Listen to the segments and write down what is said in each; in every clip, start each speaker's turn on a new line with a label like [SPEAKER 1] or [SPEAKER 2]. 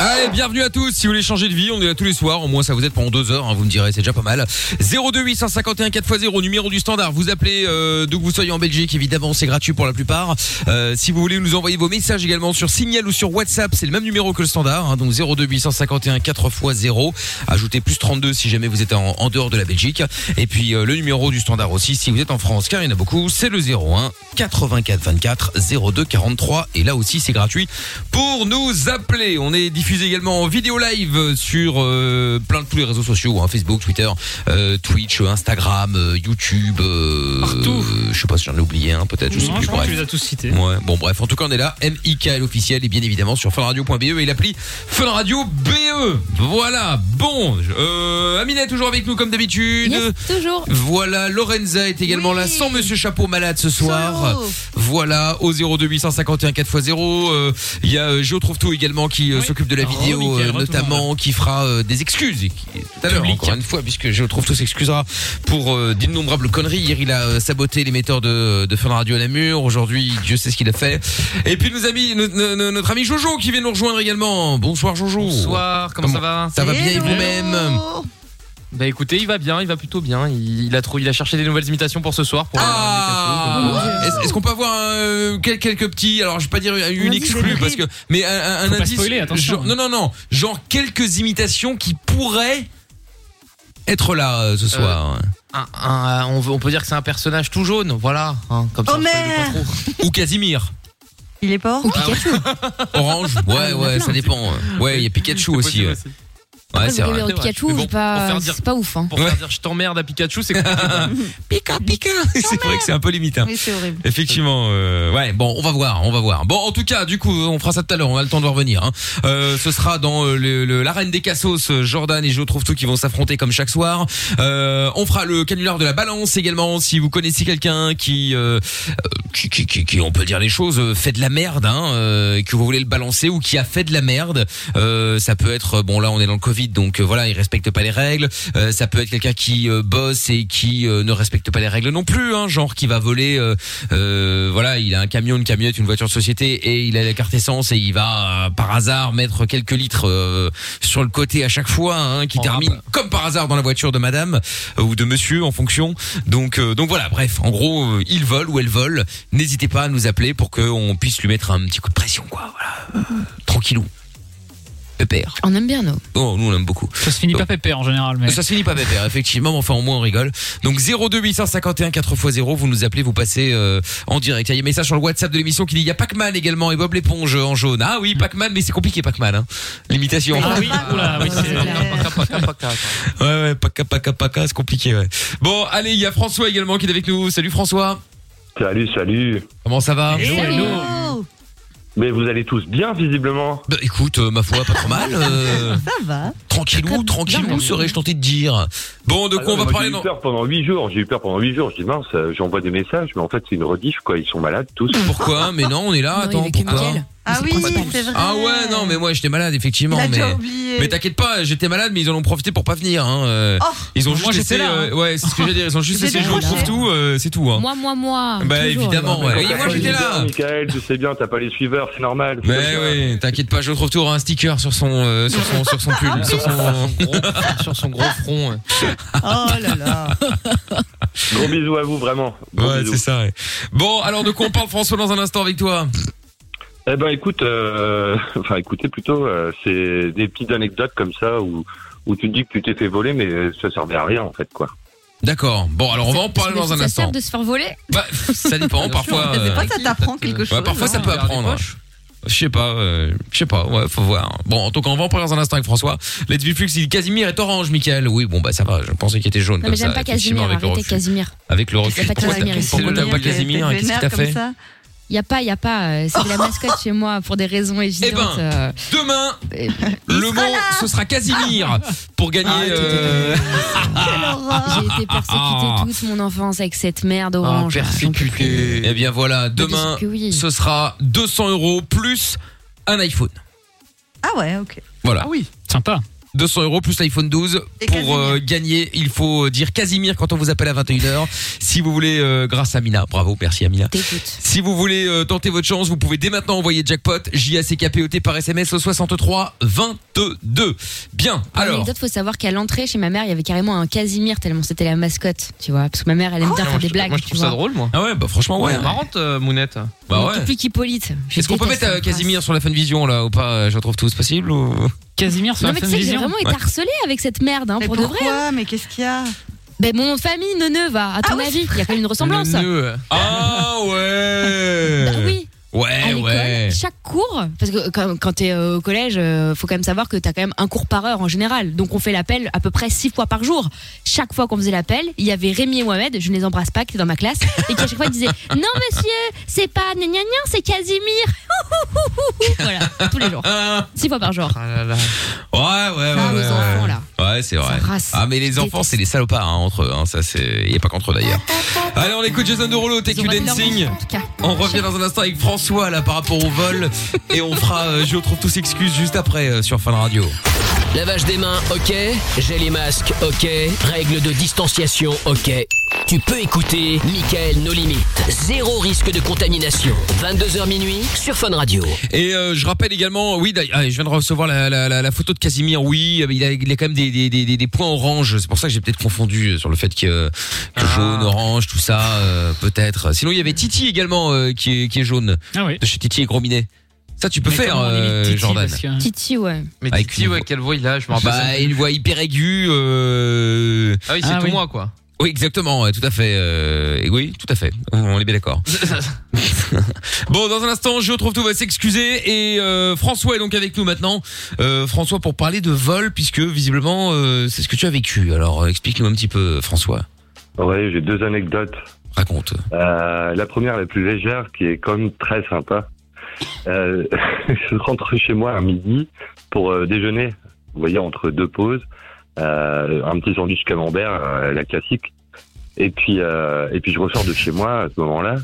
[SPEAKER 1] Allez, bienvenue à tous. Si vous voulez changer de vie, on est là tous les soirs. Au moins, ça vous aide pendant deux heures. hein, vous me direz, c'est déjà pas mal. 02 851 4x0, numéro du standard. Vous appelez euh, d'où que vous soyez en Belgique. Évidemment, c'est gratuit pour la plupart. Euh, si vous voulez nous envoyer vos messages également sur Signal ou sur WhatsApp, c'est le même numéro que le standard. hein, donc 02 851 4x0. Ajoutez plus 32 si jamais vous êtes en, en dehors de la Belgique. Et puis euh, le numéro du standard aussi si vous êtes en France, car il y en a beaucoup. C'est le 01 84 24 02 43. Et là aussi, c'est gratuit pour nous appeler. On est diffusé également en vidéo live sur euh, plein de tous les réseaux sociaux, hein, Facebook, Twitter, euh, Twitch, Instagram, euh, YouTube. euh, euh, je sais pas si j'en ai oublié un, peut-être, je sais
[SPEAKER 2] Non,
[SPEAKER 1] plus.
[SPEAKER 2] je crois que tu
[SPEAKER 1] bref.
[SPEAKER 2] les as tous cités.
[SPEAKER 1] Ouais, bon bref, en tout cas on est là, MIKL officiel et bien évidemment sur funradio.be E et l'appli Fun Radio BE. Voilà, bon, euh, Amina est toujours avec nous comme d'habitude.
[SPEAKER 3] toujours.
[SPEAKER 1] Voilà, Lorenza est également là, sans Monsieur Chapeau malade ce soir. Voilà, au 02851 4x0. euh, Il y a euh, Géo Trouve Tout également qui euh, s'occupe de
[SPEAKER 4] Ah,
[SPEAKER 1] la vidéo, euh, notamment, qui fera euh, des excuses et qui- tout à l'heure,
[SPEAKER 5] Public.
[SPEAKER 1] encore une fois, puisque Je trouve tout s'excusera pour euh, d'innombrables conneries. Hier, il a euh, saboté l'émetteur de, de Fun Radio à Namur. Aujourd'hui, Dieu sait ce qu'il a fait. Et puis, nos amis, no- no- no- notre ami Jojo qui vient nous rejoindre également. Bonsoir, Jojo.
[SPEAKER 4] Bonsoir, comment ça va
[SPEAKER 1] Ça va bien et
[SPEAKER 4] Hello.
[SPEAKER 1] vous-même
[SPEAKER 4] Bah écoutez, il va bien, il va plutôt bien. Il, il a, trou- il a cherché des nouvelles imitations pour ce soir. Pour
[SPEAKER 1] Ah, Est-ce est-ce qu'on peut avoir euh, quel- quelques petits alors je vais pas dire une
[SPEAKER 4] indice
[SPEAKER 1] exclue
[SPEAKER 4] débile.
[SPEAKER 1] parce que mais un, un- un
[SPEAKER 4] Faut pas
[SPEAKER 1] indice
[SPEAKER 4] spoiler, attention.
[SPEAKER 1] genre- non non non genre quelques imitations qui pourraient être là euh, ce soir
[SPEAKER 4] un- un- euh, on, veut- on peut dire que c'est un personnage tout jaune, voilà. hein, comme ça, on
[SPEAKER 6] Homer
[SPEAKER 4] spoil pas
[SPEAKER 1] trop. Ou Casimir.
[SPEAKER 6] Il est pas hors
[SPEAKER 4] Ah
[SPEAKER 1] orange ouais ouais ça dépend ouais il y a Pikachu aussi ouais, Ouais,
[SPEAKER 3] Après,
[SPEAKER 1] c'est
[SPEAKER 3] vous
[SPEAKER 1] vrai
[SPEAKER 3] avez eu Pikachu, j'ai pas- c'est pas ouf. hein.
[SPEAKER 4] Pour faire dire je t'emmerde à Pikachu, c'est compliqué.
[SPEAKER 1] Pika Pika c'est vrai que c'est un peu limite hein.
[SPEAKER 3] Oui, c'est horrible.
[SPEAKER 1] Effectivement, euh, ouais. Bon, on va voir, on va voir. Bon, en tout cas, du coup, on fera ça tout à l'heure. On a le temps de voir venir. hein. Euh, ce sera dans euh, le- le- l'arène des Cassos, euh, Jordan et Joe trouve tout qui vont s'affronter comme chaque soir. Euh, on fera le canular de la balance également. Si vous connaissez quelqu'un qui, euh, euh, qui, qui, qui- qui, on peut dire les choses, euh, fait de la merde, hein, euh, et que vous voulez le balancer ou qui a fait de la merde, euh, ça peut être bon. Là, on est dans le Covid, donc euh, voilà, il respecte pas les règles. Euh, ça peut être quelqu'un qui euh, bosse et qui euh, ne respecte pas les règles non plus, hein, genre qui va voler. euh, euh, voilà, il a un camion, une camionnette, une voiture de société et il a la carte essence et il va euh, par hasard mettre quelques litres euh, sur le côté à chaque fois, hein, qui termine comme par hasard dans la voiture de madame euh, ou de monsieur en fonction. Donc, euh, donc voilà, bref, en gros, euh, il vole ou elle vole. N'hésitez pas à nous appeler pour qu'on puisse lui mettre un petit coup de pression, quoi. Voilà, Euh, tranquillou. Pépère.
[SPEAKER 3] On aime bien, nous.
[SPEAKER 1] Oh, nous on aime beaucoup.
[SPEAKER 2] Ça se finit pas pépère en général, mais.
[SPEAKER 1] Ça se finit pas pépère, effectivement, mais enfin au moins on rigole. Donc 02851 4x0, vous nous appelez, vous passez euh, en direct. Il y a un message sur le WhatsApp de l'émission qui dit il y a Pac-Man également et Bob l'éponge euh, en jaune. Ah oui, Pac-Man, mais c'est compliqué Pac-Man. Hein. L'imitation.
[SPEAKER 4] Ah oui, oula, oui, c'est.
[SPEAKER 1] Ouais, ouais, Paca, Paca, Paca, c'est compliqué, ouais. Bon, allez, il y a François également qui est avec nous. Salut François.
[SPEAKER 7] Salut, salut.
[SPEAKER 1] Comment ça va
[SPEAKER 7] Mais vous allez tous bien, visiblement.
[SPEAKER 1] Bah écoute, euh, ma foi, pas trop mal. euh,
[SPEAKER 6] Ça va.
[SPEAKER 1] tranquillou, tranquillou, serais-je tenté de dire. Bon, de quoi on va parler
[SPEAKER 7] J'ai eu
[SPEAKER 1] dans-
[SPEAKER 7] peur pendant 8 jours, j'ai eu peur pendant 8 jours. J'ai dit mince, euh, j'envoie des messages, mais en fait, c'est une rediff, quoi. Ils sont malades tous.
[SPEAKER 1] Pourquoi Mais non, on est là, attends, pourquoi
[SPEAKER 6] Ah oui, c'est vrai.
[SPEAKER 1] Ah ouais, non, mais moi j'étais malade, effectivement.
[SPEAKER 6] Il a
[SPEAKER 1] mais
[SPEAKER 6] déjà oublié.
[SPEAKER 1] mais t'inquiète pas, j'étais malade, mais ils en ont profité pour pas venir. Hein. euh,
[SPEAKER 6] Oh.
[SPEAKER 1] ils ont juste
[SPEAKER 6] Moi,
[SPEAKER 1] laissé.
[SPEAKER 6] j'étais là,
[SPEAKER 1] euh,
[SPEAKER 6] hein.
[SPEAKER 1] ouais, c'est ce que j'allais dire. Ils ont juste
[SPEAKER 6] J'ai
[SPEAKER 1] laissé, je
[SPEAKER 6] décroché.
[SPEAKER 1] trouve tout, euh, c'est tout. Hein.
[SPEAKER 3] Moi, moi, moi.
[SPEAKER 1] bah
[SPEAKER 3] toujours.
[SPEAKER 1] évidemment, ouais.
[SPEAKER 7] Mais
[SPEAKER 1] Oui,
[SPEAKER 7] quand
[SPEAKER 1] moi
[SPEAKER 7] t'as pas les
[SPEAKER 1] j'étais là.
[SPEAKER 7] heures, Michael, tu sais bien, t'as pas les suiveurs, c'est normal.
[SPEAKER 1] Mais oui, t'inquiète pas, je trouve tout un sticker sur son euh, sur son sur son pull, sur son
[SPEAKER 4] sur son gros front.
[SPEAKER 6] Oh là là.
[SPEAKER 7] Gros bisous à vous, vraiment. Gros
[SPEAKER 1] Ouais,
[SPEAKER 7] bisous.
[SPEAKER 1] c'est ça. ouais. Bon, alors de quoi on parle François dans un instant avec toi
[SPEAKER 7] Eh ben, écoute, euh, enfin, écoutez plutôt, euh, c'est des petites anecdotes comme ça où, où tu te dis que tu t'es fait voler, mais ça servait à rien, en fait, quoi.
[SPEAKER 1] D'accord. Bon, alors on va en parler dans
[SPEAKER 3] Ça
[SPEAKER 1] un
[SPEAKER 3] sert
[SPEAKER 1] instant.
[SPEAKER 3] de se faire voler
[SPEAKER 1] Bah, ça dépend parfois.
[SPEAKER 6] C'est
[SPEAKER 1] euh,
[SPEAKER 6] pas hein. ça t'apprend quelque chose.
[SPEAKER 1] Ouais, parfois ça peut apprendre. Je sais pas, euh, je sais pas, ouais, faut voir. Bon, en tout cas, on va en parler dans un instant avec François. Let's Be Flux, il dit Casimir est orange, Michael. Oui, bon, bah ça va, je pensais qu'il était jaune
[SPEAKER 3] Non,
[SPEAKER 1] comme
[SPEAKER 3] mais
[SPEAKER 1] ça.
[SPEAKER 3] j'aime pas
[SPEAKER 1] effectivement,
[SPEAKER 3] Casimir.
[SPEAKER 1] avec le
[SPEAKER 3] Arrêtez
[SPEAKER 1] recul.
[SPEAKER 3] Casimir.
[SPEAKER 1] Avec le
[SPEAKER 3] Il y
[SPEAKER 1] recul.
[SPEAKER 3] a pas de
[SPEAKER 1] Pourquoi
[SPEAKER 3] Casimir
[SPEAKER 1] t'as-
[SPEAKER 3] ici.
[SPEAKER 1] pourquoi t'as pas Casimir hein, Qu'est-ce que t'as fait
[SPEAKER 3] Y a pas, y a pas. euh, C'est de la mascotte chez moi pour des raisons évidentes. euh,
[SPEAKER 1] Eh ben, Demain, le mot, ce sera Casimir
[SPEAKER 3] Ah.
[SPEAKER 1] pour gagner. euh,
[SPEAKER 3] J'ai été persécutée
[SPEAKER 1] Ah.
[SPEAKER 3] toute mon enfance avec cette merde orange.
[SPEAKER 1] persécuté. Eh bien voilà, demain,
[SPEAKER 3] parce que oui.
[SPEAKER 1] ce sera 200 euros plus un iPhone.
[SPEAKER 6] Ah ouais, ok.
[SPEAKER 1] Voilà.
[SPEAKER 2] oui. Sympa.
[SPEAKER 1] 200 euros plus l'iPhone 12 pour euh, gagner. Il faut euh, dire Casimir quand on vous appelle à 21h. si vous voulez, euh, grâce à Mina, bravo, merci à Mina. Si vous voulez euh, tenter votre chance, vous pouvez dès maintenant envoyer jackpot J-A-C-K-P-O-T par SMS au 63 22. Bien, alors.
[SPEAKER 3] L'anecdote, faut savoir qu'à l'entrée chez ma mère, il y avait carrément un Casimir tellement c'était la mascotte, tu vois. Parce que ma mère, elle aime bien faire des blagues.
[SPEAKER 4] Moi, je
[SPEAKER 3] tu
[SPEAKER 4] trouve ça
[SPEAKER 3] vois.
[SPEAKER 4] drôle, moi.
[SPEAKER 1] Ah ouais, bah franchement, ouais.
[SPEAKER 4] Elle est marrante, euh, Mounette.
[SPEAKER 1] Bah ouais.
[SPEAKER 3] Tout plus qu'Hippolyte. Je
[SPEAKER 1] Est-ce qu'on peut
[SPEAKER 3] déteste
[SPEAKER 1] mettre euh,
[SPEAKER 3] cette phrase.
[SPEAKER 1] Casimir sur la fin de vision là ou pas euh, Je retrouve tout, c'est possible ou
[SPEAKER 2] Casimir
[SPEAKER 3] Non, mais tu sais que j'ai vraiment été
[SPEAKER 1] Ouais.
[SPEAKER 3] harcelée avec cette merde, hein,
[SPEAKER 6] Mais
[SPEAKER 3] pour de vrai.
[SPEAKER 6] pourquoi Mais qu'est-ce qu'il y a Ah
[SPEAKER 3] Ben, mon nom de famille, Neneu, va. À ton avis, il y a quand même une ressemblance.
[SPEAKER 4] Nœud.
[SPEAKER 1] Ah ouais.
[SPEAKER 3] Bah oui. à
[SPEAKER 1] Ouais
[SPEAKER 3] l'école,
[SPEAKER 1] Eh ouais.
[SPEAKER 3] chaque cours, parce que quand, quand t'es euh, au collège, euh, faut quand même savoir que t'as quand même un cours par heure en général. Donc on fait l'appel à peu près six fois par jour. Chaque fois qu'on faisait l'appel, il y avait Rémi et Mohamed, je ne les embrasse pas, qui étaient dans ma classe, et qui à chaque fois disaient Non monsieur, c'est pas gna gna gna, c'est Casimir. voilà, tous les jours. Six fois par jour.
[SPEAKER 4] Ah là là.
[SPEAKER 1] Ouais ouais
[SPEAKER 3] Ah,
[SPEAKER 1] ouais.
[SPEAKER 3] les
[SPEAKER 1] ouais,
[SPEAKER 3] enfants,
[SPEAKER 1] ouais.
[SPEAKER 3] là.
[SPEAKER 1] Ouais, c'est vrai.
[SPEAKER 3] race.
[SPEAKER 1] Ah mais les enfants, c'est les salopards hein, entre eux. Hein, ça c'est, y a pas qu'entre eux d'ailleurs. Allez, on écoute Jason Derulo,
[SPEAKER 3] Ils ont
[SPEAKER 1] TQ
[SPEAKER 3] pas de leur
[SPEAKER 1] Dancing.
[SPEAKER 3] vie, en tout cas.
[SPEAKER 1] On revient dans un instant avec François là par rapport au vol et on fera euh, je trouve tous excuses juste après euh, sur Fun Radio.
[SPEAKER 8] Lavage des mains, ok. J'ai les masques, ok. Règles de distanciation, ok. Tu peux écouter Michael No limites. Zéro risque de contamination. 22h minuit sur Fun Radio.
[SPEAKER 1] Et euh, je rappelle également, oui, d'ailleurs, ah, je viens de recevoir la, la, la, la photo de Casimir. Oui, euh, il a, il a quand même des, des, des, des- des points orange. C'est pour ça que j'ai peut-être confondu euh, sur le fait que, euh, que
[SPEAKER 2] Ah.
[SPEAKER 1] jaune, orange, tout ça, euh, peut-être. Sinon, il y avait Titi également euh, qui, est, qui est jaune
[SPEAKER 2] Hmm. Ah oui.
[SPEAKER 1] de chez Titi et Gros Minet. Ça, tu peux faire, euh, Jordan.
[SPEAKER 3] Titi, ouais.
[SPEAKER 4] Mais
[SPEAKER 1] Avec
[SPEAKER 4] Titi,
[SPEAKER 1] une-
[SPEAKER 4] ouais, quelle voix il a, je me rappelle.
[SPEAKER 1] Bah, une voix hyper aiguë. Euh...
[SPEAKER 4] Ah oui, c'est
[SPEAKER 2] Ah
[SPEAKER 4] tout
[SPEAKER 2] oui.
[SPEAKER 4] moi, quoi.
[SPEAKER 1] Oui, exactement, ouais, tout à fait. euh, et oui, tout à fait. On est bien d'accord. Bon, dans un instant, je retrouve tout va s'excuser et euh, François est donc avec nous maintenant. Euh, François pour parler de vol puisque visiblement euh, c'est ce que tu as vécu. Alors euh, explique-nous un petit peu, François.
[SPEAKER 7] Ouais, j'ai deux anecdotes.
[SPEAKER 1] Raconte.
[SPEAKER 7] Euh, la première, la plus légère, qui est quand même très sympa. Euh, je rentre chez moi à midi pour euh, déjeuner. Vous voyez, entre deux pauses, euh, un petit sandwich camembert, euh, la classique. Et puis, euh, et puis je ressors de chez moi à ce moment-là.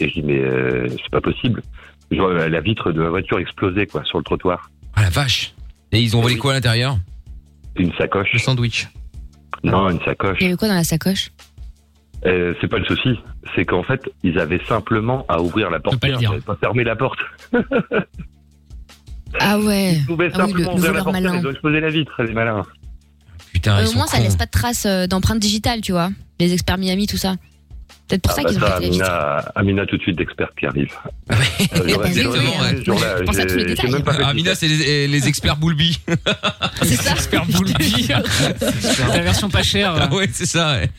[SPEAKER 7] Et je dis, mais euh, c'est pas possible. Je vois euh, la vitre de ma voiture exploser, quoi, sur le trottoir.
[SPEAKER 1] Ah la vache. Et ils ont volé
[SPEAKER 7] Oui.
[SPEAKER 1] quoi à l'intérieur
[SPEAKER 7] Une sacoche.
[SPEAKER 4] Le sandwich.
[SPEAKER 7] Non, une sacoche.
[SPEAKER 3] Il y avait quoi dans la sacoche
[SPEAKER 7] Euh, c'est pas le souci, c'est qu'en fait, ils avaient simplement à ouvrir la porte.
[SPEAKER 2] pas le dire.
[SPEAKER 7] Ils avaient pas fermé la porte.
[SPEAKER 3] Ah ouais.
[SPEAKER 7] Ils pouvaient
[SPEAKER 3] Ah oui, le-
[SPEAKER 7] simplement
[SPEAKER 3] le
[SPEAKER 7] ouvrir la
[SPEAKER 3] voleur
[SPEAKER 7] porte.
[SPEAKER 3] malin.
[SPEAKER 7] Ils ont explosé la vitre, les malins.
[SPEAKER 1] Putain, Ah, ils
[SPEAKER 3] Euh, au
[SPEAKER 1] sont
[SPEAKER 3] moins, ça
[SPEAKER 1] cons.
[SPEAKER 3] laisse pas de traces euh, d'empreintes digitales, tu vois. Les experts Miami, tout ça. Peut-être pour ça
[SPEAKER 7] Ah bah
[SPEAKER 3] qu'ils ont
[SPEAKER 7] ça,
[SPEAKER 3] fait la vitre.
[SPEAKER 7] Amina, Amina tout de suite d'expert qui arrive. Euh,
[SPEAKER 3] Ah bah
[SPEAKER 7] j'aurais-
[SPEAKER 3] oui,
[SPEAKER 7] j'aurais-
[SPEAKER 1] exactement, ouais.
[SPEAKER 7] ce jour-là,
[SPEAKER 3] Je pense à tous les
[SPEAKER 7] j'ai- j'ai
[SPEAKER 3] détails.
[SPEAKER 7] même pas fait
[SPEAKER 1] Ah, hein. Amina, c'est les, les experts Boulby.
[SPEAKER 3] C'est ça.
[SPEAKER 2] La version pas chère. euh,
[SPEAKER 1] Ah ouais, c'est ça. ouais.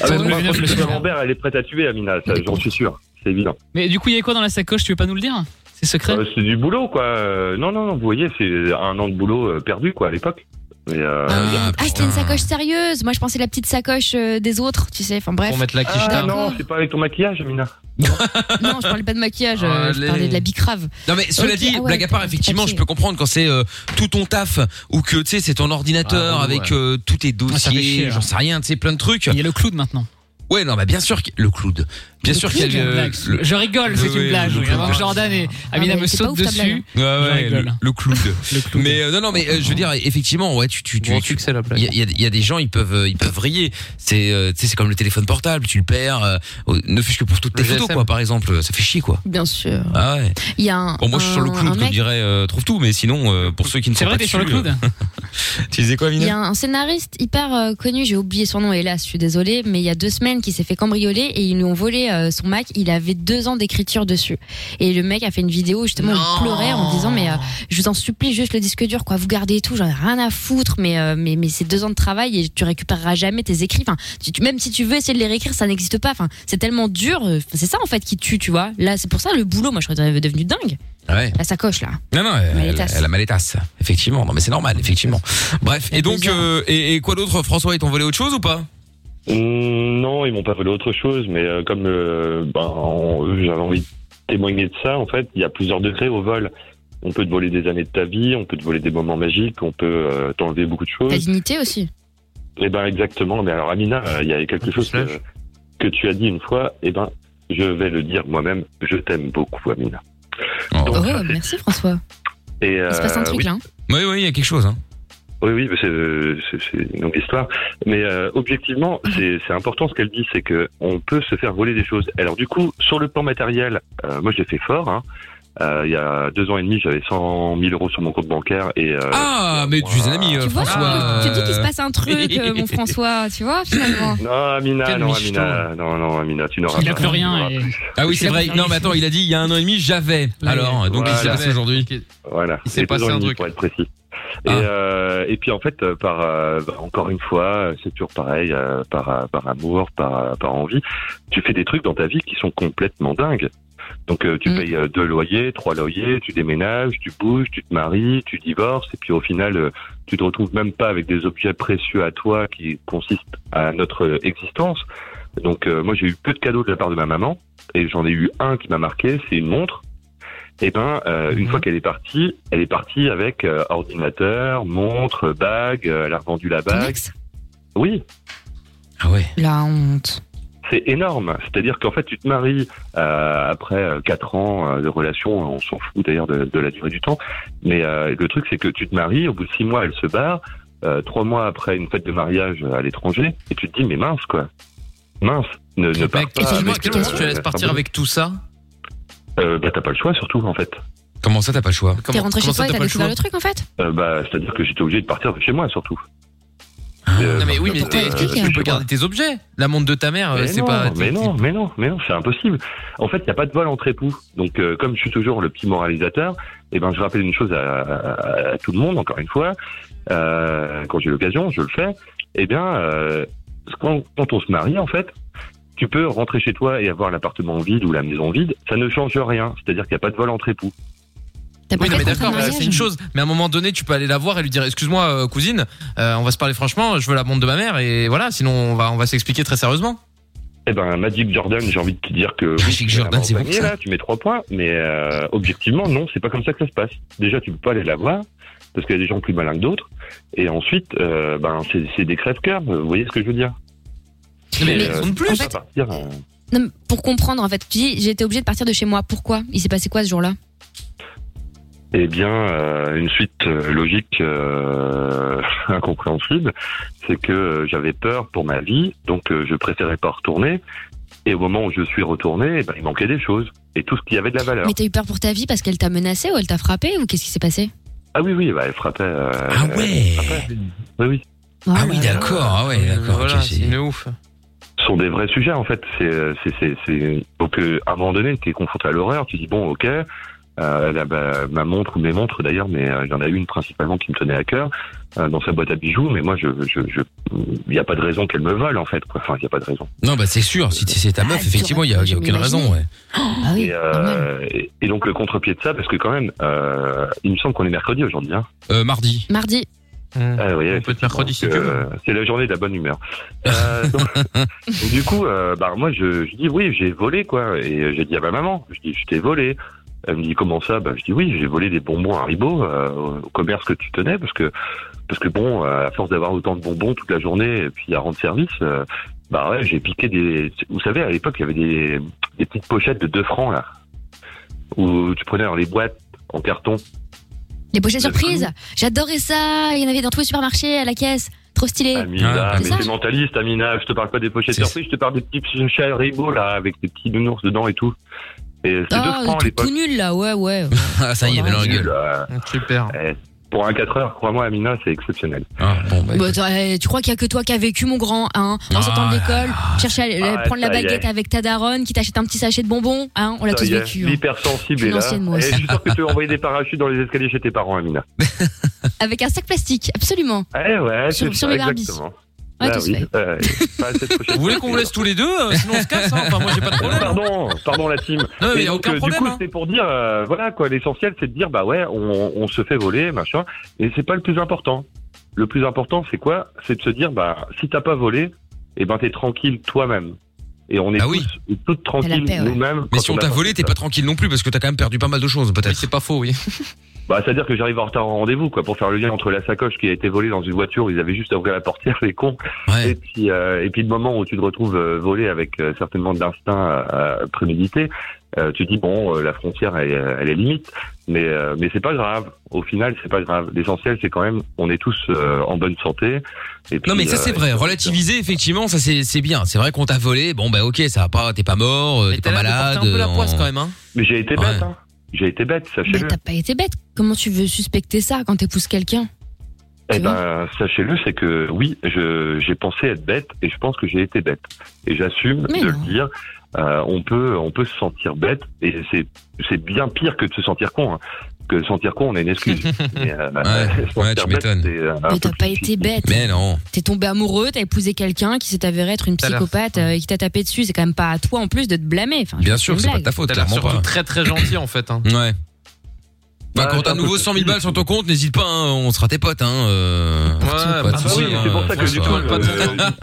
[SPEAKER 7] Ah, mais
[SPEAKER 2] le
[SPEAKER 7] moi,
[SPEAKER 2] neuf,
[SPEAKER 7] je
[SPEAKER 2] le
[SPEAKER 7] pense que
[SPEAKER 2] soir.
[SPEAKER 7] Lambert, elle est prête à tuer Amina, ça, j'en suis sûr. C'est évident.
[SPEAKER 2] Mais du coup, il y avait quoi dans la sacoche Tu veux pas nous le dire C'est secret
[SPEAKER 7] Euh, c'est du boulot, quoi. Euh, Non, non, non, vous voyez, c'est un an de boulot euh, perdu, quoi, à l'époque. Mais, euh,
[SPEAKER 1] Ah,
[SPEAKER 3] Ah, c'était une sacoche sérieuse. Moi, je pensais la petite sacoche euh, des autres, tu sais. Enfin, bref.
[SPEAKER 4] Pour mettre la quiche
[SPEAKER 7] Ah,
[SPEAKER 4] tard.
[SPEAKER 7] non, c'est pas avec ton maquillage, Amina.
[SPEAKER 3] Non, je parlais pas de maquillage. euh, je
[SPEAKER 4] Allez.
[SPEAKER 3] parlais de la bicrave.
[SPEAKER 1] Ah, Non mais cela
[SPEAKER 3] Ok,
[SPEAKER 1] dit,
[SPEAKER 3] ah ouais,
[SPEAKER 1] blague à part,
[SPEAKER 3] t'as- t'as
[SPEAKER 1] effectivement,
[SPEAKER 3] capté.
[SPEAKER 1] je peux comprendre quand c'est euh, tout ton taf ou que tu sais c'est ton ordinateur
[SPEAKER 4] Ah, ouais,
[SPEAKER 1] avec
[SPEAKER 4] ouais.
[SPEAKER 1] euh, tous tes
[SPEAKER 2] Ah, ça fait
[SPEAKER 1] dossiers,
[SPEAKER 2] chier,
[SPEAKER 1] j'en
[SPEAKER 2] hein.
[SPEAKER 1] sais rien, tu sais plein de trucs.
[SPEAKER 2] Il y a le cloud maintenant.
[SPEAKER 1] Ouais, non, bah bien sûr que- le cloud. Bien sûr qu'il y a
[SPEAKER 2] Une
[SPEAKER 1] le,
[SPEAKER 2] blague.
[SPEAKER 1] le-
[SPEAKER 2] Je rigole, c'est
[SPEAKER 1] Oui, oui,
[SPEAKER 2] une blague.
[SPEAKER 1] le cloud.
[SPEAKER 2] Avant que Jordan et Amina
[SPEAKER 3] Ah, mais
[SPEAKER 2] me
[SPEAKER 3] c'est pas
[SPEAKER 2] sautent
[SPEAKER 3] ouf, ta blague,
[SPEAKER 2] dessus.
[SPEAKER 1] Ouais, ouais,
[SPEAKER 2] rigole.
[SPEAKER 1] le, le cloud.
[SPEAKER 2] Le cloud.
[SPEAKER 1] Mais euh, non, non, mais euh, je veux dire, effectivement, ouais, tu, tu, tu,
[SPEAKER 4] Gros
[SPEAKER 1] tu-
[SPEAKER 4] succès, la
[SPEAKER 1] il y
[SPEAKER 4] blague.
[SPEAKER 1] a, il y a- il y a des gens, ils peuvent, euh, ils peuvent vriller. C'est, euh, tu sais, c'est comme le téléphone portable, tu le perds. euh, au- ne fût-ce que pour toutes tes
[SPEAKER 4] Le
[SPEAKER 1] photos,
[SPEAKER 4] GSM.
[SPEAKER 1] quoi, par exemple, ça fait chier, quoi.
[SPEAKER 3] Bien sûr.
[SPEAKER 1] Ah ouais.
[SPEAKER 3] Il y a un.
[SPEAKER 1] Bon, moi, je suis sur le
[SPEAKER 3] un-
[SPEAKER 1] cloud,
[SPEAKER 3] un
[SPEAKER 1] comme
[SPEAKER 3] mec-
[SPEAKER 1] dirait euh, trouve tout, mais sinon, euh, pour ceux qui ne sont
[SPEAKER 2] C'est vrai,
[SPEAKER 1] pas
[SPEAKER 2] t'es sur le
[SPEAKER 1] dessus,
[SPEAKER 2] cloud
[SPEAKER 1] euh, tu disais quoi,
[SPEAKER 3] Il y
[SPEAKER 1] Mina
[SPEAKER 3] a un scénariste hyper euh, connu, j'ai oublié son nom, hélas, je suis désolée, mais il y a deux semaines qui s'est fait cambrioler et ils lui ont volé euh, son Mac. Il avait deux ans d'écriture dessus. Et le mec a fait une vidéo justement où il pleurait en disant Mais euh, je vous en supplie, juste le disque dur, quoi, vous gardez et tout, j'en ai rien à foutre, mais, euh, mais, mais c'est deux ans de travail et tu récupéreras jamais tes écrits. Enfin, tu- tu- même si tu veux essayer de les réécrire, ça n'existe pas. Enfin, c'est tellement dur, euh, c'est ça en fait qui tue, tu vois. Là, c'est pour ça le boulot, moi je serais devenu dingue.
[SPEAKER 1] Ah Ouais.
[SPEAKER 3] La sacoche là.
[SPEAKER 1] Non, non, elle,
[SPEAKER 3] Maletasse.
[SPEAKER 1] elle a maletasse. Effectivement. Non, mais c'est normal, effectivement. Bref. Et donc,
[SPEAKER 3] plaisir.
[SPEAKER 1] euh, et, et quoi d'autre, François, ils t'ont volé autre chose ou pas
[SPEAKER 7] Mm, Non, ils m'ont pas volé autre chose, mais euh, comme euh, ben, on- j'avais envie de témoigner de ça, en fait, il y a plusieurs degrés au vol. On peut te voler des années de ta vie, on peut te voler des moments magiques, on peut euh, t'enlever beaucoup de
[SPEAKER 3] La
[SPEAKER 7] choses.
[SPEAKER 3] dignité aussi.
[SPEAKER 7] Et ben exactement. Mais alors Amina, euh, il y a quelque chose que, que tu as dit une fois. Et ben, je vais le dire moi-même. Je t'aime beaucoup, Amina.
[SPEAKER 1] Oh.
[SPEAKER 3] Oh, merci François.
[SPEAKER 7] Et
[SPEAKER 3] Il se passe un
[SPEAKER 7] euh,
[SPEAKER 3] truc
[SPEAKER 7] oui,
[SPEAKER 3] là. hein.
[SPEAKER 1] Oui, oui, il y a quelque chose. Hein.
[SPEAKER 7] Oui, oui, mais c'est euh, c'est- c'est une longue histoire. Mais euh, objectivement, c'est c'est important ce qu'elle dit, c'est que on peut se faire voler des choses. Alors du coup, sur le plan matériel, euh, moi je l'ai fait fort. hein. Euh, il y a deux ans et demi, j'avais 100 000 euros sur mon compte bancaire et euh,
[SPEAKER 1] Ah, mais tu es un ami, euh,
[SPEAKER 3] Tu vois,
[SPEAKER 1] François.
[SPEAKER 3] tu te dis qu'il se passe un truc, euh, mon François, tu vois, finalement.
[SPEAKER 7] non, Amina,
[SPEAKER 2] Quel
[SPEAKER 7] non,
[SPEAKER 2] micheton.
[SPEAKER 7] Amina, non, non, Amina, tu n'auras
[SPEAKER 2] Il a
[SPEAKER 7] pas.
[SPEAKER 2] plus
[SPEAKER 7] Tu n'auras
[SPEAKER 2] rien.
[SPEAKER 7] pas.
[SPEAKER 2] et-
[SPEAKER 1] Ah oui, c'est
[SPEAKER 2] Il a
[SPEAKER 1] vrai.
[SPEAKER 2] pas
[SPEAKER 1] Non,
[SPEAKER 2] fait
[SPEAKER 1] mais attends, il a dit il y a un an et demi, j'avais.
[SPEAKER 2] Là,
[SPEAKER 1] Alors, donc il s'est
[SPEAKER 7] Voilà.
[SPEAKER 1] passé aujourd'hui.
[SPEAKER 7] Voilà.
[SPEAKER 4] Il s'est
[SPEAKER 7] Et
[SPEAKER 4] passé
[SPEAKER 7] deux ans
[SPEAKER 4] un
[SPEAKER 7] et demi,
[SPEAKER 4] truc.
[SPEAKER 7] Pour être précis. Et,
[SPEAKER 1] Ah.
[SPEAKER 7] euh, et puis en fait, euh, par euh, bah, encore une fois, euh, c'est toujours pareil, euh, par euh, par amour, par euh, par envie, tu fais des trucs dans ta vie qui sont complètement dingues. Donc euh, tu
[SPEAKER 3] Mm.
[SPEAKER 7] payes euh, deux loyers, trois loyers, tu déménages, tu bouges, tu te maries, tu divorces, et puis au final, euh, tu te retrouves même pas avec des objets précieux à toi qui consistent à notre euh, existence. Donc euh, moi j'ai eu peu de cadeaux de la part de ma maman et j'en ai eu un qui m'a marqué, c'est une montre. Et ben euh, une
[SPEAKER 4] Mhm.
[SPEAKER 7] fois qu'elle est partie, elle est partie avec euh, ordinateur, montre, bague, euh, elle a revendu la
[SPEAKER 3] Ton
[SPEAKER 7] bague.
[SPEAKER 3] ex
[SPEAKER 7] Oui,
[SPEAKER 1] Ah ouais.
[SPEAKER 3] La honte.
[SPEAKER 7] c'est énorme. C'est-à-dire qu'en fait tu te maries euh, après euh, quatre ans euh, de relation, on s'en fout d'ailleurs de, de la durée du temps, mais euh, le truc c'est que tu te maries, au bout de six mois elle se barre, euh, trois mois après une fête de mariage à l'étranger, et tu te dis mais mince quoi, mince. Ne, ne pars
[SPEAKER 4] Mec,
[SPEAKER 7] pas
[SPEAKER 4] excuse-moi,
[SPEAKER 7] avec,
[SPEAKER 4] quel moment
[SPEAKER 7] euh,
[SPEAKER 4] tu la laisses
[SPEAKER 7] un
[SPEAKER 4] partir
[SPEAKER 7] bon-
[SPEAKER 4] avec tout ça
[SPEAKER 7] Euh, bah t'as pas le choix surtout en fait.
[SPEAKER 1] Comment ça, t'as pas le choix
[SPEAKER 3] T'es
[SPEAKER 4] Comment-
[SPEAKER 3] rentré chez
[SPEAKER 4] comment ça,
[SPEAKER 3] toi et
[SPEAKER 4] t'as
[SPEAKER 3] t'as
[SPEAKER 4] pas le
[SPEAKER 3] découvert
[SPEAKER 4] choix
[SPEAKER 3] le truc, en fait
[SPEAKER 7] Euh, bah c'est-à-dire que j'étais obligé de partir de chez moi surtout. Euh,
[SPEAKER 4] Non mais oui, mais
[SPEAKER 7] parce que,
[SPEAKER 4] t'es-
[SPEAKER 3] euh,
[SPEAKER 4] tu
[SPEAKER 3] je
[SPEAKER 4] peux garder tes objets. La montre de ta mère, euh,
[SPEAKER 7] Mais
[SPEAKER 4] c'est
[SPEAKER 7] non,
[SPEAKER 4] pas.
[SPEAKER 7] mais non, mais non, mais non, c'est impossible. En fait, il n'y a pas de vol entre époux. Donc, euh, comme je suis toujours le petit moralisateur, eh ben, je rappelle une chose à, à- à tout le monde, encore une fois, euh, quand j'ai l'occasion, je le fais. Eh bien, euh, quand, quand on se marie, en fait, tu peux rentrer chez toi et avoir l'appartement vide ou la maison vide, ça ne change rien. C'est-à-dire qu'il n'y a pas de vol entre époux.
[SPEAKER 3] T'as pas
[SPEAKER 4] Oui, non,
[SPEAKER 3] fait
[SPEAKER 4] mais
[SPEAKER 3] ton
[SPEAKER 4] d'accord, bah,
[SPEAKER 3] mariage
[SPEAKER 4] c'est une chose. Mais à un moment donné, tu peux aller la voir et lui dire Excuse-moi, euh, cousine, euh, on va se parler franchement, je veux la montre de ma mère, et voilà, sinon on va, on va s'expliquer très sérieusement.
[SPEAKER 7] Eh ben, Magic Jordan, j'ai envie de te dire que. tu
[SPEAKER 1] Magic
[SPEAKER 7] mets la
[SPEAKER 1] Jordan,
[SPEAKER 7] main au
[SPEAKER 1] c'est bon,
[SPEAKER 7] panier,
[SPEAKER 1] ça.
[SPEAKER 7] là, Tu mets trois points, mais euh, objectivement, non, c'est pas comme ça que ça se passe. Déjà, tu peux pas aller la voir, parce qu'il y a des gens plus malins que d'autres. Et ensuite, euh, ben, c'est c'est des crèves-cœurs, vous voyez ce que je veux dire
[SPEAKER 3] Mais-
[SPEAKER 7] euh,
[SPEAKER 4] de
[SPEAKER 7] tu
[SPEAKER 4] plus
[SPEAKER 7] peux pas partir, euh,
[SPEAKER 3] Non, mais pour comprendre, en fait, tu dis, j'ai été obligée de partir de chez moi. Pourquoi Il s'est passé quoi ce jour-là
[SPEAKER 7] Eh bien, euh, une suite euh, logique euh, incompréhensible, c'est que euh, j'avais peur pour ma vie, donc euh, je préférais pas retourner. Et au moment où je suis retourné, eh ben, il manquait des choses. Et tout ce qui avait de la valeur.
[SPEAKER 3] Mais t'as eu peur pour ta vie parce qu'elle t'a menacée ou elle t'a frappé ou qu'est-ce qui s'est passé
[SPEAKER 7] Ah oui, oui, bah, elle frappait. euh,
[SPEAKER 1] Ah ouais.
[SPEAKER 7] Oui, oui.
[SPEAKER 1] Ah
[SPEAKER 3] Oh
[SPEAKER 1] oui,
[SPEAKER 3] là là.
[SPEAKER 1] d'accord. Ah ouais, d'accord.
[SPEAKER 4] Euh, Voilà,
[SPEAKER 1] ok,
[SPEAKER 4] c'est
[SPEAKER 1] c'est-
[SPEAKER 4] une ouf.
[SPEAKER 7] Ce sont des vrais sujets en fait. C'est, euh, c'est, c'est, c'est... Donc euh, à un moment donné, tu es confronté à l'horreur, tu dis bon ok, euh, là, bah, ma montre ou mes montres d'ailleurs, mais euh, il y en a une principalement qui me tenait à cœur euh, dans sa boîte à bijoux, mais moi je, je, je, il n'y a pas de raison qu'elle me vole en fait. Quoi. Enfin, il n'y a pas de raison.
[SPEAKER 1] Non, bah c'est sûr. Si c'est ta meuf,
[SPEAKER 3] Ah,
[SPEAKER 1] effectivement, il y a, il y a aucune
[SPEAKER 3] j'aurais jamais
[SPEAKER 1] raison. Ouais.
[SPEAKER 3] Ah oui,
[SPEAKER 7] et,
[SPEAKER 3] normal.
[SPEAKER 7] euh, et, et donc le contre-pied de ça, parce que quand même, euh, il me semble qu'on est mercredi aujourd'hui. Hein.
[SPEAKER 1] Euh, mardi.
[SPEAKER 3] Mardi,
[SPEAKER 7] Ah oui,
[SPEAKER 4] Euh, On peut être mercredi si
[SPEAKER 7] Donc,
[SPEAKER 4] tu veux.
[SPEAKER 7] euh, c'est la journée de la bonne humeur. Euh, donc, donc, du coup, euh, bah, moi, je, je dis oui, j'ai volé, quoi. Et euh, j'ai dit à ma maman, je dis, je t'ai volé. Elle me dit comment ça bah, Je dis oui, j'ai volé des bonbons Haribo euh, au commerce que tu tenais parce que parce que bon, euh, à force d'avoir autant de bonbons toute la journée et puis à rendre service, euh, bah ouais, j'ai piqué des. Vous savez, à l'époque, il y avait des, des petites pochettes de 2 francs là où tu prenais dans les boîtes en carton.
[SPEAKER 3] les pochettes
[SPEAKER 7] Le
[SPEAKER 3] surprises. J'adorais ça. Il y en avait dans tous les supermarchés à la caisse. Trop stylé.
[SPEAKER 7] Amina,
[SPEAKER 1] Ah,
[SPEAKER 7] mais
[SPEAKER 3] c'est ça.
[SPEAKER 7] c'est mentaliste, Amina. Je te parle pas des pochettes
[SPEAKER 1] C'est-
[SPEAKER 7] surprises, je te parle des petits chats Haribo, là, avec des petits nounours dedans et tout. Et c'est deux
[SPEAKER 3] Ah,
[SPEAKER 7] francs à
[SPEAKER 3] tout, tout
[SPEAKER 7] l'époque.
[SPEAKER 3] nul là, ouais, ouais.
[SPEAKER 1] Ah, ça y est,
[SPEAKER 3] Ouais,
[SPEAKER 1] mais dans la gueule.
[SPEAKER 7] Euh,
[SPEAKER 4] Super.
[SPEAKER 7] Pour un 4 heures, crois-moi, Amina, c'est exceptionnel.
[SPEAKER 1] Ah, bon, bah,
[SPEAKER 3] Bah, attends, eh, tu crois qu'il y a que toi qui as vécu, mon grand, hein Dans ce
[SPEAKER 1] Ah
[SPEAKER 3] temps
[SPEAKER 1] là
[SPEAKER 3] d'école, chercher à
[SPEAKER 7] Ah,
[SPEAKER 3] euh, prendre la
[SPEAKER 7] ça y est.
[SPEAKER 3] baguette avec ta daronne qui t'achète un petit sachet de bonbons, hein On l'a
[SPEAKER 7] Ça
[SPEAKER 3] tous
[SPEAKER 7] y est,
[SPEAKER 3] vécu. hein.
[SPEAKER 7] L'hypersensible
[SPEAKER 3] Je suis
[SPEAKER 7] est là.
[SPEAKER 3] l'ancienne, moi
[SPEAKER 7] Et
[SPEAKER 3] aussi.
[SPEAKER 7] je suis sûr que tu as envoyé des parachutes dans les escaliers chez tes parents, Amina.
[SPEAKER 3] Avec un sac plastique, absolument.
[SPEAKER 7] Eh ouais,
[SPEAKER 3] Sur-
[SPEAKER 7] c'est
[SPEAKER 3] sur
[SPEAKER 7] ça,
[SPEAKER 3] mes Barbies.
[SPEAKER 7] exactement.
[SPEAKER 3] Ouais,
[SPEAKER 7] Bah
[SPEAKER 3] tout se
[SPEAKER 7] oui,
[SPEAKER 3] fait.
[SPEAKER 7] euh, pas cette pochette
[SPEAKER 4] Vous voulez qu'on vous laisse tous les deux euh, Sinon on se casse, hein. enfin moi j'ai pas de problème. hein.
[SPEAKER 7] Pardon, pardon la team.
[SPEAKER 4] Non, mais
[SPEAKER 7] Et
[SPEAKER 4] y a
[SPEAKER 7] donc,
[SPEAKER 4] aucun
[SPEAKER 7] euh,
[SPEAKER 4] problème.
[SPEAKER 7] Du coup,
[SPEAKER 4] hein.
[SPEAKER 7] c'est pour dire, euh, voilà quoi, l'essentiel c'est de dire, bah ouais, on, on se fait voler, machin, et c'est pas le plus important. Le plus important, c'est quoi C'est de se dire, bah si t'as pas volé, eh ben t'es tranquille toi-même. Et on est
[SPEAKER 1] Ah
[SPEAKER 7] tous
[SPEAKER 1] oui.
[SPEAKER 7] et toutes tranquilles
[SPEAKER 3] paix, ouais.
[SPEAKER 7] nous-mêmes.
[SPEAKER 1] Mais
[SPEAKER 7] quand
[SPEAKER 1] si on
[SPEAKER 7] a
[SPEAKER 1] t'a
[SPEAKER 7] pas
[SPEAKER 1] volé,
[SPEAKER 7] fait
[SPEAKER 1] t'es
[SPEAKER 7] ça.
[SPEAKER 1] pas tranquille non plus parce que t'as quand même perdu pas mal de choses,
[SPEAKER 4] Oui,
[SPEAKER 1] peut-être.
[SPEAKER 4] c'est pas faux, oui.
[SPEAKER 7] Bah, c'est-à-dire que j'arrive en retard en rendez-vous, quoi, pour faire le lien entre la sacoche qui a été volée dans une voiture, ils avaient juste à ouvrir la portière, les cons. Et puis, euh, et puis le moment où tu te retrouves euh, volé avec euh, certainement de l'instinct euh, euh, prémédité, euh, tu te dis bon, euh, la frontière, elle, est- elle est limite, mais euh, mais c'est pas grave. Au final, c'est pas grave. L'essentiel, c'est quand même, on est tous euh, en bonne santé. Et puis,
[SPEAKER 1] Non mais ça
[SPEAKER 7] euh,
[SPEAKER 1] c'est vrai, relativiser effectivement, ça c'est c'est bien. C'est vrai qu'on t'a volé, bon bah ok, ça va pas, t'es pas mort, euh, t'es pas malade.
[SPEAKER 4] porter un peu la
[SPEAKER 1] euh,
[SPEAKER 4] poisse,
[SPEAKER 1] on-
[SPEAKER 4] quand même, hein.
[SPEAKER 7] Mais j'ai été
[SPEAKER 1] Ouais.
[SPEAKER 7] bête. hein. J'ai été bête,
[SPEAKER 3] Mais
[SPEAKER 7] sachez-le.
[SPEAKER 3] t'as pas été bête. Comment tu veux suspecter ça quand t'épouse quelqu'un
[SPEAKER 7] Eh ben, sachez-le, c'est que oui, je- j'ai pensé être bête et je pense que j'ai été bête. Et j'assume
[SPEAKER 3] Mais
[SPEAKER 7] de
[SPEAKER 3] non.
[SPEAKER 7] le dire. Euh, on peut, on peut se sentir bête et c'est, c'est bien pire que de se sentir con. hein. Que de se sentir con, on a une excuse. Mais, euh, se sentir
[SPEAKER 1] ouais, tu
[SPEAKER 7] bête,
[SPEAKER 1] m'étonnes.
[SPEAKER 7] c'est, euh, un
[SPEAKER 3] Mais
[SPEAKER 7] peu
[SPEAKER 3] t'as pas été bête.
[SPEAKER 1] Mais non.
[SPEAKER 3] T'es tombé amoureux, t'as épousé quelqu'un qui s'est avéré être une
[SPEAKER 4] T'as l'air-
[SPEAKER 3] psychopathe euh, et qui t'a tapé dessus. C'est quand même pas à toi en plus de te blâmer. Enfin, je
[SPEAKER 1] Bien
[SPEAKER 3] pense
[SPEAKER 1] sûr,
[SPEAKER 3] que
[SPEAKER 1] que
[SPEAKER 3] c'est
[SPEAKER 1] c'est
[SPEAKER 3] une
[SPEAKER 1] pas de ta
[SPEAKER 3] blague.
[SPEAKER 1] faute,
[SPEAKER 4] T'as l'air
[SPEAKER 1] clairement
[SPEAKER 4] surtout
[SPEAKER 1] pas.
[SPEAKER 4] très très gentil en fait. Hein.
[SPEAKER 1] Ouais. Bah,
[SPEAKER 7] Ouais,
[SPEAKER 1] quand
[SPEAKER 7] c'est
[SPEAKER 1] t'as à
[SPEAKER 7] un
[SPEAKER 1] nouveau
[SPEAKER 7] peu
[SPEAKER 1] 100 000 balles sur ton compte, n'hésite pas, hein, on sera tes potes. Hein, euh,
[SPEAKER 4] Ouais,
[SPEAKER 1] pas de
[SPEAKER 4] bah
[SPEAKER 7] Ah
[SPEAKER 1] soucis,
[SPEAKER 7] oui,
[SPEAKER 1] hein,
[SPEAKER 7] c'est pour ça que du
[SPEAKER 1] François.
[SPEAKER 7] coup,
[SPEAKER 4] François,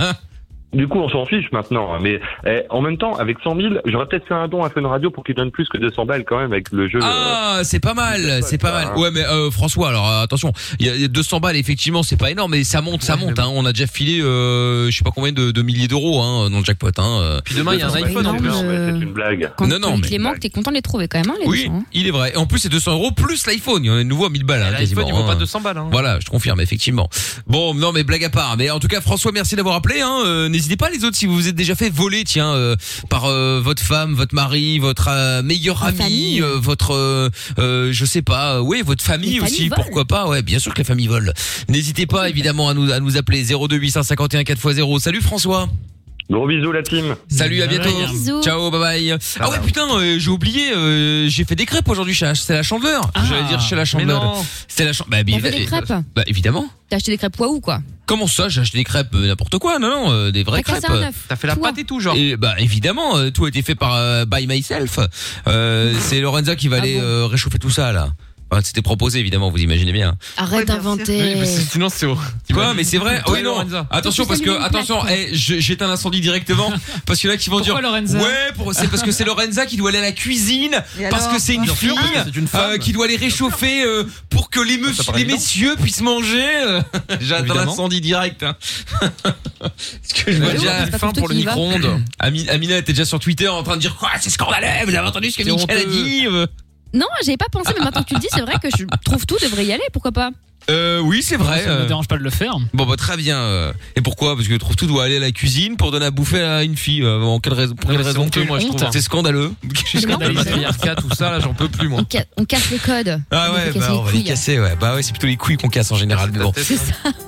[SPEAKER 7] euh, du coup, on s'en fiche maintenant. Mais eh, en même temps, avec 100 000, j'aurais peut-être fait un don à Fun Radio pour qu'il donne plus que 200 balles quand même avec le jeu.
[SPEAKER 1] Ah, c'est pas mal, c'est pas mal.
[SPEAKER 7] hein.
[SPEAKER 1] Ouais, mais euh, François, alors euh, attention, il y a- il y a 200 balles, effectivement, c'est pas énorme, mais ça monte, ça
[SPEAKER 4] Ouais, mais
[SPEAKER 1] monte.
[SPEAKER 4] bon.
[SPEAKER 1] Hein, on a déjà filé, euh, je sais pas combien de, de milliers d'euros hein, dans le jackpot. Hein, euh.
[SPEAKER 4] Puis demain il y a un
[SPEAKER 3] Ouais,
[SPEAKER 7] euh,
[SPEAKER 4] iPhone en
[SPEAKER 3] non,
[SPEAKER 4] plus.
[SPEAKER 3] mais-
[SPEAKER 7] non, mais c'est une blague.
[SPEAKER 3] Quand
[SPEAKER 1] Non, non,
[SPEAKER 3] Tony
[SPEAKER 1] mais-
[SPEAKER 3] Clément, t'es content de les trouver quand même, hein, les
[SPEAKER 1] Oui,
[SPEAKER 3] gens, hein.
[SPEAKER 1] il est vrai. Et en plus, c'est 200 euros plus l'iPhone. Il y en a de nouveau à 1000 balles, hein,
[SPEAKER 4] L'iPhone
[SPEAKER 1] quasiment.
[SPEAKER 4] il vaut pas
[SPEAKER 1] hein.
[SPEAKER 4] 200 balles. Hein.
[SPEAKER 1] Voilà, je te confirme effectivement. Bon, non mais blague à part. Mais en tout cas, François, merci d'avoir appelé. hein. Euh, N'hésitez pas les autres si vous vous êtes déjà fait voler, tiens, euh, par euh, votre femme, votre mari, votre euh, meilleur
[SPEAKER 3] Votre
[SPEAKER 1] ami,
[SPEAKER 3] famille.
[SPEAKER 1] euh, votre, euh, euh, je sais pas, euh, oui, votre famille
[SPEAKER 3] Les
[SPEAKER 1] aussi,
[SPEAKER 3] familles volent.
[SPEAKER 1] pourquoi pas. Ouais, bien sûr que les familles volent. N'hésitez pas évidemment à nous à nous appeler 02 851 4x0. Salut François.
[SPEAKER 7] Gros bisous la team.
[SPEAKER 1] Salut, à
[SPEAKER 2] Bye
[SPEAKER 1] bientôt.
[SPEAKER 2] bye.
[SPEAKER 3] Bisous.
[SPEAKER 1] Ciao, bye bye. Ah ouais, putain, euh, j'ai oublié, euh, j'ai fait des crêpes aujourd'hui chez la, chez la chandeleur.
[SPEAKER 2] Ah,
[SPEAKER 1] J'allais dire chez la
[SPEAKER 4] Mais
[SPEAKER 1] chandeleur.
[SPEAKER 4] non.
[SPEAKER 1] C'était la chandeleur. Bah,
[SPEAKER 3] T'as
[SPEAKER 1] bien-
[SPEAKER 3] fait des crêpes
[SPEAKER 1] bah, évidemment.
[SPEAKER 3] T'as acheté des crêpes waouh, quoi.
[SPEAKER 1] Comment ça, j'ai acheté des crêpes, euh, n'importe quoi, non, non, euh, des vraies
[SPEAKER 3] T'as
[SPEAKER 1] crêpes.
[SPEAKER 3] cassé un œuf.
[SPEAKER 4] T'as fait la
[SPEAKER 3] Toi.
[SPEAKER 4] pâte et tout genre.
[SPEAKER 1] Et bah évidemment, euh, tout a été fait par euh, by myself. Euh, c'est Lorenza qui va
[SPEAKER 3] Ah
[SPEAKER 1] aller
[SPEAKER 3] bon
[SPEAKER 1] euh, réchauffer tout ça là. Enfin, c'était proposé évidemment, vous imaginez bien.
[SPEAKER 3] Arrête
[SPEAKER 6] Ouais, bien
[SPEAKER 4] Oui,
[SPEAKER 3] d'inventer.
[SPEAKER 4] parce que sinon c'est au-
[SPEAKER 1] Quoi Mais c'est vrai.
[SPEAKER 4] Toi,
[SPEAKER 1] Oui non.
[SPEAKER 4] Lorenza.
[SPEAKER 1] Attention
[SPEAKER 3] Surtout
[SPEAKER 1] parce
[SPEAKER 3] saluer
[SPEAKER 1] que
[SPEAKER 3] une
[SPEAKER 1] attention,
[SPEAKER 3] plaque.
[SPEAKER 1] eh, je- j'éteins l'incendie directement parce qu'il y en a qui vont
[SPEAKER 2] Pourquoi
[SPEAKER 1] dire
[SPEAKER 2] Lorenza
[SPEAKER 1] Ouais, pour- c'est parce que c'est Lorenza qui doit aller à la cuisine
[SPEAKER 6] Et
[SPEAKER 1] parce
[SPEAKER 6] alors
[SPEAKER 1] que c'est une
[SPEAKER 4] Bien
[SPEAKER 1] fille
[SPEAKER 4] sûr, parce que c'est une femme.
[SPEAKER 1] euh, qui doit les réchauffer euh, pour que les, meuf-
[SPEAKER 4] Ça paraît
[SPEAKER 1] les
[SPEAKER 4] évident.
[SPEAKER 1] messieurs puissent manger. euh, J'attends
[SPEAKER 4] Évidemment. Bah,
[SPEAKER 1] l'incendie direct. Hein. Parce que je vois
[SPEAKER 3] Mais
[SPEAKER 1] déjà
[SPEAKER 3] oui, c'est pas
[SPEAKER 4] fin
[SPEAKER 3] pour toi
[SPEAKER 4] pour le
[SPEAKER 3] qu'il y va.
[SPEAKER 4] micro-ondes.
[SPEAKER 1] Ami- Amina était déjà sur Twitter en train de dire quoi c'est scandaleux vous avez entendu ce que
[SPEAKER 4] C'est
[SPEAKER 1] Mickaël a
[SPEAKER 4] honteux.
[SPEAKER 1] dit euh
[SPEAKER 3] Non, j'avais pas pensé, mais maintenant que tu le dis, c'est vrai que je trouve tout devrait y aller, pourquoi pas
[SPEAKER 1] Euh, oui c'est vrai
[SPEAKER 2] Ça me
[SPEAKER 1] euh.
[SPEAKER 2] dérange pas de le faire.
[SPEAKER 1] bon bah très bien euh. et pourquoi parce que trouve tout doit aller à la cuisine pour donner à bouffer à une fille euh, en quelle raison pour
[SPEAKER 4] Non,
[SPEAKER 1] quelle
[SPEAKER 4] mais c'est
[SPEAKER 1] raison
[SPEAKER 4] honteux, moi, je
[SPEAKER 1] Honte.
[SPEAKER 4] trouve.
[SPEAKER 1] hein. c'est scandaleux
[SPEAKER 4] Je suis
[SPEAKER 3] Mais non,
[SPEAKER 4] scandaleux,
[SPEAKER 3] mais-
[SPEAKER 4] patriarcat, tout ça, là, j'en peux plus, moi.
[SPEAKER 3] on, ca- on casse les codes.
[SPEAKER 1] ah
[SPEAKER 3] On
[SPEAKER 1] ouais
[SPEAKER 3] peut casser
[SPEAKER 1] bah on va les
[SPEAKER 3] couilles. hein.
[SPEAKER 1] casser ouais bah ouais c'est plutôt les couilles qu'on casse en général mais bon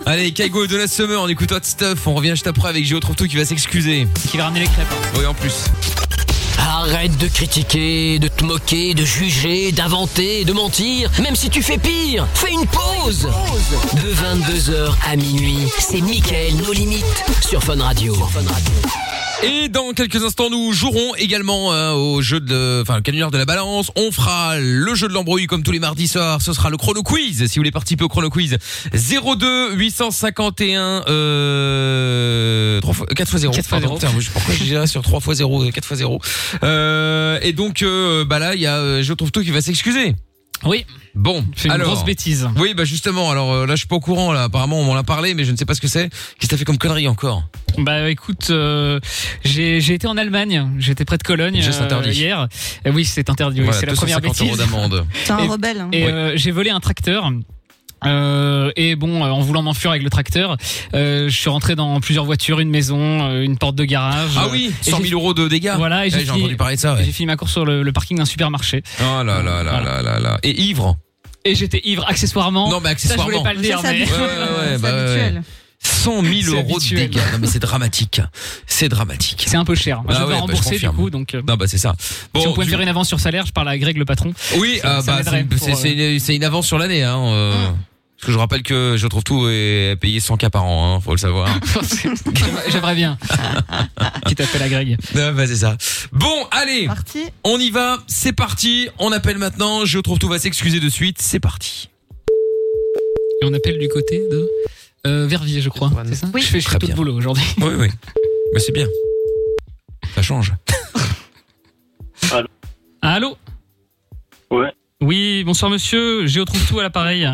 [SPEAKER 1] allez Kaigo de la summer on écoute Hot Stuff on revient juste après avec Géo trouve tout qui va s'excuser
[SPEAKER 2] Qui va ramener les crêpes.
[SPEAKER 1] oui en plus
[SPEAKER 8] Arrête de critiquer, de te moquer, de juger, d'inventer, de mentir, même si tu fais pire. Fais une pause. De 22h à minuit, c'est Mickaël nos limites sur Fun Radio.
[SPEAKER 1] Et dans quelques instants, nous jouerons également euh, au jeu de, enfin, le canular de la balance. On fera le jeu de l'embrouille comme tous les mardis soirs. Ce sera le chrono quiz. Si vous voulez participer au chrono quiz, 02 851 euh, 3 fois, 4 fois 0.
[SPEAKER 2] Quatre fois
[SPEAKER 1] Pardon,
[SPEAKER 2] zéro.
[SPEAKER 1] putain, je- pourquoi je dirais sur 3 fois 0, 4 fois 0. Euh, et donc, euh, bah là, il y a, euh, je trouve tout qui va s'excuser.
[SPEAKER 2] Oui,
[SPEAKER 1] Bon,
[SPEAKER 2] c'est une
[SPEAKER 1] alors.
[SPEAKER 2] grosse bêtise.
[SPEAKER 1] Oui, bah justement. Alors euh, là, je suis pas au courant. Là, apparemment, on m'en a parlé, mais je ne sais pas ce que c'est. Qu'est-ce que t'as fait comme connerie encore
[SPEAKER 2] Bah écoute, euh, j'ai j'ai été en Allemagne, j'étais près de Cologne euh,
[SPEAKER 1] Geste interdit.
[SPEAKER 2] hier. Et oui, c'est interdit, oui,
[SPEAKER 1] Voilà,
[SPEAKER 2] c'est la première
[SPEAKER 1] 250 euros
[SPEAKER 2] bêtise.
[SPEAKER 1] d'amende.
[SPEAKER 6] C'est un
[SPEAKER 2] Et-
[SPEAKER 6] rebelle. hein.
[SPEAKER 2] Et
[SPEAKER 1] Oui.
[SPEAKER 2] euh, j'ai volé un tracteur. Euh, et bon, euh, en voulant m'enfuir avec le tracteur, euh, je suis rentré dans plusieurs voitures, une maison, euh, une porte de garage.
[SPEAKER 1] Ah oui,
[SPEAKER 2] Et
[SPEAKER 1] 100
[SPEAKER 2] j'ai-
[SPEAKER 1] 000 euros de dégâts.
[SPEAKER 2] Voilà, et
[SPEAKER 1] Ouais,
[SPEAKER 2] j'ai
[SPEAKER 1] J'ai entendu
[SPEAKER 2] fini,
[SPEAKER 1] parler de ça.
[SPEAKER 2] j'ai
[SPEAKER 1] Ouais.
[SPEAKER 2] fini ma course sur le, le parking d'un supermarché.
[SPEAKER 1] Oh là là là là là là. Et ivre.
[SPEAKER 2] Et j'étais ivre accessoirement.
[SPEAKER 1] Non
[SPEAKER 2] ça,
[SPEAKER 1] mais
[SPEAKER 2] je
[SPEAKER 1] accessoirement.
[SPEAKER 2] voulais pas le
[SPEAKER 6] Ça,
[SPEAKER 2] dire,
[SPEAKER 6] c'est
[SPEAKER 2] mais
[SPEAKER 6] habituel.
[SPEAKER 1] Ouais, ouais, ouais,
[SPEAKER 6] c'est
[SPEAKER 1] bah ouais,
[SPEAKER 6] habituel.
[SPEAKER 1] 100 000
[SPEAKER 2] C'est
[SPEAKER 1] euros de
[SPEAKER 2] habituel.
[SPEAKER 1] dégâts. Non mais c'est dramatique. C'est dramatique.
[SPEAKER 2] c'est un peu cher.
[SPEAKER 1] Ah
[SPEAKER 2] je
[SPEAKER 1] ouais,
[SPEAKER 2] dois
[SPEAKER 1] bah, je
[SPEAKER 2] rembourser du
[SPEAKER 1] confirme.
[SPEAKER 2] coup, donc. euh,
[SPEAKER 1] Non bah c'est ça.
[SPEAKER 2] si on pouvait
[SPEAKER 1] du-
[SPEAKER 2] me faire une avance sur salaire, je parle à Greg le patron.
[SPEAKER 1] oui,
[SPEAKER 2] ça-
[SPEAKER 1] ah,
[SPEAKER 2] ça
[SPEAKER 1] bah, c'est
[SPEAKER 2] m'aiderait
[SPEAKER 1] c'est-
[SPEAKER 2] pour, euh,
[SPEAKER 1] c'est une, c'est une avance sur l'année. Hein, euh,
[SPEAKER 6] Mm.
[SPEAKER 1] Parce que je rappelle que je trouve tout est payé 100 k par an. Hein, faut le savoir.
[SPEAKER 2] euh, J'aimerais- J'aimerais bien. Qui t'appelle à Greg.
[SPEAKER 1] non bah c'est ça. Bon allez,
[SPEAKER 6] Parti.
[SPEAKER 1] on y va. C'est parti. On appelle maintenant. Je trouve tout va s'excuser de suite. C'est parti.
[SPEAKER 2] Et on appelle du côté de euh, Verviers, je crois.
[SPEAKER 4] Antoine.
[SPEAKER 2] C'est ça
[SPEAKER 6] Oui.
[SPEAKER 2] Je fais
[SPEAKER 1] Très
[SPEAKER 2] je fais tout
[SPEAKER 1] bien.
[SPEAKER 2] de boulot aujourd'hui.
[SPEAKER 1] Oui oui. Bah c'est bien. Ça change.
[SPEAKER 2] Allô
[SPEAKER 5] Ouais.
[SPEAKER 2] Oui, bonsoir monsieur, Géo trouve tout à l'appareil.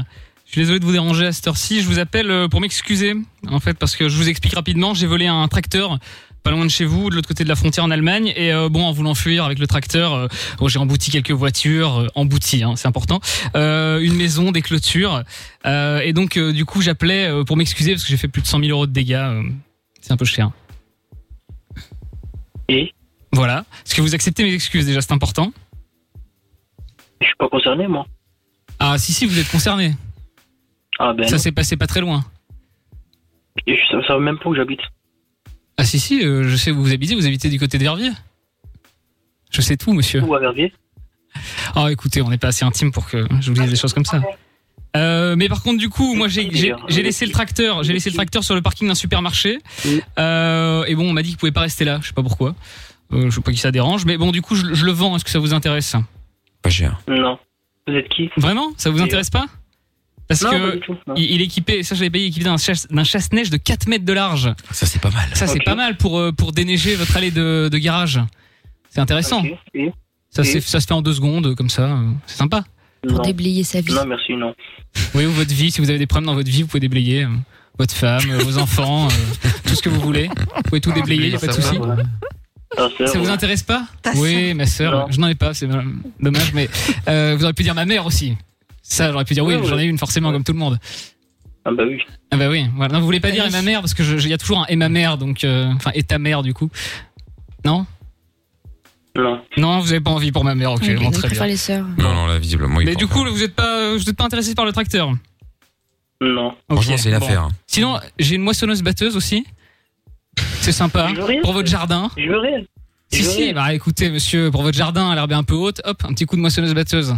[SPEAKER 2] Je suis désolé de vous déranger à cette heure-ci, je vous appelle euh, pour m'excuser, en fait, parce que je vous explique rapidement, j'ai volé un tracteur pas loin de chez vous, de l'autre côté de la frontière en Allemagne, et euh, bon, en voulant fuir avec le tracteur, euh, bon, j'ai embouti quelques voitures, euh, embouti, hein, c'est important, euh, une maison, des clôtures, euh, et donc euh, du coup j'appelais euh, pour m'excuser parce que j'ai fait plus de 100 000 euros de dégâts, euh, c'est un peu cher.
[SPEAKER 5] Et
[SPEAKER 2] Voilà, est-ce que vous acceptez mes excuses déjà, c'est important
[SPEAKER 5] Je suis pas concerné, moi.
[SPEAKER 2] Ah si si, vous êtes concerné,
[SPEAKER 5] Ah ben,
[SPEAKER 2] ça
[SPEAKER 5] non.
[SPEAKER 2] s'est passé pas très loin.
[SPEAKER 5] Et je ne savais même pas où j'habite.
[SPEAKER 2] Ah si si, euh, je sais où vous habitez, vous habitez du côté de Verviers. Je sais tout, monsieur.
[SPEAKER 5] Où à Verviers
[SPEAKER 2] Ah écoutez, on n'est pas assez intime pour que je vous dise des choses comme ça. Euh, mais par contre, du coup, moi j'ai- j'ai
[SPEAKER 5] euh,
[SPEAKER 2] j'ai laissé le tracteur, j'ai laissé le tracteur sur le parking d'un supermarché. Euh, et bon, on m'a dit qu'il pouvait pas rester là. Je sais pas pourquoi. Euh, je sais pas qui ça dérange, mais bon, du coup, je, je le vends. Est-ce que ça vous intéresse
[SPEAKER 1] Pas cher.
[SPEAKER 5] Non. Vous êtes qui
[SPEAKER 2] Vraiment Ça vous
[SPEAKER 5] Et- euh,
[SPEAKER 2] intéresse pas Parce
[SPEAKER 5] Non, pas
[SPEAKER 2] que
[SPEAKER 5] du tout. non.
[SPEAKER 2] il, il est équipé. Ça, je l'avais payé équipé d'un chasse- d'un chasse-neige de 4 mètres de large.
[SPEAKER 1] Ça c'est pas mal.
[SPEAKER 2] Ça, c'est
[SPEAKER 5] Ok.
[SPEAKER 2] pas mal pour euh, pour déneiger votre allée de, de garage. C'est intéressant.
[SPEAKER 5] Ok, et
[SPEAKER 2] Ça,
[SPEAKER 5] Et-
[SPEAKER 2] c'est- ça se fait en deux secondes, comme ça. euh, C'est sympa.
[SPEAKER 3] pour
[SPEAKER 5] Non.
[SPEAKER 3] déblayer sa vie.
[SPEAKER 5] non, merci, non.
[SPEAKER 2] Voyez-vous votre vie, si vous avez des problèmes dans votre vie, vous pouvez déblayer. euh, Votre femme, euh, vos enfants, euh, tout ce que vous voulez. Vous pouvez
[SPEAKER 1] Ah,
[SPEAKER 2] tout déblayer, y a pas de
[SPEAKER 4] ça va,
[SPEAKER 2] souci.
[SPEAKER 5] Voilà. Ta sœur,
[SPEAKER 2] Ça vous
[SPEAKER 5] ouais.
[SPEAKER 2] intéresse pas
[SPEAKER 6] Ta
[SPEAKER 2] Oui, ma sœur.
[SPEAKER 5] Ah, Non.
[SPEAKER 2] Je n'en ai pas, c'est dommage, mais euh, vous auriez pu dire ma mère aussi. Ça, j'aurais pu dire oui,
[SPEAKER 5] Ouais, ouais.
[SPEAKER 2] j'en ai une forcément, comme tout le monde.
[SPEAKER 5] Ah bah oui.
[SPEAKER 2] Ah bah oui, voilà. Non, vous voulez pas
[SPEAKER 3] Ah
[SPEAKER 2] dire et
[SPEAKER 3] oui.
[SPEAKER 2] ma mère parce que je- je- il y a toujours un et ma mère, donc euh, enfin et ta mère du coup. Non,
[SPEAKER 5] Non.
[SPEAKER 2] non, vous avez pas envie pour ma mère, ok,
[SPEAKER 3] Ouais,
[SPEAKER 2] bon,
[SPEAKER 3] donc,
[SPEAKER 2] très
[SPEAKER 3] préfère
[SPEAKER 2] bien.
[SPEAKER 3] les sœurs.
[SPEAKER 1] Non non là visiblement. il
[SPEAKER 2] Mais
[SPEAKER 1] peut
[SPEAKER 2] du
[SPEAKER 1] en
[SPEAKER 2] coup,
[SPEAKER 1] faire.
[SPEAKER 2] vous êtes pas, euh, vous êtes pas intéressé par le tracteur.
[SPEAKER 5] Non.
[SPEAKER 2] Ok,
[SPEAKER 1] franchement c'est une
[SPEAKER 2] bon.
[SPEAKER 1] affaire. hein.
[SPEAKER 2] Sinon, j'ai une moissonneuse batteuse aussi. C'est sympa.
[SPEAKER 5] Je veux rien.
[SPEAKER 2] Pour votre jardin.
[SPEAKER 5] Je veux rien.
[SPEAKER 2] Si,
[SPEAKER 5] Je veux
[SPEAKER 2] si,
[SPEAKER 5] rien.
[SPEAKER 2] bah écoutez, monsieur, pour votre jardin, à l'herbe est un peu haute, hop, un petit coup de moissonneuse batteuse.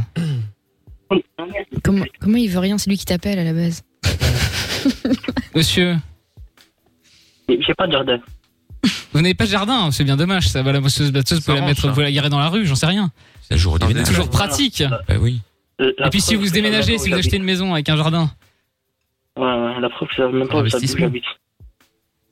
[SPEAKER 3] Comment, comment il veut rien C'est lui qui t'appelle à la base.
[SPEAKER 2] Monsieur,
[SPEAKER 5] J'ai pas de jardin.
[SPEAKER 2] vous n'avez pas de jardin, hein, c'est bien dommage, ça va, la moissonneuse batteuse, vous pouvez la
[SPEAKER 4] range,
[SPEAKER 2] mettre,
[SPEAKER 4] ça.
[SPEAKER 2] vous pouvez la garer dans la rue, j'en sais rien.
[SPEAKER 1] C'est un jour au
[SPEAKER 4] Non, mais
[SPEAKER 1] déménage.
[SPEAKER 2] Toujours
[SPEAKER 5] voilà.
[SPEAKER 2] pratique.
[SPEAKER 1] Bah oui.
[SPEAKER 5] Euh, la
[SPEAKER 2] Et puis si
[SPEAKER 5] preuve
[SPEAKER 2] vous
[SPEAKER 5] que ça
[SPEAKER 2] déménagez,
[SPEAKER 5] va
[SPEAKER 2] si
[SPEAKER 5] pas
[SPEAKER 2] vous
[SPEAKER 5] où
[SPEAKER 2] achetez une maison avec un jardin,
[SPEAKER 5] j'habite. Ouais, ouais, la preuve, que ça va même pas où ça- où
[SPEAKER 4] Investissement.
[SPEAKER 5] j'habite.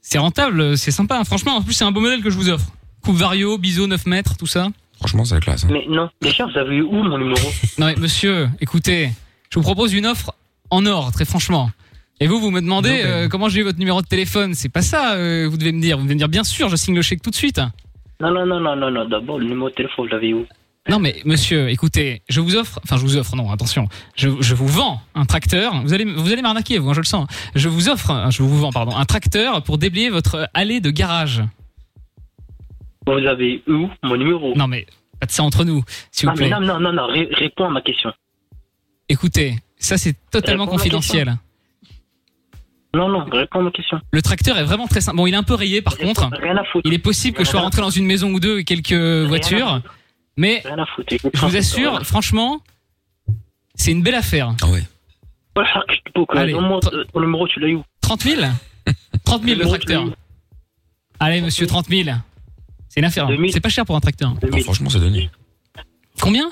[SPEAKER 2] c'est rentable, c'est sympa. Franchement, en plus, c'est un beau modèle que je vous offre. Coupe Vario, biseau 9 mètres, tout ça.
[SPEAKER 1] Franchement c'est la classe. hein.
[SPEAKER 5] Mais non. Déjà, vous avez eu où mon numéro
[SPEAKER 2] Non mais monsieur, écoutez, je vous propose une offre en or, très franchement. Et vous, vous me demandez
[SPEAKER 4] Non, mais-
[SPEAKER 2] euh, comment j'ai eu votre numéro de téléphone. C'est pas ça, euh, vous devez me dire. Vous devez me dire, bien sûr, je signe le chèque tout de suite.
[SPEAKER 5] Non, non, non, non, non, non. D'abord, le numéro de téléphone, vous l'avez où
[SPEAKER 2] Non mais monsieur, écoutez, je vous offre, enfin je vous offre, non, attention, je, je vous vends un tracteur. Vous allez, vous allez m'arnaquer, vous, hein, je le sens. Je vous offre, euh, je vous vends, pardon, un tracteur pour déblayer votre allée de garage.
[SPEAKER 5] Vous avez eu où mon numéro
[SPEAKER 2] Non mais, pas de ça entre nous, s'il
[SPEAKER 5] Ah,
[SPEAKER 2] vous
[SPEAKER 5] mais
[SPEAKER 2] plaît.
[SPEAKER 5] non, non, non, non. ré- Réponds à ma question.
[SPEAKER 2] Écoutez, ça c'est totalement
[SPEAKER 5] Réponds à Euh, la
[SPEAKER 2] confidentiel.
[SPEAKER 5] Non, non, réponds à ma question.
[SPEAKER 2] Le tracteur est vraiment très simple. Bon, il est un peu rayé par contre.
[SPEAKER 5] Rien à foutre.
[SPEAKER 2] Il est possible que je sois rentré dans une maison ou deux et quelques voitures, mais
[SPEAKER 5] Rien à foutre.
[SPEAKER 2] je vous assure, franchement, c'est une belle affaire.
[SPEAKER 1] Ah ouais.
[SPEAKER 5] Voilà, je te boucle.
[SPEAKER 2] Allez.
[SPEAKER 5] Au moins, euh, Ton numéro, tu l'as eu où
[SPEAKER 2] 30 000 30 000
[SPEAKER 5] Numéro,
[SPEAKER 2] le
[SPEAKER 5] tu l'as
[SPEAKER 2] tracteur.
[SPEAKER 5] eu
[SPEAKER 2] Allez, monsieur, 30 000. C'est une affaire. hein.
[SPEAKER 5] 2000.
[SPEAKER 2] C'est pas cher pour un tracteur.
[SPEAKER 5] où
[SPEAKER 1] Non,
[SPEAKER 5] 2000.
[SPEAKER 1] Oh, franchement c'est donné. Ah,
[SPEAKER 2] Combien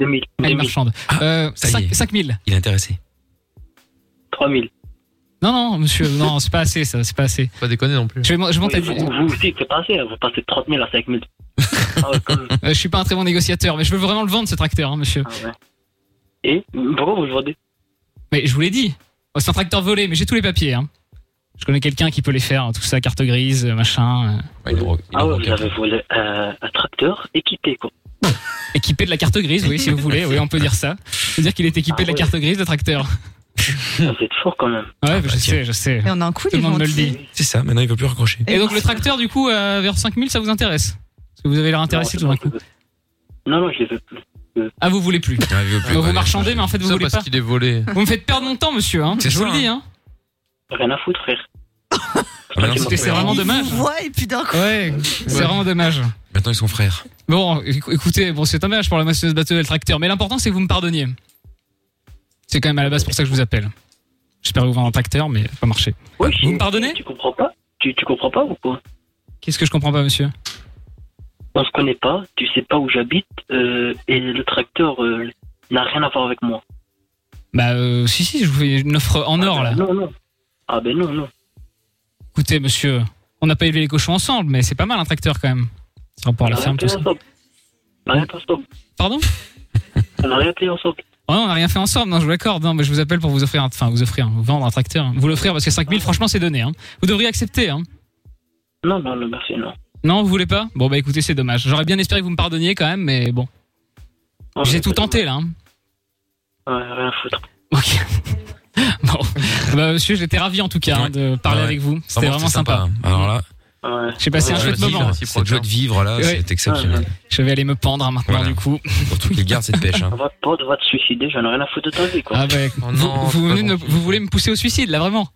[SPEAKER 5] 2000.
[SPEAKER 2] Elle est
[SPEAKER 5] 2000.
[SPEAKER 2] marchande. Euh,
[SPEAKER 1] ça y
[SPEAKER 2] 5,
[SPEAKER 1] est.
[SPEAKER 2] 000.
[SPEAKER 1] Il est intéressé.
[SPEAKER 5] 3000.
[SPEAKER 2] Non, non, monsieur, non, c'est pas assez, ça, c'est pas assez.
[SPEAKER 4] Pas déconner non plus.
[SPEAKER 2] Je, vais mon- je monte à
[SPEAKER 5] Oui,
[SPEAKER 2] dix-
[SPEAKER 5] vous, vous aussi, c'est pas assez. hein. Vous passez de 30 000 à 5 000. ah ouais, quand même.
[SPEAKER 2] Euh, je suis pas un très bon négociateur, mais je veux vraiment le vendre, ce tracteur, hein, monsieur.
[SPEAKER 5] Ah ouais. Et pourquoi vous le vendez
[SPEAKER 2] Mais je vous l'ai dit. Oh, c'est un tracteur volé, mais j'ai tous les papiers. hein. Je connais quelqu'un qui peut les faire, hein, tout ça, carte grise, euh, machin. euh,
[SPEAKER 1] Ouais, il est ro- il est
[SPEAKER 5] Ah ouais, vous
[SPEAKER 1] rocker.
[SPEAKER 5] avez volé euh, un tracteur équipé, quoi.
[SPEAKER 2] équipé de la carte grise, oui, si vous voulez, oui, on peut dire ça. C'est-à-dire qu'il est équipé
[SPEAKER 5] Ah
[SPEAKER 2] de la
[SPEAKER 5] ouais.
[SPEAKER 2] carte grise, le tracteur.
[SPEAKER 5] vous êtes Ah, fort quand même.
[SPEAKER 2] Ouais, je
[SPEAKER 1] Ah, bah, tiens.
[SPEAKER 2] sais, je sais.
[SPEAKER 6] Et on a un coup,
[SPEAKER 2] Tout
[SPEAKER 6] les
[SPEAKER 2] le monde
[SPEAKER 6] gens.
[SPEAKER 2] me le
[SPEAKER 6] qui-
[SPEAKER 2] dit.
[SPEAKER 1] C'est ça. Maintenant il veut plus raccrocher.
[SPEAKER 2] Et donc le tracteur, du coup, euh, vers 5000, ça vous intéresse Parce que vous avez l'air intéressé tout
[SPEAKER 5] Non,
[SPEAKER 2] d'un
[SPEAKER 5] je
[SPEAKER 2] coup.
[SPEAKER 5] veux pas. Non, non, je les veux plus.
[SPEAKER 2] Ah, vous voulez plus.
[SPEAKER 1] Ah, il veut plus,
[SPEAKER 2] Vous
[SPEAKER 1] ouais.
[SPEAKER 2] marchandez, mais en fait, vous
[SPEAKER 4] ça
[SPEAKER 2] voulez
[SPEAKER 4] parce
[SPEAKER 2] pas.
[SPEAKER 4] qu'il est volé.
[SPEAKER 2] Vous me faites perdre mon temps, monsieur. Hein.
[SPEAKER 1] C'est
[SPEAKER 2] Je vous
[SPEAKER 1] ça,
[SPEAKER 2] le dis. Hein.
[SPEAKER 5] Rien à foutre, frère.
[SPEAKER 1] Ah,
[SPEAKER 9] bah,
[SPEAKER 1] mais non,
[SPEAKER 5] Écoutez,
[SPEAKER 1] c'est-
[SPEAKER 2] c'est vraiment
[SPEAKER 6] Il
[SPEAKER 2] dommage.
[SPEAKER 6] vous voit et puis d'un coup.
[SPEAKER 2] Ouais, c'est
[SPEAKER 4] Ouais.
[SPEAKER 2] vraiment dommage.
[SPEAKER 1] Maintenant ils sont frères.
[SPEAKER 2] Bon, éc- écoutez, bon, c'est dommage pour la moissonneuse batteuse et le tracteur, mais l'important, c'est que vous me pardonniez. C'est quand même à la base pour ça que je vous appelle. J'espère vous vendre un tracteur, mais ça va pas marcher.
[SPEAKER 5] Oui,
[SPEAKER 2] Vous
[SPEAKER 5] je-
[SPEAKER 2] me pardonnez
[SPEAKER 5] Tu comprends pas tu, tu comprends pas ou quoi
[SPEAKER 2] Qu'est-ce que je comprends pas, monsieur
[SPEAKER 5] On se connaît pas, tu sais pas où j'habite, euh, et le tracteur euh, n'a rien à voir avec moi.
[SPEAKER 2] Bah, euh, si, si, je vous fais une offre en or, là.
[SPEAKER 5] Non, non. Ah ben non, non.
[SPEAKER 2] Écoutez, monsieur, on n'a pas élevé les cochons ensemble, mais c'est pas mal un tracteur quand même.
[SPEAKER 9] Ah ben
[SPEAKER 2] C'est rapport à la ferme, tout ça.
[SPEAKER 5] ensemble. On a rien fait ensemble.
[SPEAKER 2] Pardon
[SPEAKER 5] On a rien fait ensemble.
[SPEAKER 2] Oh non, on n'a rien fait ensemble, non, je vous l'accorde. Non, mais je vous appelle pour vous offrir, un- enfin, vous offrir, vous vendre un tracteur. hein. Vous l'offrir parce que 5000, franchement, c'est donné. hein. Vous devriez accepter. Hein.
[SPEAKER 5] Non, non, non, merci, non.
[SPEAKER 2] Non, vous voulez pas Bon, bah écoutez, c'est dommage. J'aurais bien espéré que vous me pardonniez quand même, mais bon.
[SPEAKER 5] Non,
[SPEAKER 2] J'ai
[SPEAKER 5] mais
[SPEAKER 2] tout
[SPEAKER 5] c'est
[SPEAKER 2] tenté là. hein.
[SPEAKER 5] dommage. Ouais, rien à foutre.
[SPEAKER 2] Ok. bon. Bah, monsieur, j'étais ravi en tout cas hein,
[SPEAKER 1] Ouais.
[SPEAKER 2] de parler
[SPEAKER 1] Ouais.
[SPEAKER 2] avec vous. C'était vraiment sympa.
[SPEAKER 1] hein. Alors là,
[SPEAKER 5] Ouais.
[SPEAKER 2] J'ai passé un
[SPEAKER 1] joie
[SPEAKER 2] chouette
[SPEAKER 1] de vivre,
[SPEAKER 2] moment.
[SPEAKER 1] cette joie de vivre là,
[SPEAKER 2] Ouais.
[SPEAKER 1] c'est exceptionnel.
[SPEAKER 2] Je vais aller me pendre hein, maintenant
[SPEAKER 1] Voilà.
[SPEAKER 2] du coup.
[SPEAKER 1] Surtout qu'il garde cette pêche. hein.
[SPEAKER 5] Va te pendre, va te suicider, j'en ai rien à foutre de ta vie, quoi.
[SPEAKER 2] Ah bah,
[SPEAKER 4] Oh
[SPEAKER 2] vous,
[SPEAKER 4] non,
[SPEAKER 2] vous
[SPEAKER 4] c'est pas
[SPEAKER 2] venez de
[SPEAKER 4] bon.
[SPEAKER 2] me- vous voulez me pousser au suicide là vraiment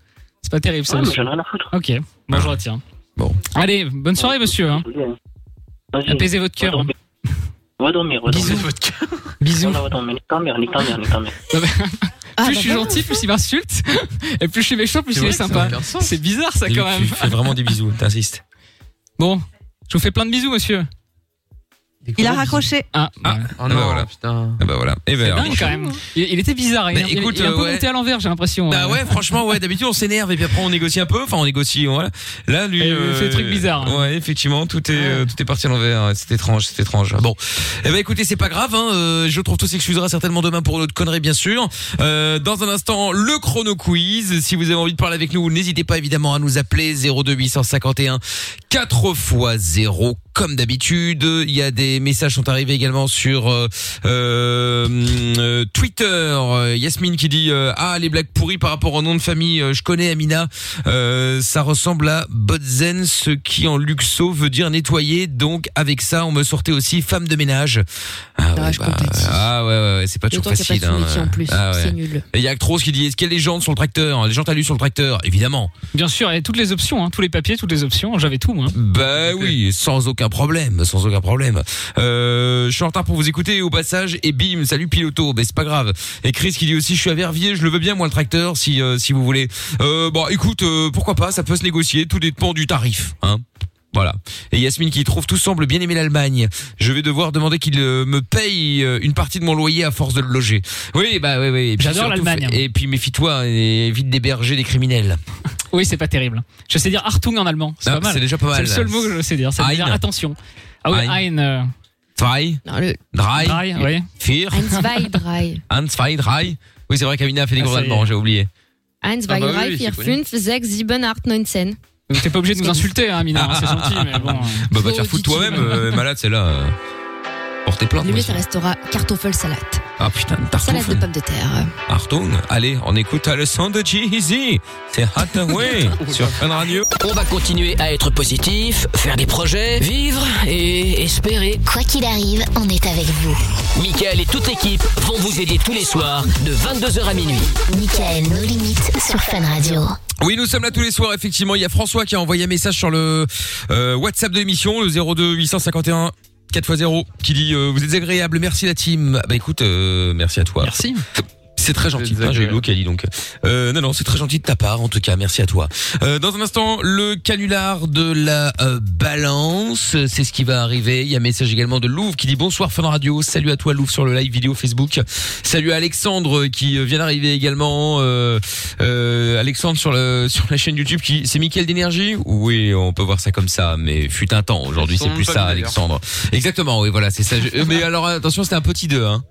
[SPEAKER 2] C'est pas terrible ça
[SPEAKER 5] Ouais, mais
[SPEAKER 2] aussi.
[SPEAKER 5] j'en ai rien à foutre.
[SPEAKER 2] Ok, bon
[SPEAKER 1] Ah.
[SPEAKER 2] je retiens.
[SPEAKER 1] Bon.
[SPEAKER 2] Allez, bonne soirée monsieur. hein.
[SPEAKER 5] Vas-y.
[SPEAKER 2] Apaisez votre
[SPEAKER 5] Va
[SPEAKER 2] cœur. hein.
[SPEAKER 5] dormir, va dormir. Va dormir.
[SPEAKER 2] Bisous.
[SPEAKER 5] Voilà, va dormir. Nique ta mère, nique ta mère, nique ta mère.
[SPEAKER 6] Ah,
[SPEAKER 2] Plus je suis gentil, plus il m'insulte. Et plus je suis méchant, plus
[SPEAKER 4] C'est
[SPEAKER 2] il
[SPEAKER 4] vrai que
[SPEAKER 2] est
[SPEAKER 4] ça
[SPEAKER 2] sympa.
[SPEAKER 4] a aucun sens.
[SPEAKER 2] C'est bizarre ça
[SPEAKER 1] Et
[SPEAKER 2] quand
[SPEAKER 1] Tu
[SPEAKER 2] même.
[SPEAKER 1] fais vraiment des bisous, t'insistes.
[SPEAKER 2] Bon, je vous fais plein de bisous monsieur.
[SPEAKER 6] Il a raccroché.
[SPEAKER 2] Ah,
[SPEAKER 1] Ah.
[SPEAKER 2] bah,
[SPEAKER 4] Oh non,
[SPEAKER 1] bah voilà.
[SPEAKER 4] putain.
[SPEAKER 1] Ah bah voilà. Et ben, alors,
[SPEAKER 2] dingue quand même. Il, il était bizarre. Il,
[SPEAKER 1] Mais
[SPEAKER 2] il- il
[SPEAKER 1] écoute,
[SPEAKER 2] est un peu
[SPEAKER 1] euh, ouais.
[SPEAKER 2] monté à l'envers, j'ai l'impression. hein.
[SPEAKER 1] Bah ouais, franchement, ouais, d'habitude on s'énerve et puis après on négocie un peu, enfin on négocie, voilà. Là, lui.
[SPEAKER 2] Et
[SPEAKER 1] euh,
[SPEAKER 2] il fait des trucs bizarres, hein.
[SPEAKER 1] Ouais, effectivement, tout est, euh, tout est parti à l'envers, ouais, c'est étrange, c'est étrange. Bon, eh ben écoutez, c'est pas grave, hein, euh, je trouve tout s'excusera certainement demain pour notre connerie, bien sûr. Euh, dans un instant, le chrono quiz. Si vous avez envie de parler avec nous, n'hésitez pas évidemment à nous appeler 02851 4 x 0 comme d'habitude. Il y a des messages sont arrivés également sur euh, euh, euh, Twitter. Euh, Yasmine qui dit euh, ah les blagues pourries par rapport au nom de famille. euh, je connais Amina. Euh, ça ressemble à Bodzen, ce qui en luxo veut dire nettoyer. Donc avec ça, on me sortait aussi femme de ménage. Ah,
[SPEAKER 3] Ah, je compatis.
[SPEAKER 1] ah ouais, ouais, ouais, c'est pas
[SPEAKER 3] D'autant
[SPEAKER 1] toujours
[SPEAKER 3] qu'il n'y a pas
[SPEAKER 1] facile.
[SPEAKER 3] de sous-métier
[SPEAKER 1] hein.
[SPEAKER 3] en plus.
[SPEAKER 1] Ah, ouais.
[SPEAKER 3] C'est nul.
[SPEAKER 1] Et il y a Actros qui dit est-ce qu'il y a des gens sur le tracteur Les gens t'as lu sur le tracteur Évidemment.
[SPEAKER 2] Bien sûr, et toutes les options, hein, tous les papiers, toutes les options, j'avais tout moi.
[SPEAKER 1] Bah oui, sans aucun problème, sans aucun problème. Euh, je suis en retard pour vous écouter au passage et bim, salut piloto, bah c'est pas grave. Et Chris qui dit aussi je suis à Verviers, je le veux bien moi le tracteur si euh, si vous voulez. Euh, bon écoute, euh, pourquoi pas, ça peut se négocier, tout dépend du tarif, hein. Voilà. Et Yasmine qui trouve tout semble bien aimer l'Allemagne. Je vais devoir demander qu'il euh, me paye euh, une partie de mon loyer à force de le loger. Oui, bah oui, oui. Et puis
[SPEAKER 2] J'adore
[SPEAKER 1] surtout,
[SPEAKER 2] l'Allemagne. hein.
[SPEAKER 1] Et puis méfie-toi et évite d'héberger des criminels.
[SPEAKER 2] Oui, c'est pas terrible. Je sais dire Hartung en allemand, c'est
[SPEAKER 1] Ah,
[SPEAKER 2] pas mal.
[SPEAKER 1] déjà pas mal.
[SPEAKER 2] C'est le seul mot que je sais dire, c'est de dire
[SPEAKER 1] Ein.
[SPEAKER 2] attention. Ah ouais,
[SPEAKER 1] Ein.
[SPEAKER 2] ein, euh,
[SPEAKER 1] Drei,
[SPEAKER 3] Non, le
[SPEAKER 1] drei,
[SPEAKER 2] drei, ouais.
[SPEAKER 1] vier,
[SPEAKER 3] Heinz Weih drei.
[SPEAKER 1] un, zwei, drei. Oui, c'est vrai qu'Amina a fait des
[SPEAKER 2] Ah,
[SPEAKER 1] cours
[SPEAKER 2] ça y est.
[SPEAKER 1] d'allemand, j'ai oublié.
[SPEAKER 3] Eins,
[SPEAKER 4] Ah
[SPEAKER 3] zwei,
[SPEAKER 4] bah oui,
[SPEAKER 3] drei,
[SPEAKER 4] oui,
[SPEAKER 3] vier,
[SPEAKER 4] c'est connu.
[SPEAKER 3] fünf, sechs, sieben, acht, neun, zehn.
[SPEAKER 2] Donc, T'es pas obligé de nous insulter, hein, Mina, hein, c'est gentil, mais bon. euh,
[SPEAKER 1] Bah, va
[SPEAKER 3] Oh,
[SPEAKER 1] te faire
[SPEAKER 3] Titi.
[SPEAKER 1] foutre toi-même, euh, malade, c'est là. Euh, portez plainte.
[SPEAKER 3] Le mieux, ça
[SPEAKER 1] monsieur.
[SPEAKER 3] restera kartoffel salade.
[SPEAKER 1] Ah putain,
[SPEAKER 3] Salade de
[SPEAKER 1] Tartoufle.
[SPEAKER 3] pommes de terre.
[SPEAKER 1] Hartung. Allez, on écoute à le son de Jeezy. C'est Hathaway
[SPEAKER 2] Oh
[SPEAKER 1] sur Fun Radio.
[SPEAKER 8] On va continuer à être positif, faire des projets, vivre et espérer.
[SPEAKER 10] Quoi qu'il arrive, on est avec vous.
[SPEAKER 8] Michael et toute l'équipe vont vous aider tous les soirs de 22h à minuit.
[SPEAKER 10] Michael, nos limites sur Fun Radio.
[SPEAKER 1] Oui, nous sommes là tous les soirs, effectivement. Il y a François qui a envoyé un message sur le euh, WhatsApp de l'émission, le 02 851 4x0, qui dit euh, Vous êtes agréable, merci la team. Bah écoute, euh, merci à toi.
[SPEAKER 2] Merci.
[SPEAKER 1] C'est très gentil.
[SPEAKER 4] Vous êtes
[SPEAKER 1] Ah, J'ai eu
[SPEAKER 4] agréable.
[SPEAKER 1] l'eau qui a dit donc. Euh, non, non, c'est très gentil de ta part, en tout cas. Merci à toi. Euh, dans un instant, le canular de la euh, balance, c'est ce qui va arriver. Il y a un message également de Louvre qui dit bonsoir Fun Radio. Salut à toi Louvre sur le live vidéo Facebook. Salut à Alexandre qui euh, vient d'arriver également. Euh, euh, Alexandre sur le sur la chaîne YouTube qui c'est Mickaël d'énergie. Oui, on peut voir ça comme ça, mais fut un temps. Aujourd'hui,
[SPEAKER 4] Son
[SPEAKER 1] c'est
[SPEAKER 4] nom
[SPEAKER 1] plus
[SPEAKER 4] de famille,
[SPEAKER 1] ça,
[SPEAKER 4] d'ailleurs.
[SPEAKER 1] Alexandre. Exactement. Oui, voilà, c'est ça. Je- euh, mais alors attention, c'était un petit 2 hein.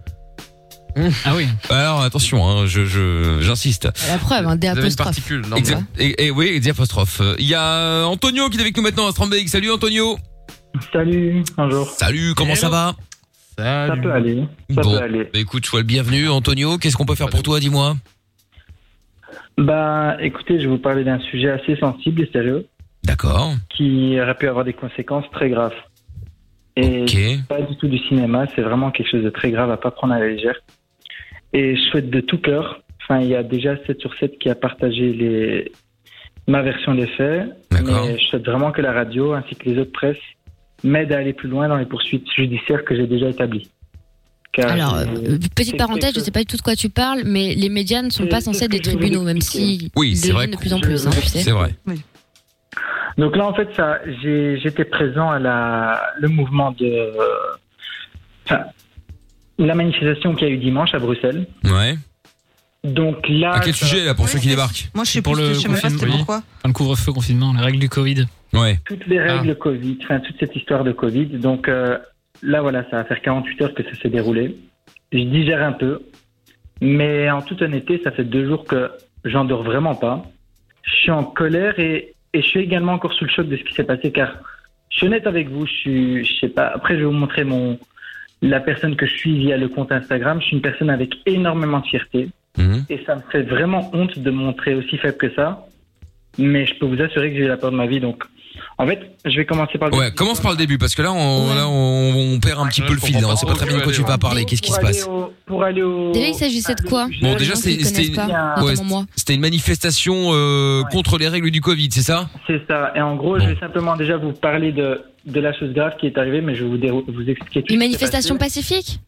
[SPEAKER 2] Ah oui.
[SPEAKER 1] Alors attention, hein, je je- j'insiste.
[SPEAKER 3] La preuve, hein, un D
[SPEAKER 4] Vous avez une
[SPEAKER 3] apostrophe.
[SPEAKER 4] particule. Non,
[SPEAKER 1] Exact. Et, et oui, des apostrophes. Euh, Il y a Antonio qui est avec nous maintenant à Strandberg. Salut Antonio.
[SPEAKER 9] Salut, bonjour.
[SPEAKER 1] Salut, comment ça va
[SPEAKER 9] Ça peut aller. Ça
[SPEAKER 1] Bon.
[SPEAKER 9] peut aller.
[SPEAKER 1] Bah écoute, sois le bienvenu Antonio. Qu'est-ce qu'on peut faire pour toi, dis-moi
[SPEAKER 9] Bah, écoutez, je vais vous parler d'un sujet assez sensible et sérieux
[SPEAKER 1] D'accord.
[SPEAKER 9] qui aurait pu avoir des conséquences très graves. Et
[SPEAKER 1] Ok.
[SPEAKER 9] pas du tout du cinéma, c'est vraiment quelque chose de très grave à pas prendre à la légère. Et je souhaite de tout cœur, enfin, il y a déjà 7 sur 7 qui a partagé les... ma version des faits,
[SPEAKER 1] D'accord.
[SPEAKER 9] mais je souhaite vraiment que la radio ainsi que les autres presses m'aident à aller plus loin dans les poursuites judiciaires que j'ai déjà établies. Car
[SPEAKER 3] Alors, euh,
[SPEAKER 9] j'ai-
[SPEAKER 3] petite
[SPEAKER 9] c'est
[SPEAKER 3] parenthèse, je
[SPEAKER 9] quelque-
[SPEAKER 3] sais pas du tout de quoi tu parles, mais les médias ne sont
[SPEAKER 9] C'est
[SPEAKER 3] pas
[SPEAKER 9] ce
[SPEAKER 3] censés
[SPEAKER 9] que
[SPEAKER 3] être des
[SPEAKER 9] je voulais
[SPEAKER 3] tribunaux, même
[SPEAKER 9] expliquer.
[SPEAKER 3] si
[SPEAKER 1] Oui,
[SPEAKER 3] ils
[SPEAKER 1] c'est vrai
[SPEAKER 3] deviennent de
[SPEAKER 1] que-
[SPEAKER 3] plus en plus, hein, tu sais.
[SPEAKER 1] C'est vrai.
[SPEAKER 9] Donc là, en fait, ça, j'ai- j'étais présent à la, le mouvement de. euh, Enfin, la manifestation qu'il y a eu dimanche à Bruxelles.
[SPEAKER 1] Ouais.
[SPEAKER 9] Donc là.
[SPEAKER 1] À quel
[SPEAKER 9] ça-
[SPEAKER 1] sujet là pour
[SPEAKER 6] Ouais,
[SPEAKER 1] ceux qui
[SPEAKER 6] c'est-
[SPEAKER 1] débarquent
[SPEAKER 6] Ah, Moi, je sais
[SPEAKER 2] Pour
[SPEAKER 6] pour
[SPEAKER 2] le
[SPEAKER 6] le. Je sais même pas
[SPEAKER 2] confinement,
[SPEAKER 6] c'était
[SPEAKER 2] oui.
[SPEAKER 6] pourquoi.
[SPEAKER 2] Enfin, le couvre-feu, confinement, les règles du Covid.
[SPEAKER 1] Ouais.
[SPEAKER 9] Toutes les règles Covid, enfin, toute cette histoire de Covid. Donc euh, là, voilà, ça va faire 48 heures que ça s'est déroulé. Je digère un peu. Mais en toute honnêteté, ça fait deux jours que j'en dors vraiment pas. Je suis en colère et, et je suis également encore sous le choc de ce qui s'est passé car je suis honnête avec vous, je suis, je sais pas, après je vais vous montrer mon, la personne que je suis via le compte Instagram. Je suis une personne avec énormément de fierté et ça me fait vraiment honte de me montrer aussi faible que ça. Mais je peux vous assurer que j'ai eu la peur de ma vie donc. En fait, je vais commencer
[SPEAKER 2] Oh.
[SPEAKER 9] par le
[SPEAKER 1] Ouais, commence par le début parce que là on, là, on, on perd un petit peu le fil. hein. On sait pas très bien de quoi tu vas parler. Qu'est-ce qui se
[SPEAKER 9] Pour aller
[SPEAKER 1] passe
[SPEAKER 9] au- pour aller au.
[SPEAKER 3] Déjà, il s'agissait de quoi
[SPEAKER 1] Bon, déjà
[SPEAKER 3] Pour les gens
[SPEAKER 1] c'est-
[SPEAKER 3] qui
[SPEAKER 1] c'était
[SPEAKER 3] connaissent
[SPEAKER 1] une...
[SPEAKER 3] pas,
[SPEAKER 1] ouais,
[SPEAKER 3] notamment moi.
[SPEAKER 1] c'était une manifestation euh, contre les règles du Covid, c'est ça
[SPEAKER 9] C'est ça. Et en gros,
[SPEAKER 2] Oh.
[SPEAKER 9] je vais simplement déjà vous parler de, de la chose grave qui est arrivée, mais je vais vous, dérou- vous expliquer tout.
[SPEAKER 3] Une
[SPEAKER 9] ce qui s'est
[SPEAKER 3] manifestation
[SPEAKER 9] passé.
[SPEAKER 3] pacifique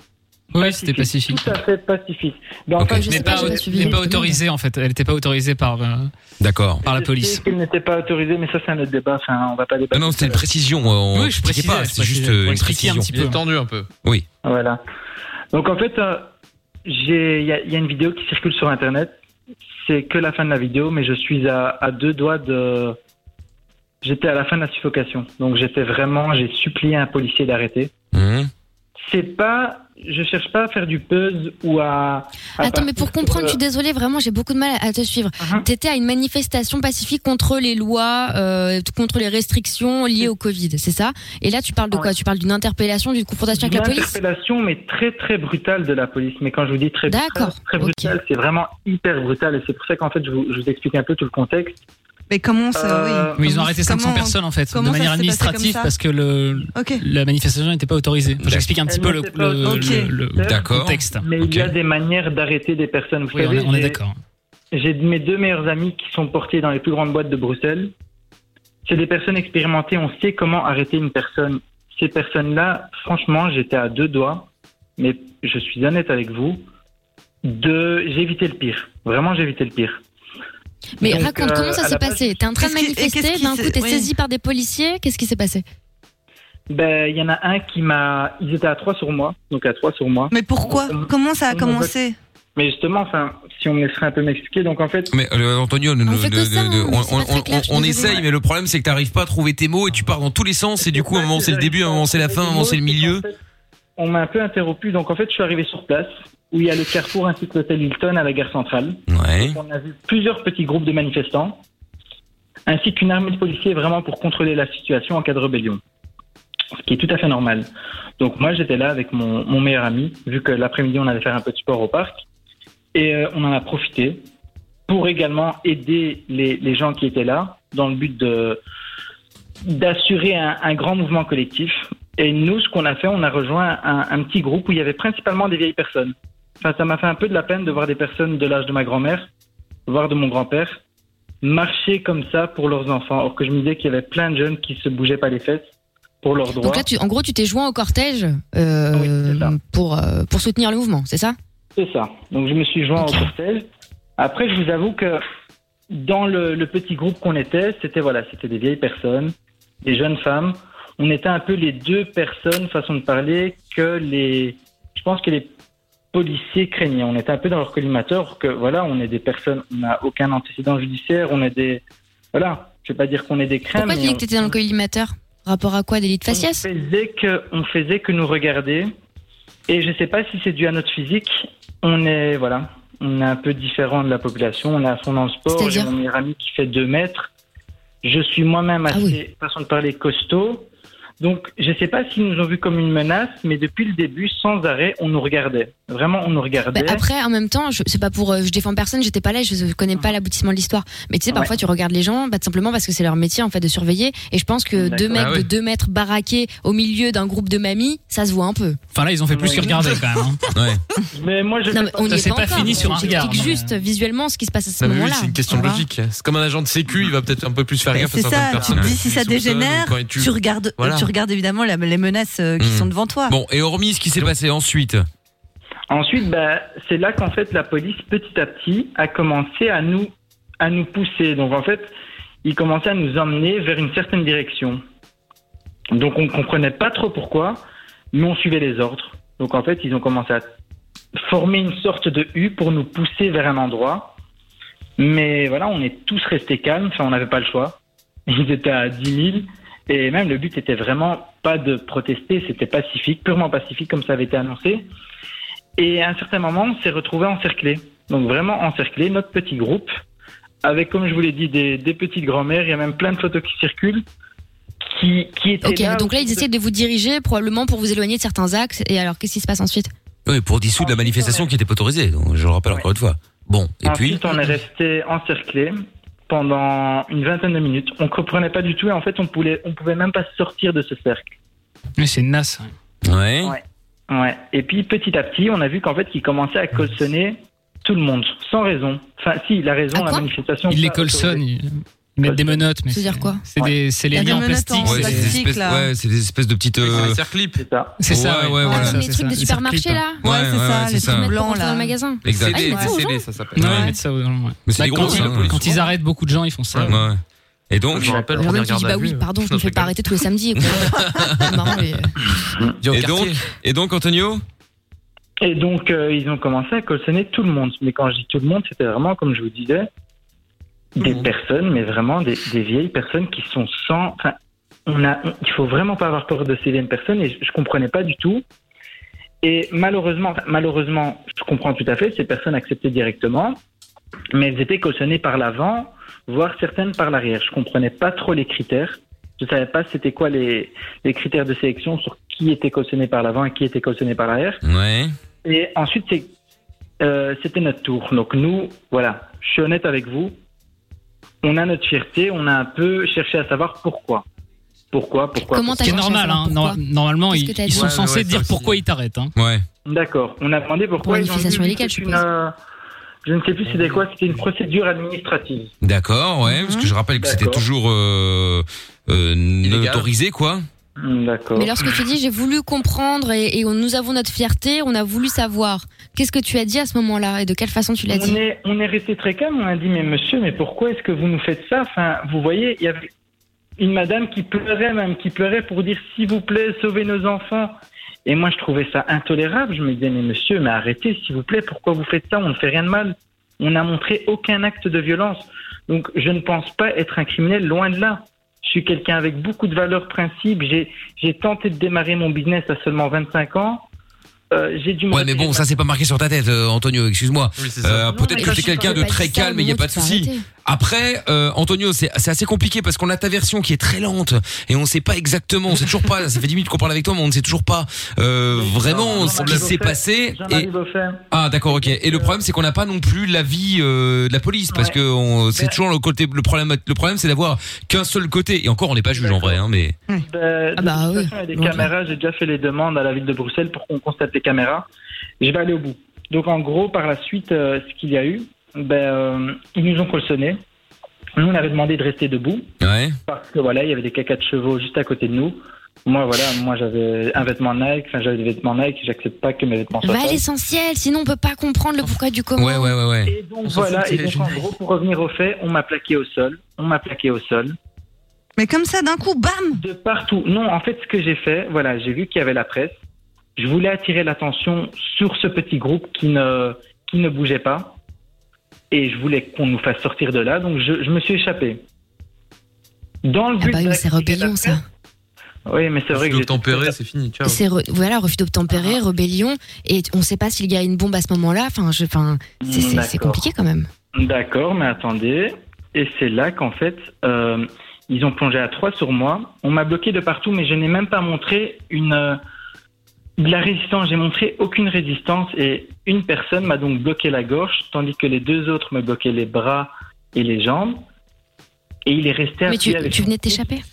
[SPEAKER 2] Oui, c'était pacifique.
[SPEAKER 9] Tout à fait pacifique. Mais en fait,
[SPEAKER 2] mais
[SPEAKER 9] c'est-
[SPEAKER 2] pas, mais pas autorisée en fait. Elle n'était pas autorisée par. euh,
[SPEAKER 1] D'accord.
[SPEAKER 2] Par la
[SPEAKER 9] Je
[SPEAKER 2] police.
[SPEAKER 9] sais qu'elle n'était pas autorisée, mais ça, c'est un autre débat. Enfin, on va pas débattre.
[SPEAKER 1] Ah Non, non, c'était une précision. euh, on
[SPEAKER 9] Oui, je
[SPEAKER 1] expliquait
[SPEAKER 9] précisais,
[SPEAKER 1] pas,
[SPEAKER 9] je
[SPEAKER 1] c'était juste
[SPEAKER 9] précisais,
[SPEAKER 1] euh,
[SPEAKER 9] pour
[SPEAKER 1] une
[SPEAKER 9] expliquer un
[SPEAKER 1] précision.
[SPEAKER 9] petit peu. C'était
[SPEAKER 4] tendu un peu.
[SPEAKER 1] Oui.
[SPEAKER 9] Voilà. Donc, en fait, euh, j'ai- il y, a- il y a une vidéo qui circule sur Internet. C'est que la fin de la vidéo, mais je suis à, à deux doigts de. J'étais à la fin de la suffocation. Donc, j'étais vraiment. J'ai supplié un policier d'arrêter.
[SPEAKER 1] Mmh.
[SPEAKER 9] C'est pas. Je cherche pas à faire du buzz ou à. à
[SPEAKER 3] Attends, mais
[SPEAKER 9] partir
[SPEAKER 3] pour comprendre,
[SPEAKER 9] sur,
[SPEAKER 3] je suis désolée, vraiment, j'ai beaucoup de mal à te suivre.
[SPEAKER 6] Mhm.
[SPEAKER 3] T'étais à une manifestation pacifique contre les lois, euh, contre les restrictions liées au Covid, c'est ça Et là, tu parles de quoi Tu parles d'une interpellation, d'une confrontation avec la
[SPEAKER 9] Une
[SPEAKER 3] police
[SPEAKER 9] interpellation, mais très très brutale de la police. Mais quand je vous dis très brutale, très brutale, c'est vraiment hyper brutal. Et c'est pour ça qu'en fait, je vous, je vous explique un peu tout le contexte.
[SPEAKER 6] Mais comment ça
[SPEAKER 9] Euh,
[SPEAKER 6] oui.
[SPEAKER 2] Mais ils ont
[SPEAKER 6] Comment-
[SPEAKER 2] arrêté 500
[SPEAKER 6] comment-
[SPEAKER 2] personnes en fait, de
[SPEAKER 6] comment ça
[SPEAKER 2] manière
[SPEAKER 6] s'est passé comme
[SPEAKER 2] administrative
[SPEAKER 6] ça
[SPEAKER 2] parce que le, la manifestation n'était pas autorisée. J'explique un petit
[SPEAKER 9] Elle
[SPEAKER 2] peu le,
[SPEAKER 9] n'était pas
[SPEAKER 2] le-
[SPEAKER 9] autorisée.
[SPEAKER 2] le- le contexte.
[SPEAKER 9] Mais il y a des manières d'arrêter des personnes. Vous
[SPEAKER 2] Oui, on
[SPEAKER 9] savez,
[SPEAKER 2] est- on est
[SPEAKER 9] j'ai-
[SPEAKER 2] d'accord.
[SPEAKER 9] J'ai mes deux meilleurs amis qui sont portés dans les plus grandes boîtes de Bruxelles. C'est des personnes expérimentées. On sait comment arrêter une personne. Ces personnes-là, franchement, j'étais à deux doigts. Mais je suis honnête avec vous. De, j'ai évité le pire. Vraiment, j'ai évité le pire.
[SPEAKER 3] Mais
[SPEAKER 9] Donc,
[SPEAKER 3] raconte,
[SPEAKER 9] euh,
[SPEAKER 3] comment
[SPEAKER 9] à
[SPEAKER 3] ça
[SPEAKER 9] la
[SPEAKER 3] s'est
[SPEAKER 9] base,
[SPEAKER 3] passé T'es en train de
[SPEAKER 6] Qu'est-ce qui- et qu'est-ce
[SPEAKER 3] manifester,
[SPEAKER 6] qui
[SPEAKER 3] d'un
[SPEAKER 6] s'est-
[SPEAKER 3] coup, t'es
[SPEAKER 6] oui.
[SPEAKER 3] saisi par des policiers, qu'est-ce qui s'est passé
[SPEAKER 9] Ben, il y en a un qui m'a. Ils étaient à trois sur moi, donc à trois sur moi.
[SPEAKER 6] Mais pourquoi Comment ça a commencé
[SPEAKER 9] Mais justement, enfin, si on me laisserait un peu m'expliquer, donc en fait.
[SPEAKER 1] Mais euh, Antonio, ne- ne- ne-
[SPEAKER 9] fait que
[SPEAKER 1] ne-
[SPEAKER 9] ça,
[SPEAKER 1] ne-
[SPEAKER 9] hein,
[SPEAKER 1] on-
[SPEAKER 9] c'est pas
[SPEAKER 1] on-
[SPEAKER 9] très clair,
[SPEAKER 1] on-
[SPEAKER 9] je suis
[SPEAKER 1] on
[SPEAKER 9] désolée.
[SPEAKER 1] essaye, mais le problème c'est que t'arrives pas à trouver tes mots et tu pars dans tous les sens et du coup à un moment c'est le début, à un moment c'est la fin, à un moment c'est le milieu.
[SPEAKER 9] On m'a un peu interrompu, donc en fait, je suis arrivé sur place, où il y a le carrefour ainsi que l'hôtel Hilton à la gare centrale.
[SPEAKER 1] Ouais.
[SPEAKER 9] On a vu plusieurs petits groupes de manifestants, ainsi qu'une armée de policiers vraiment pour contrôler la situation en cas de rébellion, ce qui est tout à fait normal. Donc moi, j'étais là avec mon, mon meilleur ami, vu que l'après-midi, on allait faire un peu de sport au parc, et euh, on en a profité pour également aider les, les gens qui étaient là, dans le but de, d'assurer un, un grand mouvement collectif. Et nous, ce qu'on a fait, on a rejoint un, un petit groupe où il y avait principalement des vieilles personnes. Enfin, ça m'a fait un peu de la peine de voir des personnes de l'âge de ma grand-mère, voire de mon grand-père, marcher comme ça pour leurs enfants. Or que je me disais qu'il y avait plein de jeunes qui se bougeaient pas les fesses pour leurs droits.
[SPEAKER 3] Donc là, tu, en gros, tu t'es joint au cortège
[SPEAKER 9] Ah
[SPEAKER 3] euh, pour, euh, pour soutenir le mouvement, c'est ça
[SPEAKER 9] C'est ça. Donc je me suis joint au cortège. Après, je vous avoue que dans le, le petit groupe qu'on était, c'était voilà, c'était des vieilles personnes, des jeunes femmes. On était un peu les deux personnes, façon de parler, que les, je pense que les policiers craignaient. On était un peu dans leur collimateur que voilà, on est des personnes, on n'a aucun antécédent judiciaire, on est des, voilà, je vais pas dire qu'on est des craintes.
[SPEAKER 3] Pourquoi tu dis que t'étais dans le collimateur Rapport à quoi D'élite faciès
[SPEAKER 9] on faisait que on faisait que nous regarder et je sais pas si c'est dû à notre physique on est voilà on est un peu différent de la population on est à fond dans le sport j'ai mon meilleur ami qui fait 2 mètres je suis moi-même
[SPEAKER 3] Ah
[SPEAKER 9] assez façon de parler costaud donc je sais pas s'ils nous ont vus comme une menace mais depuis le début sans arrêt on nous regardait vraiment on nous regardait
[SPEAKER 3] Bah, après, en même temps, je- c'est pas pour, euh, je défends personne, j'étais pas là, je je connais pas l'aboutissement de l'histoire. Mais tu sais, parfois
[SPEAKER 9] Ah. Ouais.
[SPEAKER 3] tu regardes les gens, bah, tout simplement parce que c'est leur métier en fait de surveiller. Et je pense que
[SPEAKER 2] D'accord.
[SPEAKER 3] deux mecs
[SPEAKER 2] Ah ouais.
[SPEAKER 3] de 2 mètres baraqués au milieu d'un groupe de mamies, ça se voit un peu.
[SPEAKER 2] Enfin là, ils ont fait plus que regarder quand même. hein.
[SPEAKER 1] Ouais.
[SPEAKER 9] mais moi je
[SPEAKER 3] Non, mais on n'y
[SPEAKER 2] Ça
[SPEAKER 3] est
[SPEAKER 2] s'est
[SPEAKER 3] pas,
[SPEAKER 2] pas
[SPEAKER 3] encore.
[SPEAKER 2] fini sur un
[SPEAKER 3] J'explique
[SPEAKER 2] regard, non,
[SPEAKER 3] juste visuellement ce qui se passe à ce
[SPEAKER 4] Non, mais oui,
[SPEAKER 3] moment-là.
[SPEAKER 4] c'est une question
[SPEAKER 3] Tu
[SPEAKER 4] de
[SPEAKER 3] vois
[SPEAKER 4] logique. C'est comme un agent de sécu, il va peut-être un peu plus faire gaffe à
[SPEAKER 6] C'est
[SPEAKER 4] certaines
[SPEAKER 6] ça, tu
[SPEAKER 4] personnes.
[SPEAKER 6] te dis
[SPEAKER 4] qui
[SPEAKER 6] si ça
[SPEAKER 4] soupçonnent
[SPEAKER 6] dégénère,
[SPEAKER 4] ou quand ils tuent.
[SPEAKER 6] tu regardes,
[SPEAKER 4] Voilà.
[SPEAKER 6] tu regardes évidemment la- les menaces euh, qui
[SPEAKER 4] Mm.
[SPEAKER 6] sont devant toi.
[SPEAKER 1] Bon, et hormis ce qui s'est passé ensuite.
[SPEAKER 9] Ensuite, bah, c'est là qu'en fait la police, petit à petit, a commencé à nous, à nous pousser. Donc en fait, ils commençaient à nous emmener vers une certaine direction. Donc on ne comprenait pas trop pourquoi, mais on suivait les ordres. Donc en fait, ils ont commencé à former une sorte de U pour nous pousser vers un endroit. Mais voilà, on est tous restés calmes, enfin on n'avait pas le choix. Ils étaient à 10 000. Et même le but était vraiment pas de protester, c'était pacifique, purement pacifique comme ça avait été annoncé. Et à un certain moment, on s'est retrouvé encerclé. Donc vraiment encerclé, notre petit groupe, avec, comme je vous l'ai dit, des, des petites grand-mères. Il y a même plein de photos qui circulent, qui, qui étaient
[SPEAKER 3] Ok,
[SPEAKER 9] là.
[SPEAKER 3] donc là, ils essaient de vous diriger, probablement pour vous éloigner de certains axes. Et alors, qu'est-ce qui se passe ensuite
[SPEAKER 1] Oui, euh, pour dissoudre la manifestation qui n'était pas autorisée, donc je le rappelle encore une fois. Bon, et puis.
[SPEAKER 9] Ensuite, on est resté encerclé pendant une vingtaine de minutes. On ne comprenait pas du tout et en fait, on pouvait, on pouvait même pas sortir de ce cercle.
[SPEAKER 2] Mais c'est naze.
[SPEAKER 1] Ouais.
[SPEAKER 9] ouais. Et puis, petit à petit, on a vu qu'en fait, qu'ils commençaient à colsonner tout le monde, sans raison. Enfin, si, la raison, la manifestation.
[SPEAKER 2] Ils les
[SPEAKER 9] pas autorisée.
[SPEAKER 2] colsonnent, ils ils mettent des menottes, mais.
[SPEAKER 9] C'est-à-dire
[SPEAKER 2] quoi C'est des- c'est
[SPEAKER 9] Il y
[SPEAKER 2] les
[SPEAKER 9] a
[SPEAKER 2] liens en
[SPEAKER 9] des menottes
[SPEAKER 2] plastique.
[SPEAKER 9] en
[SPEAKER 1] Ouais, c'est des espèces, ouais, c'est des espèces de petites. Euh...
[SPEAKER 4] C'est
[SPEAKER 9] ça.
[SPEAKER 2] C'est ça, ouais.
[SPEAKER 1] Ah
[SPEAKER 9] Ah,
[SPEAKER 1] ouais,
[SPEAKER 2] Ouais,
[SPEAKER 1] voilà.
[SPEAKER 2] c'est
[SPEAKER 3] Les trucs Ah, des supermarchés, là
[SPEAKER 1] Ouais, Ouais, c'est ouais, ça, ouais, les c'est trucs ça. blancs,
[SPEAKER 3] Pour rentrer dans
[SPEAKER 1] là.
[SPEAKER 3] le magasin.
[SPEAKER 1] Exact.
[SPEAKER 3] Ah, ils
[SPEAKER 1] Des-
[SPEAKER 3] font ça
[SPEAKER 1] des
[SPEAKER 3] aux gens
[SPEAKER 1] CD, ça s'appelle.
[SPEAKER 2] Ouais,
[SPEAKER 1] Ouais.
[SPEAKER 2] ils mettent ça aux gens, ouais.
[SPEAKER 1] Mais c'est
[SPEAKER 2] Bah,
[SPEAKER 1] des
[SPEAKER 2] quand,
[SPEAKER 1] grosses,
[SPEAKER 2] ils,
[SPEAKER 1] hein, les
[SPEAKER 2] quand ils arrêtent beaucoup de gens, ils font ça.
[SPEAKER 1] Ouais. Et donc,
[SPEAKER 4] Je me rappelle,
[SPEAKER 3] Il y en a
[SPEAKER 4] premier
[SPEAKER 3] même qui
[SPEAKER 4] garde
[SPEAKER 3] dit
[SPEAKER 4] à
[SPEAKER 3] bah
[SPEAKER 4] vue.
[SPEAKER 3] oui, pardon, je me fais pas arrêter tous les samedis. quoi. C'est marrant, mais-
[SPEAKER 1] Et donc, et donc, Antonio
[SPEAKER 9] Et donc, euh, ils ont commencé à colsonner tout le monde. Mais quand je dis tout le monde, c'était vraiment, comme je vous disais, des
[SPEAKER 1] Mmh.
[SPEAKER 9] personnes, mais vraiment des, des vieilles personnes qui sont sans. Enfin, on a, on- il faut vraiment pas avoir peur de ces vieilles personnes. Et je, je comprenais pas du tout. Et malheureusement, enfin, malheureusement, je comprends tout à fait. Ces personnes acceptaient directement, mais elles étaient cautionnées par l'avant, voire certaines par l'arrière. Je comprenais pas trop les critères. Je savais pas c'était quoi les, les critères de sélection sur qui était cautionné par l'avant et qui était cautionné par l'arrière.
[SPEAKER 1] Ouais.
[SPEAKER 9] Et ensuite, c'est- euh, c'était notre tour. Donc nous, voilà, je suis honnête avec vous, on a notre fierté, on a un peu cherché à savoir pourquoi. Pourquoi, pourquoi
[SPEAKER 2] Comment
[SPEAKER 9] pourquoi.
[SPEAKER 2] t'as C'est cherché à normal, savoir hein. pourquoi Nor- normalement, Qu'est-ce ils- que t'as ils dit sont censés dire pourquoi
[SPEAKER 9] ils
[SPEAKER 2] t'arrêtent. hein.
[SPEAKER 1] Ouais.
[SPEAKER 9] D'accord, on a demandé pourquoi ils ont dit
[SPEAKER 3] manifestation
[SPEAKER 9] que
[SPEAKER 3] illégale,
[SPEAKER 9] c'est
[SPEAKER 3] je
[SPEAKER 9] une, euh, Je ne sais plus c'était quoi, c'était une procédure administrative.
[SPEAKER 1] D'accord, ouais, parce que je rappelle que c'était
[SPEAKER 9] D'accord.
[SPEAKER 1] toujours euh, euh, non autorisé, quoi.
[SPEAKER 9] D'accord.
[SPEAKER 3] Mais lorsque tu dis j'ai voulu comprendre et, et on- nous avons notre fierté, on a voulu savoir. Qu'est-ce que tu as dit à ce moment-là et de quelle façon tu l'as dit
[SPEAKER 9] On est, on est resté très calme, on a dit mais monsieur, mais pourquoi est-ce que vous nous faites ça Enfin, vous voyez, il y avait une madame qui pleurait même, qui pleurait pour dire s'il vous plaît, sauvez nos enfants. Et moi, je trouvais ça intolérable. Je me disais mais monsieur, mais arrêtez, s'il vous plaît, pourquoi vous faites ça On ne fait rien de mal. On n'a montré aucun acte de violence. Donc, je ne pense pas être un criminel, loin de là. Je suis quelqu'un avec beaucoup de valeurs, principes. J'ai j'ai tenté de démarrer mon business à seulement 25 ans. Euh, j'ai dû me
[SPEAKER 1] Ouais, mais bon, ça c'est pas marqué sur ta tête, euh, Antonio. Excuse-moi. Euh, Peut-être
[SPEAKER 9] mais
[SPEAKER 1] que
[SPEAKER 9] quand
[SPEAKER 1] t'es
[SPEAKER 9] tu
[SPEAKER 1] quelqu'un de
[SPEAKER 9] parles
[SPEAKER 1] très
[SPEAKER 9] pas de ça,
[SPEAKER 1] calme,
[SPEAKER 9] au
[SPEAKER 1] mais il y a
[SPEAKER 9] moment
[SPEAKER 1] pas
[SPEAKER 9] où
[SPEAKER 1] de
[SPEAKER 9] tu t'es
[SPEAKER 1] souci.
[SPEAKER 9] arrêté.
[SPEAKER 1] Après, euh, Antonio, c'est c'est assez compliqué parce qu'on a ta version qui est très lente et on sait pas exactement. On sait toujours pas. ça fait 10 minutes qu'on parle avec toi, mais on ne sait toujours pas euh, vraiment ce qui s'est passé. Et
[SPEAKER 9] J'arrive au fait.
[SPEAKER 1] ah d'accord ok et le problème c'est qu'on n'a pas non plus l'avis euh, de la police parce
[SPEAKER 9] Ouais.
[SPEAKER 1] que on- c'est
[SPEAKER 9] Ben-
[SPEAKER 1] toujours le côté le problème le problème c'est d'avoir qu'un seul côté et encore on n'est pas juge en vrai hein, mais
[SPEAKER 9] Ben, de
[SPEAKER 3] bah
[SPEAKER 9] toute
[SPEAKER 3] oui.
[SPEAKER 9] façon, il y a des
[SPEAKER 3] Donc,
[SPEAKER 9] caméras, j'ai déjà fait les demandes à la ville de Bruxelles pour qu'on constate les caméras. Je vais aller au bout. Donc en gros, par la suite, euh, ce qu'il y a eu, ben, euh, ils nous ont colsonné. Nous, on avait demandé de rester debout
[SPEAKER 1] ouais
[SPEAKER 9] parce que voilà, il y avait des cacas de chevaux juste à côté de nous. Moi, voilà, moi j'avais un vêtement Nike, enfin j'avais des vêtements Nike, j'accepte pas que mes vêtements soient
[SPEAKER 3] Va Bah, à
[SPEAKER 9] sales.
[SPEAKER 3] l'essentiel, sinon on peut pas comprendre le pourquoi du comment.
[SPEAKER 1] ouais, ouais.
[SPEAKER 9] Et donc voilà, et donc en gros, pour revenir au fait, on m'a plaqué au sol, on m'a plaqué au sol.
[SPEAKER 6] Mais comme ça, d'un coup, bam
[SPEAKER 9] De partout. Non, en fait, ce que j'ai fait, voilà, j'ai vu qu'il y avait la presse. Je voulais attirer l'attention sur ce petit groupe qui ne, qui ne bougeait pas. Et je voulais qu'on nous fasse sortir de là, donc je, je me suis échappé. Dans le
[SPEAKER 3] Ah
[SPEAKER 9] but.
[SPEAKER 3] bah oui, mais c'est rébellion ça.
[SPEAKER 9] Oui, mais c'est vrai que. tempéré,
[SPEAKER 4] c'est fini.
[SPEAKER 3] C'est re- voilà refus d'obtempérer,
[SPEAKER 9] Ah.
[SPEAKER 3] rébellion et on sait pas s'il y a une bombe à ce moment-là. Enfin, je, enfin, c'est- c'est c'est
[SPEAKER 9] D'accord.
[SPEAKER 3] compliqué quand même.
[SPEAKER 9] D'accord, mais attendez. Et c'est là qu'en fait, euh, ils ont plongé à trois sur moi. On m'a bloqué de partout, mais je n'ai même pas montré une euh, de la résistance. J'ai montré aucune résistance et une personne m'a donc bloqué la gorge, tandis que les deux autres me bloquaient les bras et les jambes. Et il est resté
[SPEAKER 3] Mais tu,
[SPEAKER 9] appuyé avec
[SPEAKER 3] tu venais de t'échapper.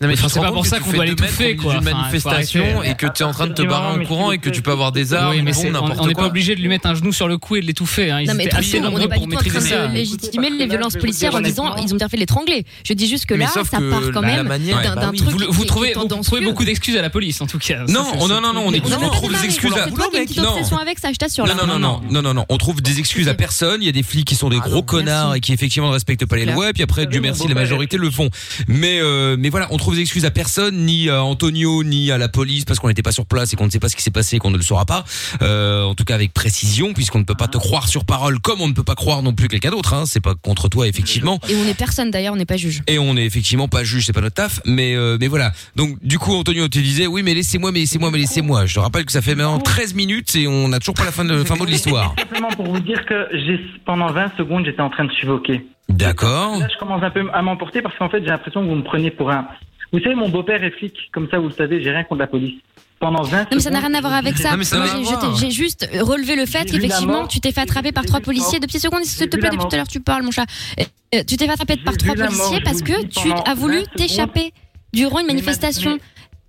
[SPEAKER 4] Non, mais tu te
[SPEAKER 2] C'est
[SPEAKER 4] rends
[SPEAKER 2] pas
[SPEAKER 4] compte
[SPEAKER 2] pour
[SPEAKER 4] que
[SPEAKER 2] ça
[SPEAKER 4] tu
[SPEAKER 2] qu'on
[SPEAKER 4] fais
[SPEAKER 2] doit
[SPEAKER 4] deux
[SPEAKER 2] les
[SPEAKER 4] mètres
[SPEAKER 2] tout
[SPEAKER 4] au
[SPEAKER 2] faire,
[SPEAKER 4] milieu
[SPEAKER 2] quoi.
[SPEAKER 4] d'une
[SPEAKER 2] Enfin, faut
[SPEAKER 4] manifestation
[SPEAKER 2] arrêter.
[SPEAKER 4] et que tu es en train de te barrer en courant et que tu peux avoir des armes,
[SPEAKER 2] Oui, mais
[SPEAKER 4] des
[SPEAKER 2] c'est-
[SPEAKER 4] bombes,
[SPEAKER 2] on
[SPEAKER 4] n'importe
[SPEAKER 2] on
[SPEAKER 4] quoi.
[SPEAKER 2] n'est pas obligé de lui mettre un genou sur le cou et de l'étouffer. Hein. Ils
[SPEAKER 3] Non mais
[SPEAKER 2] étaient
[SPEAKER 3] attention,
[SPEAKER 2] assez
[SPEAKER 3] on n'est
[SPEAKER 2] nombreux
[SPEAKER 3] pas
[SPEAKER 2] pour
[SPEAKER 3] du tout en train
[SPEAKER 2] maîtriser ça.
[SPEAKER 3] de légitimer les violences policières en disant ils ont bien fait de les trangler. Je dis juste que
[SPEAKER 2] Mais
[SPEAKER 3] là,
[SPEAKER 2] sauf
[SPEAKER 3] ça
[SPEAKER 2] que
[SPEAKER 3] part quand
[SPEAKER 2] la
[SPEAKER 3] même
[SPEAKER 2] manière-
[SPEAKER 3] d'un
[SPEAKER 2] bah
[SPEAKER 3] d'un
[SPEAKER 2] oui.
[SPEAKER 3] truc.
[SPEAKER 2] Vous, le-
[SPEAKER 3] qui
[SPEAKER 2] vous
[SPEAKER 3] est
[SPEAKER 2] trouvez, vous
[SPEAKER 3] tendancieux.
[SPEAKER 2] trouvez beaucoup d'excuses à la police, en tout cas.
[SPEAKER 1] Non,
[SPEAKER 2] Ça, c'est-
[SPEAKER 1] on- non,
[SPEAKER 2] c'est-
[SPEAKER 1] non, non, on est-
[SPEAKER 3] On
[SPEAKER 1] on
[SPEAKER 3] n'a pas
[SPEAKER 1] trouve des
[SPEAKER 3] démarré,
[SPEAKER 1] excuses à-
[SPEAKER 3] C'est toi qui as une petite
[SPEAKER 1] Non.
[SPEAKER 3] obsession avec ça, je t'assure. là.
[SPEAKER 1] Non, non, non, non, non, non, non. On trouve des excuses à personne. Il y a des flics qui sont des gros connards et qui effectivement ne respectent pas les
[SPEAKER 3] clair.
[SPEAKER 1] lois. Et puis après, Dieu merci, la majorité le font. Mais, euh, mais voilà, on trouve des excuses à personne, ni à Antonio, ni à la police, parce qu'on n'était pas sur place et qu'on ne sait pas ce qui s'est passé, et qu'on ne le saura pas. Euh, en tout cas avec précision, puisqu'on ne peut pas te croire sur parole, comme on ne peut pas croire non plus quelqu'un d'autre. Hein. C'est pas contre toi effectivement.
[SPEAKER 3] Et on est personne d'ailleurs, on n'est pas juge.
[SPEAKER 1] Et on est effectivement pas juge, c'est pas notre taf, mais euh, mais voilà. Donc du coup, Antonio, tu disais oui, mais laissez-moi, mais laissez-moi, mais laissez-moi. Je te rappelle que ça fait maintenant 13 minutes et on n'a toujours pas la fin de Euh, fin mot de l'histoire.
[SPEAKER 9] Simplement pour vous dire que j'ai, pendant 20 secondes, j'étais en train de suffoquer.
[SPEAKER 1] D'accord.
[SPEAKER 9] Là, je commence un peu à m'emporter parce qu'en fait, j'ai l'impression que vous me prenez pour un. Vous savez, mon beau-père est flic, comme ça, vous le savez, j'ai rien contre la police. Pendant 20
[SPEAKER 3] Non mais ça n'a rien à voir avec ça.
[SPEAKER 9] Non, mais ça
[SPEAKER 3] Moi,
[SPEAKER 9] n'a
[SPEAKER 3] j'ai-
[SPEAKER 9] rien à voir.
[SPEAKER 3] je t'ai- J'ai juste relevé le fait
[SPEAKER 9] J'ai vu la
[SPEAKER 3] qu'effectivement
[SPEAKER 9] mort.
[SPEAKER 3] tu t'es fait attraper par trois policiers. Deux petites secondes, s'il te
[SPEAKER 9] vu
[SPEAKER 3] plaît,
[SPEAKER 9] la
[SPEAKER 3] depuis tout à
[SPEAKER 9] mort.
[SPEAKER 3] l'heure tu parles mon chat. Euh, euh, Tu t'es fait attraper par
[SPEAKER 9] vu
[SPEAKER 3] trois
[SPEAKER 9] la mort,
[SPEAKER 3] policiers
[SPEAKER 9] je
[SPEAKER 3] parce
[SPEAKER 9] vous le
[SPEAKER 3] que
[SPEAKER 9] dis,
[SPEAKER 3] tu
[SPEAKER 9] pendant
[SPEAKER 3] as voulu
[SPEAKER 9] 20
[SPEAKER 3] t'échapper durant une manifestation.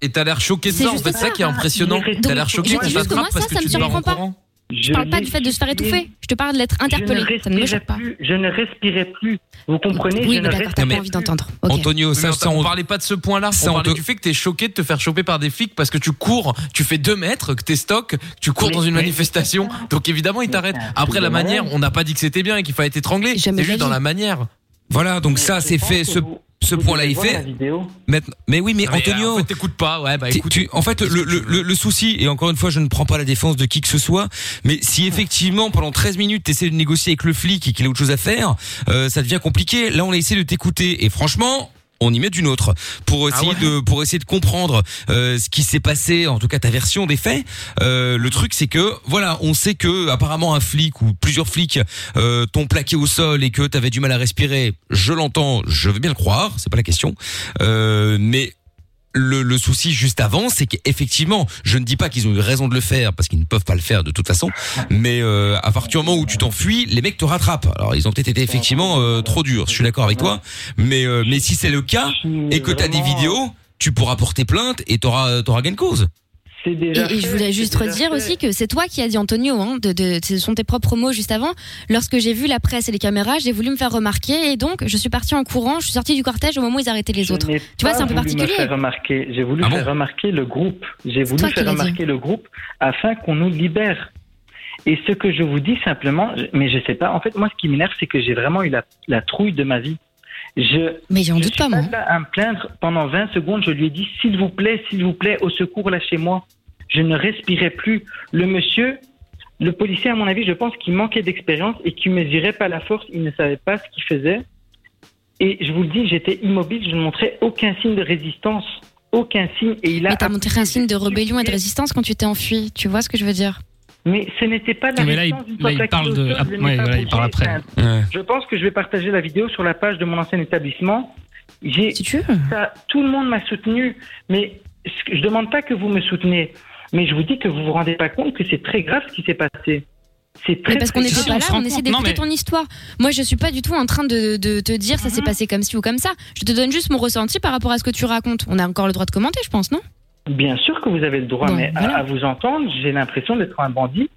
[SPEAKER 4] Et t'as l'air choqué de ça, en fait, c'est ça qui est impressionnant. T'as l'air choqué
[SPEAKER 3] je
[SPEAKER 4] qu'on
[SPEAKER 3] dis juste que moi
[SPEAKER 4] t'attrape
[SPEAKER 3] ça,
[SPEAKER 4] parce
[SPEAKER 3] ça
[SPEAKER 4] que
[SPEAKER 3] me
[SPEAKER 4] tu te barres en
[SPEAKER 3] surprend pas.
[SPEAKER 4] courant.
[SPEAKER 3] Je parle pas du fait de se faire étouffer. Je te parle d'être interpellé. Ça ne me choque pas.
[SPEAKER 9] plus, je ne respirais plus. Vous comprenez
[SPEAKER 3] Oui, mais
[SPEAKER 9] Je ne
[SPEAKER 3] d'accord, t'as pas envie d'entendre. Ok.
[SPEAKER 1] Antonio,
[SPEAKER 4] ça, on, parlait pas de ce point-là.
[SPEAKER 1] ça,
[SPEAKER 4] On
[SPEAKER 1] on
[SPEAKER 4] parlait
[SPEAKER 1] te-
[SPEAKER 4] du fait que t'es choqué de te faire choper par des flics parce que tu cours, tu fais deux mètres, que t'es stock, que tu cours dans une manifestation. Donc évidemment, ils t'arrêtent. Après, la
[SPEAKER 1] malade.
[SPEAKER 4] manière, on n'a pas dit que c'était bien et qu'il fallait t'étrangler. C'est juste dans la manière.
[SPEAKER 1] Voilà, donc ça c'est
[SPEAKER 4] pense
[SPEAKER 1] fait.
[SPEAKER 4] que
[SPEAKER 1] Ce, ce point-là est
[SPEAKER 4] voir la
[SPEAKER 1] fait. Maintenant- mais oui, mais
[SPEAKER 4] Non, mais,
[SPEAKER 1] Antonio,
[SPEAKER 4] euh, en fait, t'écoutes pas. Ouais, bah
[SPEAKER 1] Tu-
[SPEAKER 4] écoute.
[SPEAKER 1] tu- en fait, le, le- le- le souci, et encore une fois, je ne prends pas la défense de qui que ce soit, mais si effectivement, pendant 13 minutes, tu essaies de négocier avec le flic et qu'il a autre chose à faire, euh, ça devient compliqué. Là, on a essayé de t'écouter, et franchement... On y met d'une autre pour
[SPEAKER 4] Ah
[SPEAKER 1] essayer de pour essayer de comprendre euh, ce qui s'est passé en tout cas ta version des faits. Euh, le truc c'est que voilà on sait que apparemment un flic ou plusieurs flics euh, t'ont plaqué au sol et que t'avais du mal à respirer. Je l'entends, je veux bien le croire, c'est pas la question. Euh, mais le, le souci juste avant, c'est qu'effectivement, je ne dis pas qu'ils ont eu raison de le faire parce qu'ils ne peuvent pas le faire de toute façon, mais euh, à partir du moment où tu t'enfuis, les mecs te rattrapent. Alors ils ont peut-être été effectivement euh, trop durs, je suis d'accord avec toi, mais euh, mais si c'est le cas et que t'as des vidéos, tu pourras porter plainte et t'auras t'auras gain de cause.
[SPEAKER 9] C'est déjà.
[SPEAKER 3] Et, et je voulais juste redire aussi que c'est toi qui as dit Antonio, hein, de, de- ce sont tes propres mots juste avant. Lorsque j'ai vu la presse et les caméras, j'ai voulu me faire remarquer et donc je suis partie en courant, je suis sortie du cortège au moment où ils arrêtaient les autres. Tu vois, c'est un peu
[SPEAKER 9] voulu me
[SPEAKER 3] particulier.
[SPEAKER 9] faire remarquer. J'ai voulu faire remarquer le groupe. J'ai voulu
[SPEAKER 3] Ah toi qui
[SPEAKER 9] faire
[SPEAKER 3] l'as dit.
[SPEAKER 9] remarquer le groupe afin qu'on nous libère. Et ce que je vous dis simplement, mais je sais pas. En fait, moi, ce qui m'énerve, c'est que j'ai vraiment eu la, la trouille de ma vie. Je,
[SPEAKER 3] mais j'en
[SPEAKER 9] doute pas, moi. à me plaindre pendant 20 secondes. Je lui ai dit, s'il vous plaît, s'il vous plaît, au secours, lâchez-moi. Je ne respirais plus. Le monsieur, le policier, à mon avis, je pense qu'il manquait d'expérience et qu'il mesurait pas la force. Il ne savait pas ce qu'il faisait. Et je vous le dis, j'étais immobile, je ne montrais aucun signe de résistance. Aucun signe. Et il a.
[SPEAKER 3] Mais t'as montré un signe de rébellion et de résistance quand tu t'es enfui, tu vois ce que je veux dire
[SPEAKER 9] Mais ce n'était pas de la
[SPEAKER 2] Mais là, il,
[SPEAKER 9] résistance d'une
[SPEAKER 2] là, il
[SPEAKER 9] plaque
[SPEAKER 2] parle de.
[SPEAKER 9] d'activité,
[SPEAKER 2] ah,
[SPEAKER 9] je l'ai
[SPEAKER 2] ouais,
[SPEAKER 9] pas
[SPEAKER 2] voilà, il
[SPEAKER 9] bougé,
[SPEAKER 2] parle après.
[SPEAKER 9] c'est un- Je pense que je vais partager la vidéo sur la page de mon ancien établissement. J'ai, ça- tout le monde m'a soutenu, mais ce que- je demande pas que vous me souteniez, mais je vous dis que vous vous rendez pas compte que c'est très grave ce qui s'est passé. C'est très.
[SPEAKER 3] Mais parce qu'on
[SPEAKER 9] très
[SPEAKER 3] n'était
[SPEAKER 9] grave.
[SPEAKER 3] pas là, on essaie d'écouter ton histoire. Moi, je suis pas du tout en train de, de te dire ça s'est
[SPEAKER 9] Mhm.
[SPEAKER 3] passé comme ci ou comme ça. Je te donne juste mon ressenti par rapport à ce que tu racontes. On a encore le droit de commenter, je pense, non
[SPEAKER 9] Bien sûr que vous avez le droit,
[SPEAKER 3] Bon,
[SPEAKER 9] mais à-
[SPEAKER 3] voilà.
[SPEAKER 9] à, vous entendre, j'ai l'impression d'être un bandit.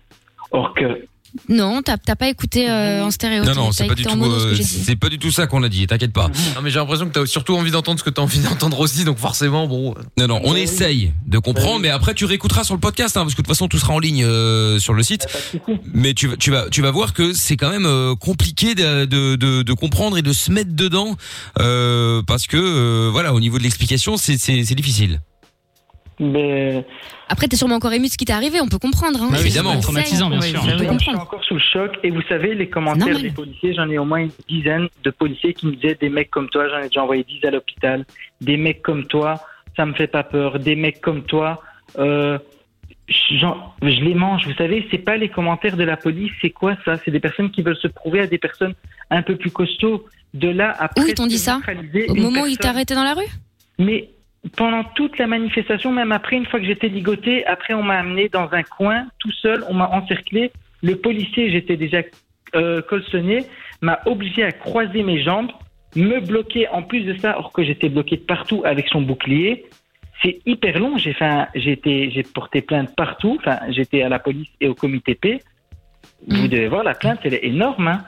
[SPEAKER 9] Or que
[SPEAKER 3] Non, t'as t'as pas écouté euh, en stéréo.
[SPEAKER 1] Non non,
[SPEAKER 3] t'as
[SPEAKER 1] c'est pas du
[SPEAKER 3] écouté en
[SPEAKER 1] tout
[SPEAKER 3] mono ce que
[SPEAKER 1] euh,
[SPEAKER 3] j'ai dit.
[SPEAKER 1] c'est pas du tout ça qu'on a dit, t'inquiète pas.
[SPEAKER 4] Non, mais j'ai l'impression que t'as surtout envie d'entendre ce que t'as envie d'entendre aussi, donc forcément, bon.
[SPEAKER 1] Non, non, on essaye de comprendre, mais après tu réécouteras sur le podcast, hein, parce que de toute façon tout sera en ligne euh, sur le site.
[SPEAKER 4] Bah,
[SPEAKER 1] Mais tu, vas- tu vas, tu vas voir que c'est quand même euh, compliqué de, de, de, de comprendre et de se mettre dedans, euh, parce que euh, voilà, au niveau de l'explication, c'est c'est- c'est difficile.
[SPEAKER 9] mais
[SPEAKER 3] Après, t'es sûrement encore ému de ce qui t'est arrivé, on peut comprendre.
[SPEAKER 1] Bah,
[SPEAKER 3] Hein, C'est- c'est- on peut
[SPEAKER 9] Je suis
[SPEAKER 3] comprendre.
[SPEAKER 9] encore sous le choc et vous savez, les commentaires
[SPEAKER 3] normal.
[SPEAKER 9] des policiers, j'en ai au moins une dizaine de policiers qui me disaient des mecs comme toi, j'en ai déjà envoyé 10 à l'hôpital, des mecs comme toi, ça me fait pas peur, des mecs comme toi, euh, j'en- je les mange, vous savez, c'est pas les commentaires de la police, c'est quoi ça C'est des personnes qui veulent se prouver à des personnes un peu plus costauds. De là à
[SPEAKER 3] Où ils t'ont dit ça Au moment où ils t'arrêtaient dans la rue
[SPEAKER 9] mais pendant toute la manifestation, même après, une fois que j'étais ligoté, après on m'a amené dans un coin tout seul, on m'a encerclé. Le policier, j'étais déjà euh, colsonné, m'a obligé à croiser mes jambes, me bloquer en plus de ça, alors que j'étais bloqué de partout avec son bouclier. C'est hyper long. J'ai fait, un- j'ai été- j'ai porté plainte partout. Enfin, j'étais à la police et au comité P. Vous devez voir, la plainte, elle est énorme. hein.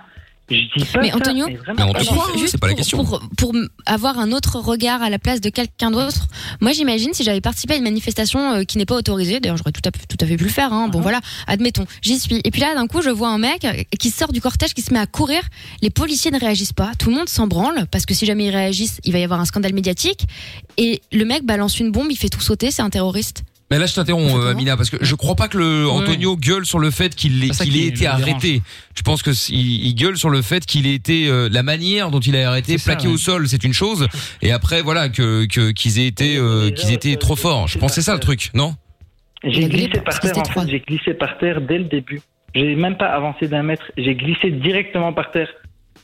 [SPEAKER 9] Je dis pas
[SPEAKER 3] Mm. Mais
[SPEAKER 9] ça,
[SPEAKER 3] Antonio,
[SPEAKER 9] vraiment pas
[SPEAKER 3] juste-
[SPEAKER 9] moi.
[SPEAKER 3] juste pour- Pour, pour m- avoir un autre regard à la place de quelqu'un d'autre, moi j'imagine si j'avais participé à une manifestation euh, qui n'est pas autorisée, d'ailleurs j'aurais tout à, tout à fait pu le faire, hein, bon voilà, admettons, j'y suis. Et puis là d'un coup je vois un mec euh, qui sort du cortège, qui se met à courir, les policiers ne réagissent pas, tout le monde s'en branle, parce que si jamais ils réagissent, il va y avoir un scandale médiatique, et le mec balance une bombe, il fait tout sauter, c'est un terroriste.
[SPEAKER 1] Mais là, je t'interromps, euh, Amina, parce que je crois pas que le Antonio gueule sur le fait qu'il ait,
[SPEAKER 4] ça
[SPEAKER 1] qu'il
[SPEAKER 4] qui
[SPEAKER 1] ait
[SPEAKER 4] le
[SPEAKER 1] été
[SPEAKER 4] dérange.
[SPEAKER 1] arrêté. Je pense que s- il, il gueule sur le fait qu'il ait été euh, la manière dont il a arrêté,
[SPEAKER 4] C'est ça,
[SPEAKER 1] plaqué
[SPEAKER 4] ouais.
[SPEAKER 1] au sol, c'est une chose. Et après, voilà, que que- qu'ils aient été euh, qu'ils étaient trop forts. Je pense que c'est ça le truc, non
[SPEAKER 9] J'ai glissé par terre, en fait, j'ai glissé par terre dès le début. J'ai même pas avancé d'un mètre, j'ai glissé directement par terre.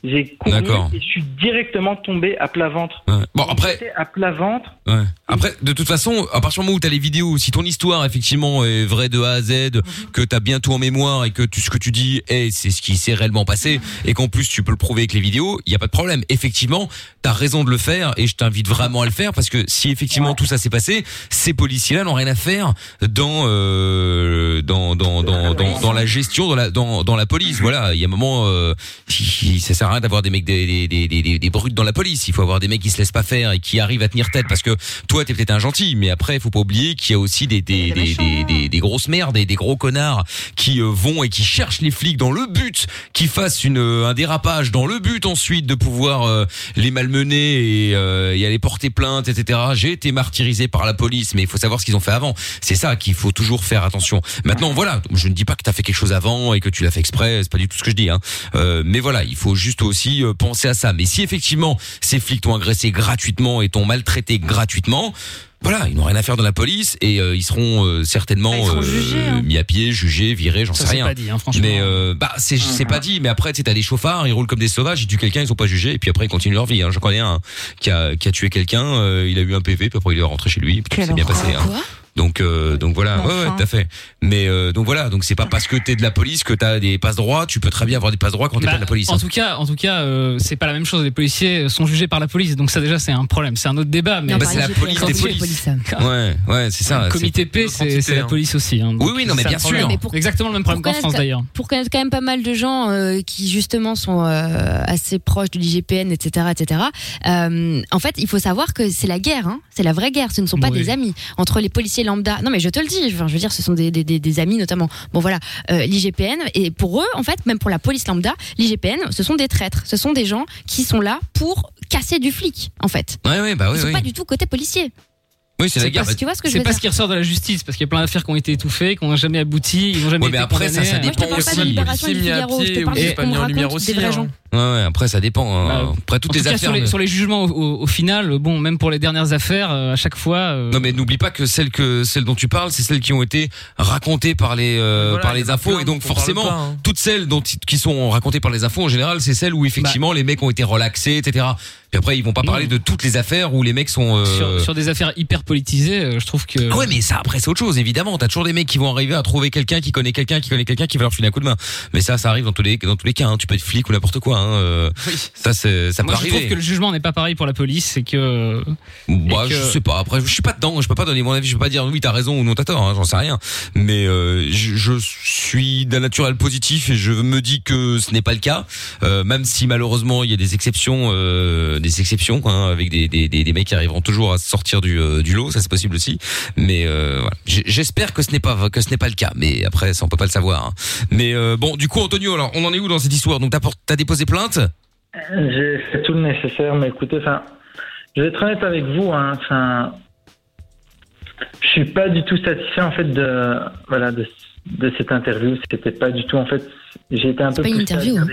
[SPEAKER 9] J'ai couru
[SPEAKER 1] D'accord.
[SPEAKER 9] et je suis directement tombé à plat ventre.
[SPEAKER 1] Bon, après.
[SPEAKER 9] J'étais à plat ventre.
[SPEAKER 1] Ouais. Après, de toute façon, à partir du moment où t'as les vidéos, si ton histoire effectivement est vraie de A à Z, que t'as bien tout en mémoire et que tu, ce que tu dis, eh, c'est ce qui s'est réellement passé, et qu'en plus tu peux le prouver avec les vidéos, il y a pas de problème. Effectivement, t'as raison de le faire et je t'invite vraiment à le faire parce que si effectivement tout ça s'est passé, ces policiers-là n'ont rien à faire dans euh, dans dans dans, dans, dans la gestion, dans la dans, dans la police. Voilà, il y a un moment, euh, il- ça sert à rien d'avoir des mecs des des, des, des- des- des brutes dans la police. Il faut avoir des mecs qui se laissent pas faire et qui arrivent à tenir tête parce que toi t'es peut-être un gentil, mais après il faut pas oublier qu'il y a aussi des des hein. des, des, des- des grosses merdes et des gros connards qui euh, vont et qui cherchent les flics dans le but qu'ils fassent une euh, un dérapage, dans le but ensuite de pouvoir euh, les malmener et, euh, et aller porter plainte, etc. J'ai été martyrisé par la police, mais il faut savoir ce qu'ils ont fait avant. C'est ça qu'il faut toujours faire attention. Maintenant, voilà, je ne dis pas que t'as fait quelque chose avant et que tu l'as fait exprès, c'est pas du tout ce que je dis. Hein. Euh, mais voilà, il faut juste aussi euh, penser à ça. Mais si effectivement ces flics t'ont agressé gratuitement et t'ont maltraité gratuitement, voilà, ils n'ont rien à faire dans la police et euh, ils seront euh, certainement
[SPEAKER 2] Ah,
[SPEAKER 1] euh, mis à pied, jugés, virés, j'en
[SPEAKER 2] hein. Ça,
[SPEAKER 1] sais
[SPEAKER 2] c'est
[SPEAKER 1] rien.
[SPEAKER 2] pas dit, hein, franchement. Mm.
[SPEAKER 1] Mais euh, bah c'est c'est pas dit, mais après tu sais, t'as des chauffards, ils roulent comme des sauvages, ils tuent quelqu'un, ils sont pas jugés et puis après ils continuent leur vie. Hein. Je connais un qui a qui a tué quelqu'un, euh, il a eu un PV, puis après il est rentré chez lui, puis c'est bien passé. hein. Donc euh, donc voilà, ouais, ouais, tout à fait. Mais euh, donc voilà, donc c'est pas parce que t'es de la police que t'as des passes droits, tu peux très bien avoir des passes droits quand t'es
[SPEAKER 2] Bah,
[SPEAKER 1] pas de la police.
[SPEAKER 2] En
[SPEAKER 1] hein.
[SPEAKER 2] tout cas, en tout cas, euh, c'est pas la même chose. Les policiers sont jugés par la police, donc ça déjà c'est un problème. C'est un autre débat. Mais
[SPEAKER 1] Non, bah, c'est la police des polices. Ouais, ouais, c'est ça.
[SPEAKER 2] Le comité
[SPEAKER 1] c'est-
[SPEAKER 2] P, c'est c'est la police aussi. hein.
[SPEAKER 1] Oui,
[SPEAKER 2] Donc,
[SPEAKER 1] oui, non, mais
[SPEAKER 2] c'est un
[SPEAKER 1] bien
[SPEAKER 2] problème.
[SPEAKER 1] sûr.
[SPEAKER 2] Exactement le même problème qu'en
[SPEAKER 3] connaître
[SPEAKER 2] France
[SPEAKER 3] ca-
[SPEAKER 2] d'ailleurs.
[SPEAKER 3] Pour connaître quand même pas mal de gens euh, qui justement sont euh, assez proches de l'IGPN, etc., etc. euh, en fait, il faut savoir que c'est la guerre, hein. c'est la vraie guerre. Ce ne sont pas
[SPEAKER 11] Oui.
[SPEAKER 3] des amis entre les policiers lambda. Non, mais je te le dis. enfin, je veux dire, ce sont des, des- des- des amis notamment. Bon voilà, euh, l'IGPN et pour eux, en fait, même pour la police lambda, l'IGPN, ce sont des traîtres. Ce sont des gens qui sont là pour casser du flic, en fait.
[SPEAKER 1] Ouais,
[SPEAKER 2] Eh
[SPEAKER 1] ouais,
[SPEAKER 2] ben
[SPEAKER 1] bah oui,
[SPEAKER 3] Ils sont
[SPEAKER 1] oui.
[SPEAKER 3] pas du tout côté policier.
[SPEAKER 1] Oui, c'est la
[SPEAKER 2] C'est
[SPEAKER 1] guerre.
[SPEAKER 2] pas-
[SPEAKER 3] Tu vois ce que je
[SPEAKER 2] C'est
[SPEAKER 3] veux
[SPEAKER 2] pas
[SPEAKER 3] dire
[SPEAKER 2] ce qui ressort de la justice, parce qu'il y a plein d'affaires qui ont été étouffées, qui n'ont jamais abouti, ils n'ont jamais
[SPEAKER 1] Ouais,
[SPEAKER 2] été
[SPEAKER 1] mais après, ça,
[SPEAKER 2] condamnés.
[SPEAKER 1] ça dépend
[SPEAKER 3] parle pas de
[SPEAKER 1] aussi.
[SPEAKER 3] Libération
[SPEAKER 1] S'il
[SPEAKER 3] du
[SPEAKER 1] est mis à
[SPEAKER 3] Figaro, je
[SPEAKER 1] pied
[SPEAKER 3] te parle
[SPEAKER 1] ou
[SPEAKER 3] de
[SPEAKER 1] pas
[SPEAKER 3] qu'on
[SPEAKER 1] mis en
[SPEAKER 3] raconte
[SPEAKER 1] lumière
[SPEAKER 3] des
[SPEAKER 1] aussi,
[SPEAKER 3] vrais
[SPEAKER 1] hein.
[SPEAKER 3] gens.
[SPEAKER 1] Ouais, ouais, après ça dépend. hein. Après toutes
[SPEAKER 2] Bah, en tout
[SPEAKER 1] les
[SPEAKER 2] cas,
[SPEAKER 1] affaires.
[SPEAKER 2] sur les,
[SPEAKER 1] ne-
[SPEAKER 2] sur les jugements, au, au- au final, euh, bon, même pour les dernières affaires, euh, à chaque fois. euh,
[SPEAKER 1] Non mais n'oublie pas que celles que celles dont tu parles, c'est celles qui ont été racontées par les euh,
[SPEAKER 4] Voilà,
[SPEAKER 1] par
[SPEAKER 4] il y
[SPEAKER 1] les
[SPEAKER 4] en a
[SPEAKER 1] infos
[SPEAKER 4] plein
[SPEAKER 1] et
[SPEAKER 4] dont
[SPEAKER 1] donc
[SPEAKER 4] on parle
[SPEAKER 1] forcément
[SPEAKER 4] pas, hein. Bah.
[SPEAKER 1] toutes celles dont qui sont racontées par les infos en général, c'est celles où effectivement les mecs ont été relaxés, etc. Puis après ils vont pas parler de toutes les affaires où les mecs sont euh,
[SPEAKER 2] sur, sur des affaires hyper politisées, euh, je trouve que.
[SPEAKER 1] Ah ouais, mais ça, après, c'est autre chose, évidemment. T'as toujours des mecs qui vont arriver à trouver quelqu'un qui connaît quelqu'un qui connaît quelqu'un qui va leur filer un coup de main. Mais ça, ça arrive dans tous les, dans tous les cas. hein. Tu peux être flic ou n'importe quoi. Hein. euh, Ça, c'est, ça peut
[SPEAKER 2] Moi, je
[SPEAKER 1] arriver.
[SPEAKER 2] trouve que le jugement n'est pas pareil pour la police et que.
[SPEAKER 1] Bah,
[SPEAKER 2] et que-
[SPEAKER 1] je sais pas. Après, je suis pas dedans. Je peux pas donner mon avis. Je peux pas dire oui, t'as raison ou non, t'as tort. hein, J'en sais rien. Mais euh, je, je suis d'un naturel positif et je me dis que ce n'est pas le cas. Euh, même si malheureusement il y a des exceptions, euh, des exceptions, quoi, hein, avec des, des, des, des mecs qui arriveront toujours à sortir du, euh, du lot. Ça c'est possible aussi. Mais euh, voilà. J- j'espère que ce n'est pas que ce n'est pas le cas. Mais après, ça on peut pas le savoir. hein. Mais euh, bon, du coup, Antonio, alors on en est où dans cette histoire Donc t'as por- t'as déposé plainte
[SPEAKER 9] Euh, J'ai fait tout le nécessaire, mais écoutez, enfin, je vais être honnête avec vous, hein, enfin, je suis pas du tout satisfait en fait de, voilà, de, de cette interview. C'était pas du tout en fait, j'ai été un peu plus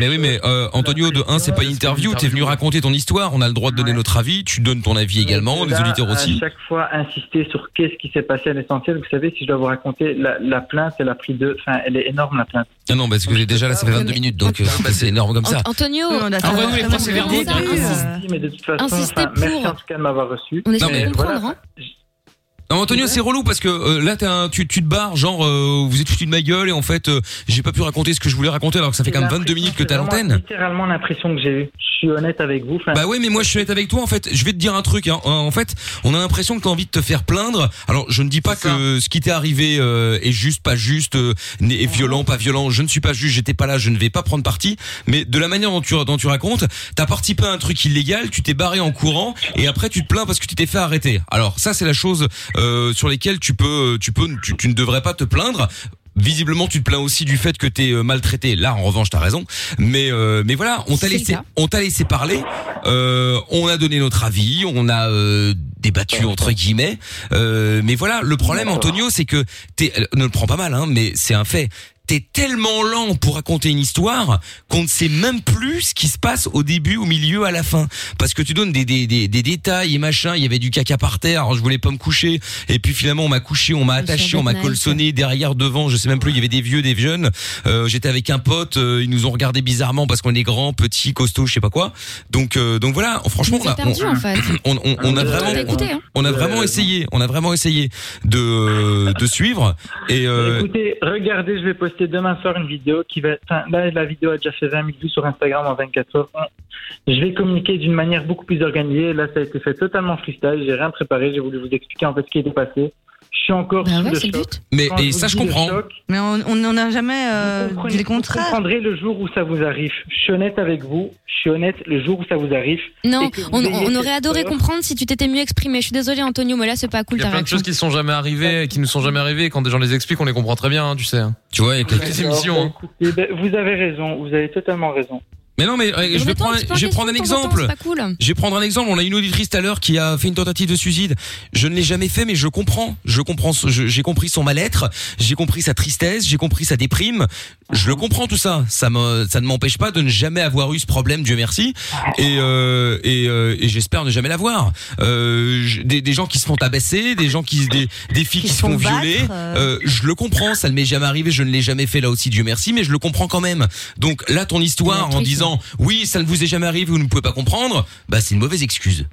[SPEAKER 1] Mais oui, mais euh, Antonio, de 1, c'est pas une interview. T'es venu raconter ton histoire. On a le droit de donner notre avis. Tu donnes ton avis également. Les
[SPEAKER 9] Là,
[SPEAKER 1] auditeurs aussi.
[SPEAKER 9] À chaque fois, insister sur qu'est-ce qui s'est passé à l'essentiel. Vous savez, si je dois vous raconter, la, la plainte, elle a pris deux. Enfin, elle est énorme, la plainte.
[SPEAKER 1] Ah non, parce que j'ai déjà là, ça fait 22 minutes, donc euh, c'est énorme comme ça.
[SPEAKER 3] Antonio, euh,
[SPEAKER 9] Envoyez-nous les procès-verbaux,
[SPEAKER 3] Comment ça
[SPEAKER 9] Mais de toute façon,
[SPEAKER 3] Insister
[SPEAKER 9] enfin, merci
[SPEAKER 3] pour.
[SPEAKER 9] en tout cas de m'avoir reçu.
[SPEAKER 3] On espère
[SPEAKER 9] Mais
[SPEAKER 3] comprendre,
[SPEAKER 9] voilà,
[SPEAKER 3] hein.
[SPEAKER 1] Non, Antonio, c'est relou parce que euh, là, t'es un- tu, tu te barres, genre, euh, vous êtes foutu de ma gueule et en fait, euh, j'ai pas pu raconter ce que je voulais raconter alors que ça fait quand même 22 minutes que t'as
[SPEAKER 9] Vraiment,
[SPEAKER 1] l'antenne.
[SPEAKER 9] littéralement l'impression que j'ai eue. Je suis honnête avec vous. enfin,
[SPEAKER 1] Bah ouais, mais moi je suis honnête avec toi en fait. Je vais te dire un truc. hein. Euh, En fait, on a l'impression que t'as envie de te faire plaindre. Alors je ne dis pas que ce qui t'est arrivé euh, est juste, pas juste, euh, n'est- est violent, pas violent. Je ne suis pas juge, j'étais pas là, je ne vais pas prendre parti. Mais de la manière dont tu, dont tu racontes, t'as participé à un truc illégal, tu t'es barré en courant et après tu te plains parce que tu t'es fait arrêter. Alors ça c'est la chose euh, sur lesquelles tu peux, tu peux, tu, tu ne devrais pas te plaindre. Visiblement, tu te plains aussi du fait que t'es euh, maltraité. Là, en revanche, t'as raison. Mais euh, mais voilà, on
[SPEAKER 11] C'est
[SPEAKER 1] t'a laissé,
[SPEAKER 11] ça.
[SPEAKER 1] on t'a laissé parler. euh, on a donné notre avis, on a euh, débattu entre guillemets. Euh, mais voilà, le problème, Antonio, c'est que t'es, euh, ne le prends pas mal, hein, mais c'est un fait. T'es tellement lent pour raconter une histoire qu'on ne sait même plus ce qui se passe au début, au milieu, à la fin. Parce que tu donnes des, des, des, des détails et machin. Il y avait du caca par terre. Alors je voulais pas me coucher. Et puis finalement on m'a couché, on m'a attaché, on m'a
[SPEAKER 11] Fortnite.
[SPEAKER 1] colsonné sonné derrière, devant, je sais même plus, il y avait des vieux, des jeunes. Euh, J'étais avec un pote, euh, ils nous ont regardé bizarrement parce qu'on est grands, petits, costauds, je sais pas quoi. Donc euh, donc voilà, franchement
[SPEAKER 3] Vous
[SPEAKER 1] on a
[SPEAKER 3] êtes perdus,
[SPEAKER 1] on,
[SPEAKER 3] en fait.
[SPEAKER 1] on, on-
[SPEAKER 4] Ah,
[SPEAKER 1] on a
[SPEAKER 3] Vous êtes
[SPEAKER 1] vraiment
[SPEAKER 3] écoutés, hein.
[SPEAKER 1] on a vraiment essayé, on a vraiment essayé de euh, de suivre et euh,
[SPEAKER 9] Écoutez, regardez, je vais poster demain soir une vidéo qui va. Enfin, là, la vidéo a déjà fait 20 000 vues sur Instagram en 24 heures. On- Je vais communiquer d'une manière beaucoup plus organisée. Là, ça a été fait totalement freestyle. J'ai rien préparé. J'ai voulu vous expliquer en fait ce qui était passé. Je suis encore sous
[SPEAKER 6] Ah
[SPEAKER 9] le choc. Quand vous dis le choc,
[SPEAKER 6] Mais on on n'en a jamais euh,
[SPEAKER 9] comprenez-
[SPEAKER 6] dit le
[SPEAKER 9] Vous
[SPEAKER 6] contraire.
[SPEAKER 9] comprendrez le jour où ça vous arrive. Je suis honnête avec vous. Je suis honnête le jour où ça vous arrive.
[SPEAKER 3] Non,
[SPEAKER 9] et que vous
[SPEAKER 3] on,
[SPEAKER 9] ayez
[SPEAKER 3] on
[SPEAKER 9] cette
[SPEAKER 3] aurait adoré
[SPEAKER 9] peur.
[SPEAKER 3] comprendre si tu t'étais mieux exprimé. Je suis désolée, Antonio, mais là, c'est pas cool
[SPEAKER 4] Il y a
[SPEAKER 3] ta
[SPEAKER 4] plein de
[SPEAKER 3] réaction.
[SPEAKER 4] choses qui ne sont jamais arrivées, qui nous sont jamais arrivées. Quand des gens les expliquent, on les comprend très bien, hein, tu sais.
[SPEAKER 1] Tu vois, avec
[SPEAKER 4] les émissions. hein.
[SPEAKER 9] Écoutez, ben, vous avez raison. Vous avez totalement raison.
[SPEAKER 1] Mais non, mais euh, je vais
[SPEAKER 9] mettons
[SPEAKER 1] prendre,
[SPEAKER 9] un petit peu
[SPEAKER 1] je vais
[SPEAKER 9] en
[SPEAKER 1] prendre un
[SPEAKER 9] question de temps en temps,
[SPEAKER 1] exemple.
[SPEAKER 9] c'est pas cool.
[SPEAKER 1] Je vais prendre un exemple. On a une auditrice tout à l'heure qui a fait une tentative de suicide. Je ne l'ai jamais fait, mais je comprends. Je comprends. ce- je- J'ai compris son mal-être. J'ai compris sa tristesse. J'ai compris sa déprime. Je le comprends tout ça. Ça me, ça ne m'empêche pas de ne jamais avoir eu ce problème. Dieu merci. Et euh, et, euh, et j'espère ne jamais l'avoir. Euh, je- des, des gens qui se font tabasser, des gens qui, des, des filles qui, se font
[SPEAKER 11] battre,
[SPEAKER 1] violer.
[SPEAKER 11] euh.
[SPEAKER 1] Euh, je le comprends, ça ne m'est jamais arrivé, je ne l'ai jamais fait là aussi, Dieu merci, mais je le comprends quand même. Donc là, ton histoire en disant oui, ça ne vous est jamais arrivé, vous ne pouvez pas comprendre, bah c'est une mauvaise excuse.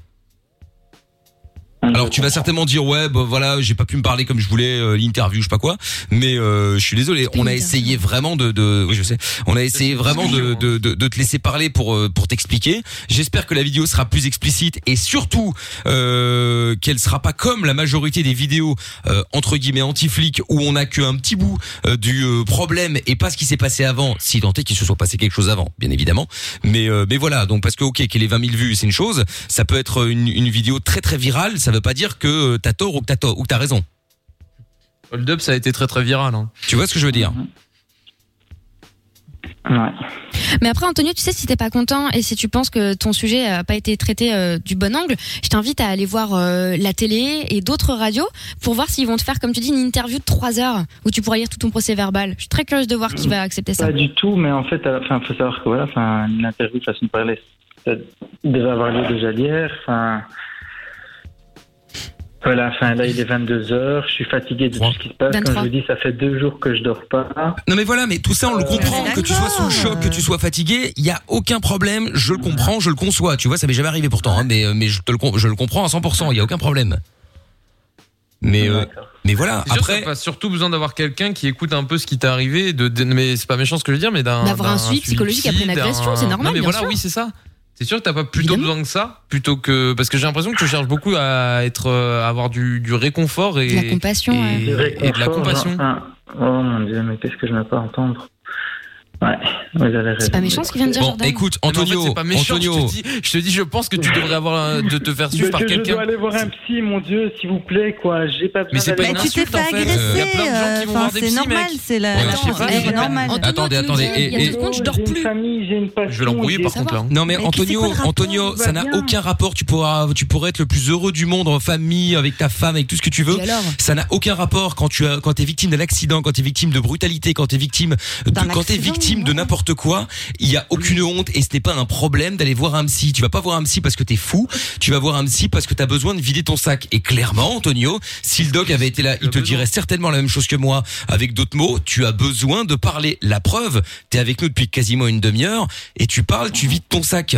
[SPEAKER 1] Alors tu vas certainement dire ouais bah, voilà j'ai pas pu me parler comme je voulais euh, l'interview je sais pas quoi mais euh, je suis désolé on a essayé vraiment de, de oui je sais on a essayé vraiment de, de, de, de te laisser parler pour euh, pour t'expliquer j'espère que la vidéo sera plus explicite et surtout euh, qu'elle sera pas comme la majorité des vidéos euh, entre guillemets anti flics où on a que un petit bout euh, du euh, problème et pas ce qui s'est passé avant si tant est qu'il se soit passé quelque chose avant bien évidemment mais euh, mais voilà donc parce que ok qu'il ait 20 000 vues c'est une chose ça peut être une, une vidéo très très virale ça veut pas dire que euh, t'as tort ou que t'as tort ou que t'as raison
[SPEAKER 4] Hold Up, ça a été très très viral. hein.
[SPEAKER 1] tu vois ce que je veux dire
[SPEAKER 3] Mais après, Antonio, tu sais, si t'es pas content et si tu penses que ton sujet a pas été traité euh, du bon angle, je t'invite à aller voir euh, la télé et d'autres radios pour voir s'ils vont te faire, comme tu dis, une interview de 3 heures où tu pourras lire tout ton procès verbal. Je suis très curieuse de voir qui va accepter ça.
[SPEAKER 9] Pas du tout, mais en fait, il faut savoir que voilà, enfin, une interview de façon de parler, ça devait avoir lieu déjà hier. Enfin, voilà, enfin, là, il est 22h, je suis fatigué de tout ce qui se passe. Comme je vous dis, ça fait deux jours que je dors pas. Euh,
[SPEAKER 1] Non mais voilà, mais tout ça on le comprend, que tu sois sous le choc, que tu sois fatigué, il y a aucun problème, je le comprends, je le conçois, tu vois, ça m'est jamais arrivé pourtant, hein, mais euh, mais je te le com- je le comprends à 100%, il y a aucun problème. Mais euh, mais voilà,
[SPEAKER 4] C'est sûr,
[SPEAKER 1] après
[SPEAKER 4] t'as pas surtout besoin d'avoir quelqu'un qui écoute un peu ce qui t'est arrivé. De, de- mais c'est pas méchant ce que je veux dire, mais d'un.
[SPEAKER 3] D'avoir un
[SPEAKER 4] Ah, d'un
[SPEAKER 3] suivi psychologique après une
[SPEAKER 4] d'un-
[SPEAKER 3] agression, c'est normal,
[SPEAKER 4] Non, mais
[SPEAKER 3] bien
[SPEAKER 4] voilà,
[SPEAKER 3] sûr.
[SPEAKER 4] oui, c'est ça. C'est sûr que t'as pas plutôt besoin que ça, plutôt que parce que j'ai l'impression que tu cherches beaucoup à être, euh, à avoir du, du réconfort et
[SPEAKER 3] De la compassion, ouais.
[SPEAKER 4] et, et de la compassion.
[SPEAKER 9] Enfin, oh mon dieu, mais qu'est-ce que je n'ai pas à entendre Ouais, vous avez raison.
[SPEAKER 3] pas méchant, ce qu'il vient de dire,
[SPEAKER 4] Bon,
[SPEAKER 3] Jordan.
[SPEAKER 1] écoute,
[SPEAKER 4] Mais en fait,
[SPEAKER 1] Antonio,
[SPEAKER 4] c'est pas méchant,
[SPEAKER 1] Antonio.
[SPEAKER 4] Je, te dis, je te dis, je pense que tu devrais avoir un- de te faire
[SPEAKER 9] Mais
[SPEAKER 4] suivre par
[SPEAKER 9] que Je
[SPEAKER 4] quelqu'un.
[SPEAKER 9] dois aller voir un psy, mon dieu, s'il vous plaît, quoi. J'ai pas besoin
[SPEAKER 4] Mais c'est pas
[SPEAKER 9] d'aller-
[SPEAKER 4] une Bah, tu t'es insulte, fait en fait. agresser, Euh, y a plein de gens qui vont
[SPEAKER 6] Enfin,
[SPEAKER 4] voir des
[SPEAKER 6] c'est
[SPEAKER 4] psys,
[SPEAKER 6] normal,
[SPEAKER 4] mec.
[SPEAKER 6] c'est
[SPEAKER 4] Ouais,
[SPEAKER 6] la. la-
[SPEAKER 4] je sais pas,
[SPEAKER 6] c'est
[SPEAKER 4] j'ai-
[SPEAKER 6] normal.
[SPEAKER 1] Attendez, attendez.
[SPEAKER 3] il y a
[SPEAKER 1] et-
[SPEAKER 3] deux secondes, je dors
[SPEAKER 9] J'ai une
[SPEAKER 3] plus.
[SPEAKER 9] famille, j'ai une passion.
[SPEAKER 1] Je vais l'embrouiller
[SPEAKER 9] j'ai-
[SPEAKER 1] par contre là. Non mais,
[SPEAKER 9] Mais qu'est-ce que c'est
[SPEAKER 1] Antonio,
[SPEAKER 9] quoi le rapport
[SPEAKER 1] Antonio,
[SPEAKER 9] Tout va
[SPEAKER 1] ça n'a
[SPEAKER 9] bien.
[SPEAKER 1] aucun rapport. Tu pourras, tu pourrais être le plus heureux du monde en famille, avec ta femme, avec tout ce que tu veux.
[SPEAKER 11] Et alors
[SPEAKER 1] ça n'a aucun rapport quand tu as, quand t'es victime d'un accident, quand t'es victime de brutalité, quand t'es victime de,
[SPEAKER 11] D'un
[SPEAKER 1] quand t'es
[SPEAKER 11] accident,
[SPEAKER 1] victime de n'importe quoi. Il y a aucune honte et ce n'est pas un problème d'aller voir un psy. Tu vas pas voir un psy parce que t'es fou. Tu vas voir un psy parce que t'as besoin de vider ton sac. Et clairement, Antonio, si le doc avait été là, il te dirait certainement la même chose que moi. Avec d'autres mots, tu as besoin de parler. La preuve, t'es avec nous depuis quasiment une demi-heure et tu parles, tu vides ton sac.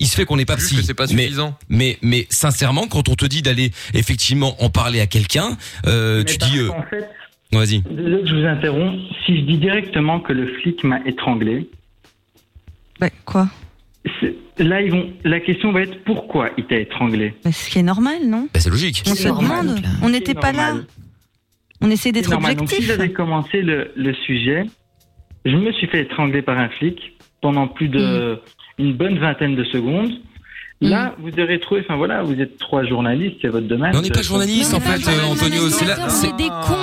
[SPEAKER 1] il se fait qu'on n'est pas psy.
[SPEAKER 4] que c'est pas
[SPEAKER 1] Mais-
[SPEAKER 4] suffisant.
[SPEAKER 1] Mais, mais sincèrement, quand on te dit d'aller effectivement en parler à quelqu'un, euh,
[SPEAKER 9] Mais
[SPEAKER 1] tu
[SPEAKER 9] parce
[SPEAKER 1] dis, euh,
[SPEAKER 9] qu'en fait,
[SPEAKER 1] vas-y.
[SPEAKER 9] Désolé que je vous interromps. Si je dis directement que le flic m'a étranglé.
[SPEAKER 6] Bah, quoi
[SPEAKER 9] Là, ils vont... la question va être pourquoi il t'a étranglé
[SPEAKER 6] Bah, Ce qui est normal, non
[SPEAKER 1] Bah, C'est logique.
[SPEAKER 6] On se demande. On n'était pas là. On essaie d'être
[SPEAKER 9] Donc, si
[SPEAKER 6] objectif.
[SPEAKER 9] j'avais commencé le, le sujet, je me suis fait étrangler par un flic pendant plus de
[SPEAKER 6] Hmm.
[SPEAKER 9] une bonne vingtaine de secondes. Là, vous aurez trouvé, enfin voilà, vous êtes trois journalistes, c'est votre domaine.
[SPEAKER 1] Euh, Mais on n'est pas journaliste en fait, euh, Antonio. C'est là, c'est-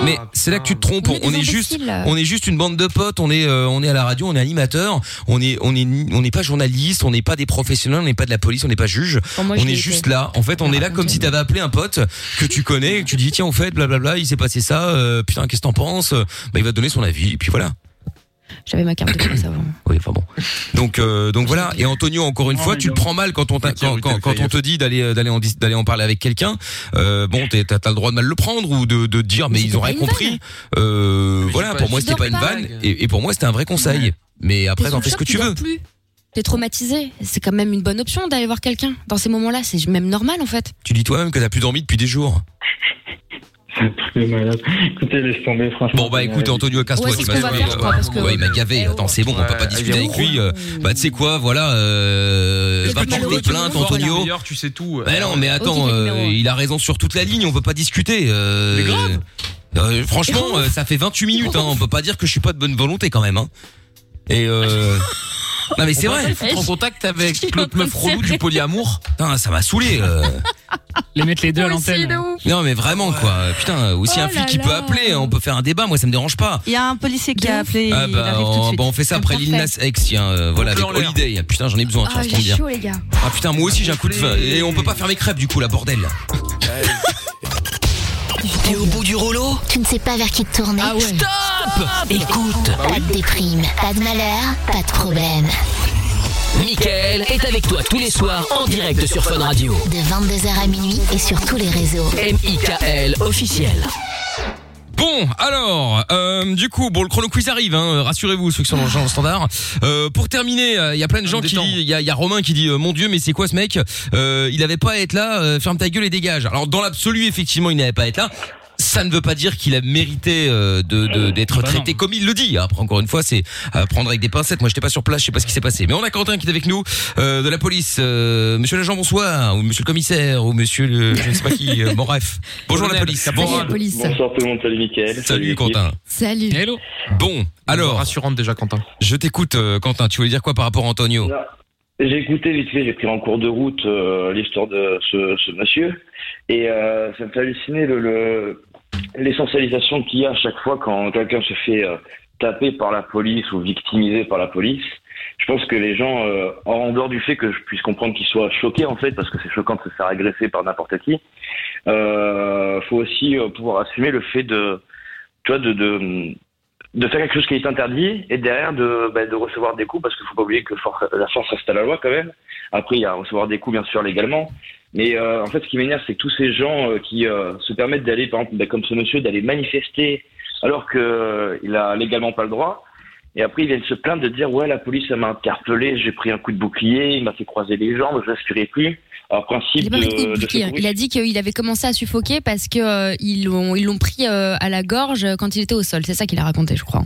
[SPEAKER 1] mais c'est là que tu te trompes. On, est juste, on est juste une bande de potes. On est, euh, on est à la radio, on est animateur. On est, on est, ni- on n'est pas journaliste. On n'est pas des professionnels. On n'est pas de la police. On n'est pas juge.
[SPEAKER 4] Bon, moi, je
[SPEAKER 1] on est
[SPEAKER 4] l'ai
[SPEAKER 1] juste
[SPEAKER 4] été.
[SPEAKER 1] là. En fait, on est là comme si t'avais appelé un pote que tu connais. Et que tu dis tiens, au fait, blablabla, il s'est passé ça. euh, putain, qu'est-ce que t'en penses Bah, il va te donner son avis. Et puis voilà.
[SPEAKER 3] J'avais ma carte de presse avant.
[SPEAKER 1] Oui, enfin bon. Donc, euh, donc voilà. Et Antonio, encore une fois, tu le prends mal quand on t'a- quand, quand, quand on te dit d'aller d'aller en dis- d'aller en parler avec quelqu'un. Euh, bon, t'es- t'as t'as le droit de mal le prendre ou de de dire mais, ils ont rien compris. Euh, voilà,
[SPEAKER 3] pas-
[SPEAKER 1] pour moi
[SPEAKER 3] tu
[SPEAKER 1] c'était pas
[SPEAKER 3] dors
[SPEAKER 1] une
[SPEAKER 3] pas.
[SPEAKER 1] vanne et, et pour moi c'était un vrai conseil. Mais après
[SPEAKER 3] T'es sous
[SPEAKER 1] t'en
[SPEAKER 3] le
[SPEAKER 1] fais ce
[SPEAKER 3] choc,
[SPEAKER 1] que tu
[SPEAKER 3] dors
[SPEAKER 1] veux.
[SPEAKER 3] plus. T'es traumatisé. C'est quand même une bonne option d'aller voir quelqu'un. Dans ces moments-là, c'est même normal en fait.
[SPEAKER 1] Tu dis toi-même que t'as plus dormi depuis des jours.
[SPEAKER 9] C'est malade. Écoutez, laisse tomber, franchement.
[SPEAKER 1] Bon bah écoute Antonio casse-toi
[SPEAKER 9] Ouais, c'est
[SPEAKER 1] tu
[SPEAKER 9] ce qu'on
[SPEAKER 1] m'as-
[SPEAKER 9] va faire, je crois, parce que- Eh
[SPEAKER 1] Ouais, il m'a gavé attends c'est bon on peut pas discuter avec lui euh, bah tu sais quoi voilà euh, va porter plainte Antonio
[SPEAKER 4] Meilleur, tu sais tout.
[SPEAKER 1] Mais non, mais attends, euh, il a raison sur toute la ligne, on peut pas discuter. euh,
[SPEAKER 4] Mais grave.
[SPEAKER 1] euh, franchement,
[SPEAKER 4] Mais
[SPEAKER 1] euh, ça fait 28 minutes, hein, on peut pas dire que je suis pas de bonne volonté quand même. Hein. Et euh... non mais c'est
[SPEAKER 4] On peut pas
[SPEAKER 1] vrai.
[SPEAKER 4] le foutre en contact avec
[SPEAKER 1] Je suis en
[SPEAKER 4] l'autre
[SPEAKER 1] train de
[SPEAKER 4] meuf relou
[SPEAKER 1] serrer.
[SPEAKER 4] du polyamour.
[SPEAKER 1] Putain, ça m'a saoulé. euh.
[SPEAKER 2] Les mettre les deux à l'antenne.
[SPEAKER 1] Non mais vraiment quoi. Putain, aussi
[SPEAKER 6] Oh
[SPEAKER 1] un flic
[SPEAKER 6] là
[SPEAKER 1] qui peut
[SPEAKER 6] là.
[SPEAKER 1] appeler, hein, on peut faire un débat, moi ça me dérange pas.
[SPEAKER 6] Il y a un policier qui a appelé.
[SPEAKER 1] Ah
[SPEAKER 6] il
[SPEAKER 1] bah
[SPEAKER 6] arrive tout de
[SPEAKER 1] on,
[SPEAKER 6] suite.
[SPEAKER 1] bah, on fait ça après Lil Nas X, tiens, euh, voilà,
[SPEAKER 4] Donc,
[SPEAKER 1] avec
[SPEAKER 4] là, en l'air.
[SPEAKER 1] Holiday. Ah, Putain, j'en ai besoin, tiens,
[SPEAKER 3] Ah,
[SPEAKER 1] ça
[SPEAKER 3] j'ai
[SPEAKER 1] tombe bien.
[SPEAKER 3] chaud les gars.
[SPEAKER 1] Ah putain, moi aussi j'ai un coup de faim. Et on peut pas fermer crêpes du coup, la bordel.
[SPEAKER 10] T'es au bout du rouleau Tu ne sais pas vers qui te tourner. Stop
[SPEAKER 8] Écoute
[SPEAKER 10] Pas de déprime, pas de malheur, pas de problème.
[SPEAKER 8] Michael est avec toi tous les soirs en direct sur Fun Radio.
[SPEAKER 10] De 22h à minuit et sur tous les réseaux.
[SPEAKER 8] M.I.K.L. officiel.
[SPEAKER 1] Bon, alors, euh, du coup, bon, le chrono quiz arrive, hein, euh, rassurez-vous, ceux qui sont dans le genre standard. Euh, pour terminer, euh, il y a plein de gens qui disent, il y a, il y a Romain qui dit, euh, mon Dieu, mais c'est quoi ce mec Euh, Il avait pas à être là, euh, ferme ta gueule et dégage. Alors, dans l'absolu, effectivement, il n'avait pas à être là. Ça ne veut pas dire qu'il a mérité euh, de de- d'être traité comme il le dit. hein. Après, encore une fois, c'est à prendre avec des pincettes. Moi, j'étais pas sur place, je sais pas ce qui s'est passé. Mais on a Quentin qui est avec nous euh, de la police. Euh, monsieur l'agent, bonsoir. Ou monsieur le commissaire, ou monsieur le, je ne sais pas qui, euh, bon bref. Bonjour la police.
[SPEAKER 3] Salut, la police.
[SPEAKER 1] Bonsoir
[SPEAKER 11] tout le monde, salut Mickaël.
[SPEAKER 1] Salut Quentin.
[SPEAKER 3] Salut.
[SPEAKER 2] Hello.
[SPEAKER 1] Bon, alors. Rassurante déjà, Quentin. Je t'écoute, euh, Quentin. Tu voulais dire quoi par rapport à Antonio
[SPEAKER 11] J'ai écouté vite fait, j'ai pris en cours de route euh, l'histoire de ce, ce monsieur et euh, ça me fait halluciner le- le l'essentialisation qu'il y a à chaque fois quand quelqu'un se fait euh, taper par la police ou victimisé par la police. Je pense que les gens, euh, en dehors du fait que je puisse comprendre qu'ils soient choqués en fait, parce que c'est choquant de se faire agresser par n'importe qui, euh, faut aussi euh, pouvoir assumer le fait de, tu vois, de, de de faire quelque chose qui est interdit et derrière de, bah, de recevoir des coups parce qu'il faut pas oublier que for- la force reste à la loi quand même. Après, il y a à recevoir des coups bien sûr légalement. Mais euh, en fait, ce qui m'énerve, c'est que tous ces gens euh, qui euh, se permettent d'aller, par exemple, bah, comme ce monsieur, d'aller manifester alors que euh, il a légalement pas le droit. Et après, ils viennent se plaindre de dire ouais, la police elle m'a interpellé, j'ai pris un coup de bouclier, il m'a fait croiser les jambes, je respirais plus. Alors principe
[SPEAKER 3] Il, a pas pris de coup de
[SPEAKER 11] de, de
[SPEAKER 3] bouclier, hein. Il
[SPEAKER 11] secourisme.
[SPEAKER 3] a dit qu'il avait commencé à suffoquer parce que euh, ils l'ont ils l'ont pris euh, à la gorge quand il était au sol. C'est ça qu'il a raconté, je crois.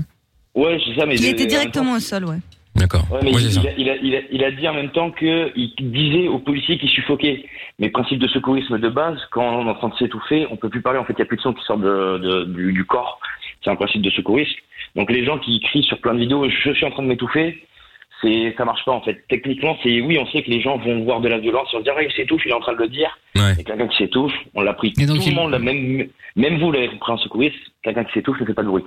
[SPEAKER 11] Ouais, c'est ça. Mais
[SPEAKER 6] Il
[SPEAKER 11] euh, en
[SPEAKER 6] était
[SPEAKER 11] même temps,
[SPEAKER 6] directement au sol, ouais.
[SPEAKER 1] D'accord.
[SPEAKER 11] Ouais, mais
[SPEAKER 1] Ouais,
[SPEAKER 11] il,
[SPEAKER 1] c'est ça.
[SPEAKER 11] il a, il a- il a- il a dit en même temps qu'il disait aux policiers qu'il suffoquait. Mais principe de secourisme de base, quand on est en train de s'étouffer, on peut plus parler. En fait, il n'y a plus de son qui sort de, de- du, du corps. C'est un principe de secourisme. Donc les gens qui crient sur plein de vidéos, je suis en train de m'étouffer, c'est ça marche pas en fait. Techniquement, c'est oui, on sait que les gens vont voir de la violence, on se dit ah, il s'étouffe, il est en train de le dire. Et quelqu'un qui s'étouffe, on l'a pris. Tout le monde, l'a- même, même vous l'avez compris en secouriste, quelqu'un qui s'étouffe ne fait pas de bruit.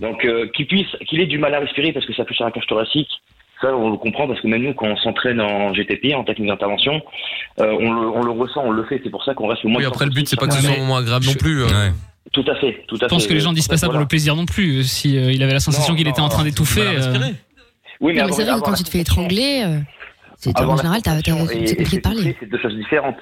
[SPEAKER 11] Donc euh, qu'il puisse, qu'il ait du mal à respirer parce que ça touche à la cage thoracique, ça on le comprend parce que même nous quand on s'entraîne en GTP, en technique d'intervention, euh, on, le, on le ressent, on le fait. C'est pour ça qu'on reste le moins.
[SPEAKER 4] Oui, après, le but, c'est pas que ce
[SPEAKER 11] c'est
[SPEAKER 4] soit un moment agréable non plus.
[SPEAKER 11] Tout à fait, tout à
[SPEAKER 2] euh. Je pense
[SPEAKER 11] fait.
[SPEAKER 2] que les gens disent pas ça pour le plaisir non plus. Si euh, il avait la sensation
[SPEAKER 11] Non,
[SPEAKER 2] qu'il était
[SPEAKER 11] non,
[SPEAKER 2] en train
[SPEAKER 11] non,
[SPEAKER 2] d'étouffer.
[SPEAKER 11] c'est du mal à
[SPEAKER 2] euh,
[SPEAKER 11] respirer. Oui, mais
[SPEAKER 3] Non, mais
[SPEAKER 11] avant-
[SPEAKER 3] c'est vrai que
[SPEAKER 11] avant
[SPEAKER 3] quand
[SPEAKER 11] la
[SPEAKER 3] tu te fais étrangler, euh, c'est en
[SPEAKER 11] Avoir la
[SPEAKER 3] général t'as t'as-
[SPEAKER 11] et-
[SPEAKER 3] c'est
[SPEAKER 11] et
[SPEAKER 3] compliqué de parler.
[SPEAKER 11] c'est deux choses différentes.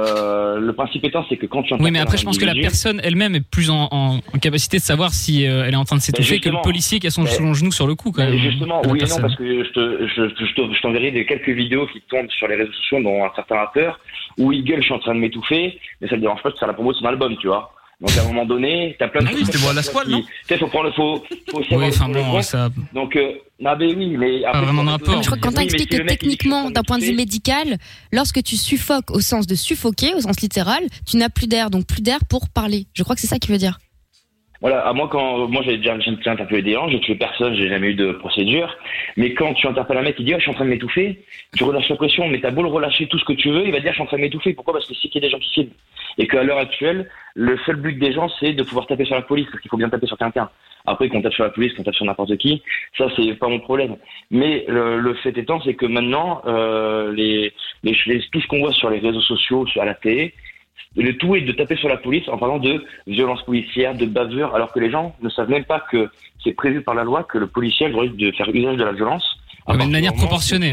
[SPEAKER 11] Euh, le principe étant, c'est que quand tu
[SPEAKER 2] Oui, mais après, je pense que la personne elle-même est plus en, en- en capacité de savoir si euh, elle est en train de s'étouffer que le
[SPEAKER 11] justement.
[SPEAKER 2] policier qui a son,
[SPEAKER 11] Mais-
[SPEAKER 2] son genou sur le cou, quand
[SPEAKER 11] Mais
[SPEAKER 2] même.
[SPEAKER 11] Justement,
[SPEAKER 2] La
[SPEAKER 11] oui et non,
[SPEAKER 2] personne. Ah,
[SPEAKER 11] parce que je te- je, je te- je t'enverrai des quelques vidéos qui tournent sur les réseaux sociaux, dont un certain rappeur, où il gueule, je suis en train de m'étouffer, mais ça ne dérange pas de faire la promo de son album, tu vois. Donc à un moment donné, t'as plein de.
[SPEAKER 2] Ah oui, c'était moi à la squale, non
[SPEAKER 11] Tu sais, faut prendre le faux. Faut aussi
[SPEAKER 2] Oui,
[SPEAKER 11] avoir le
[SPEAKER 2] enfin
[SPEAKER 11] pour et le
[SPEAKER 2] bon,
[SPEAKER 11] contre.
[SPEAKER 2] ça-
[SPEAKER 11] Donc, euh, non, mais oui, mais.
[SPEAKER 2] Pas vraiment de rapport.
[SPEAKER 3] Je crois que Quentin explique que techniquement, d'un point de vue médical, lorsque tu suffoques au sens de suffoquer, au sens littéral, tu n'as plus d'air, donc plus d'air pour parler. Je crois que c'est ça qu'il veut dire.
[SPEAKER 11] Voilà, à moi quand moi j'ai déjà j'ai déjà interpellé des gens, j'ai tué personne, j'ai jamais eu de procédure. Mais quand tu interpelles un mec, il dit Ah, je suis en train de m'étouffer, tu relâches la pression, mais t'as beau le relâcher tout ce que tu veux, il va dire je suis en train de m'étouffer. Pourquoi Parce que c'est qu'il y a des gens qui filment. Et qu'à l'heure actuelle, le seul but des gens c'est de pouvoir taper sur la police, parce qu'il faut bien taper sur quelqu'un. Après qu'on tape sur la police, qu'on tape sur n'importe qui, ça c'est pas mon problème. Mais le, le fait étant, c'est que maintenant euh, les, les, les- tout ce qu'on voit sur les réseaux sociaux, sur à la télé, le tout est de taper sur la police en parlant de violence policière, de bavure, alors que les gens ne savent même pas que c'est prévu par la loi que le policier a le droit de faire usage de la violence.
[SPEAKER 2] Ouais, mais de manière proportionnée.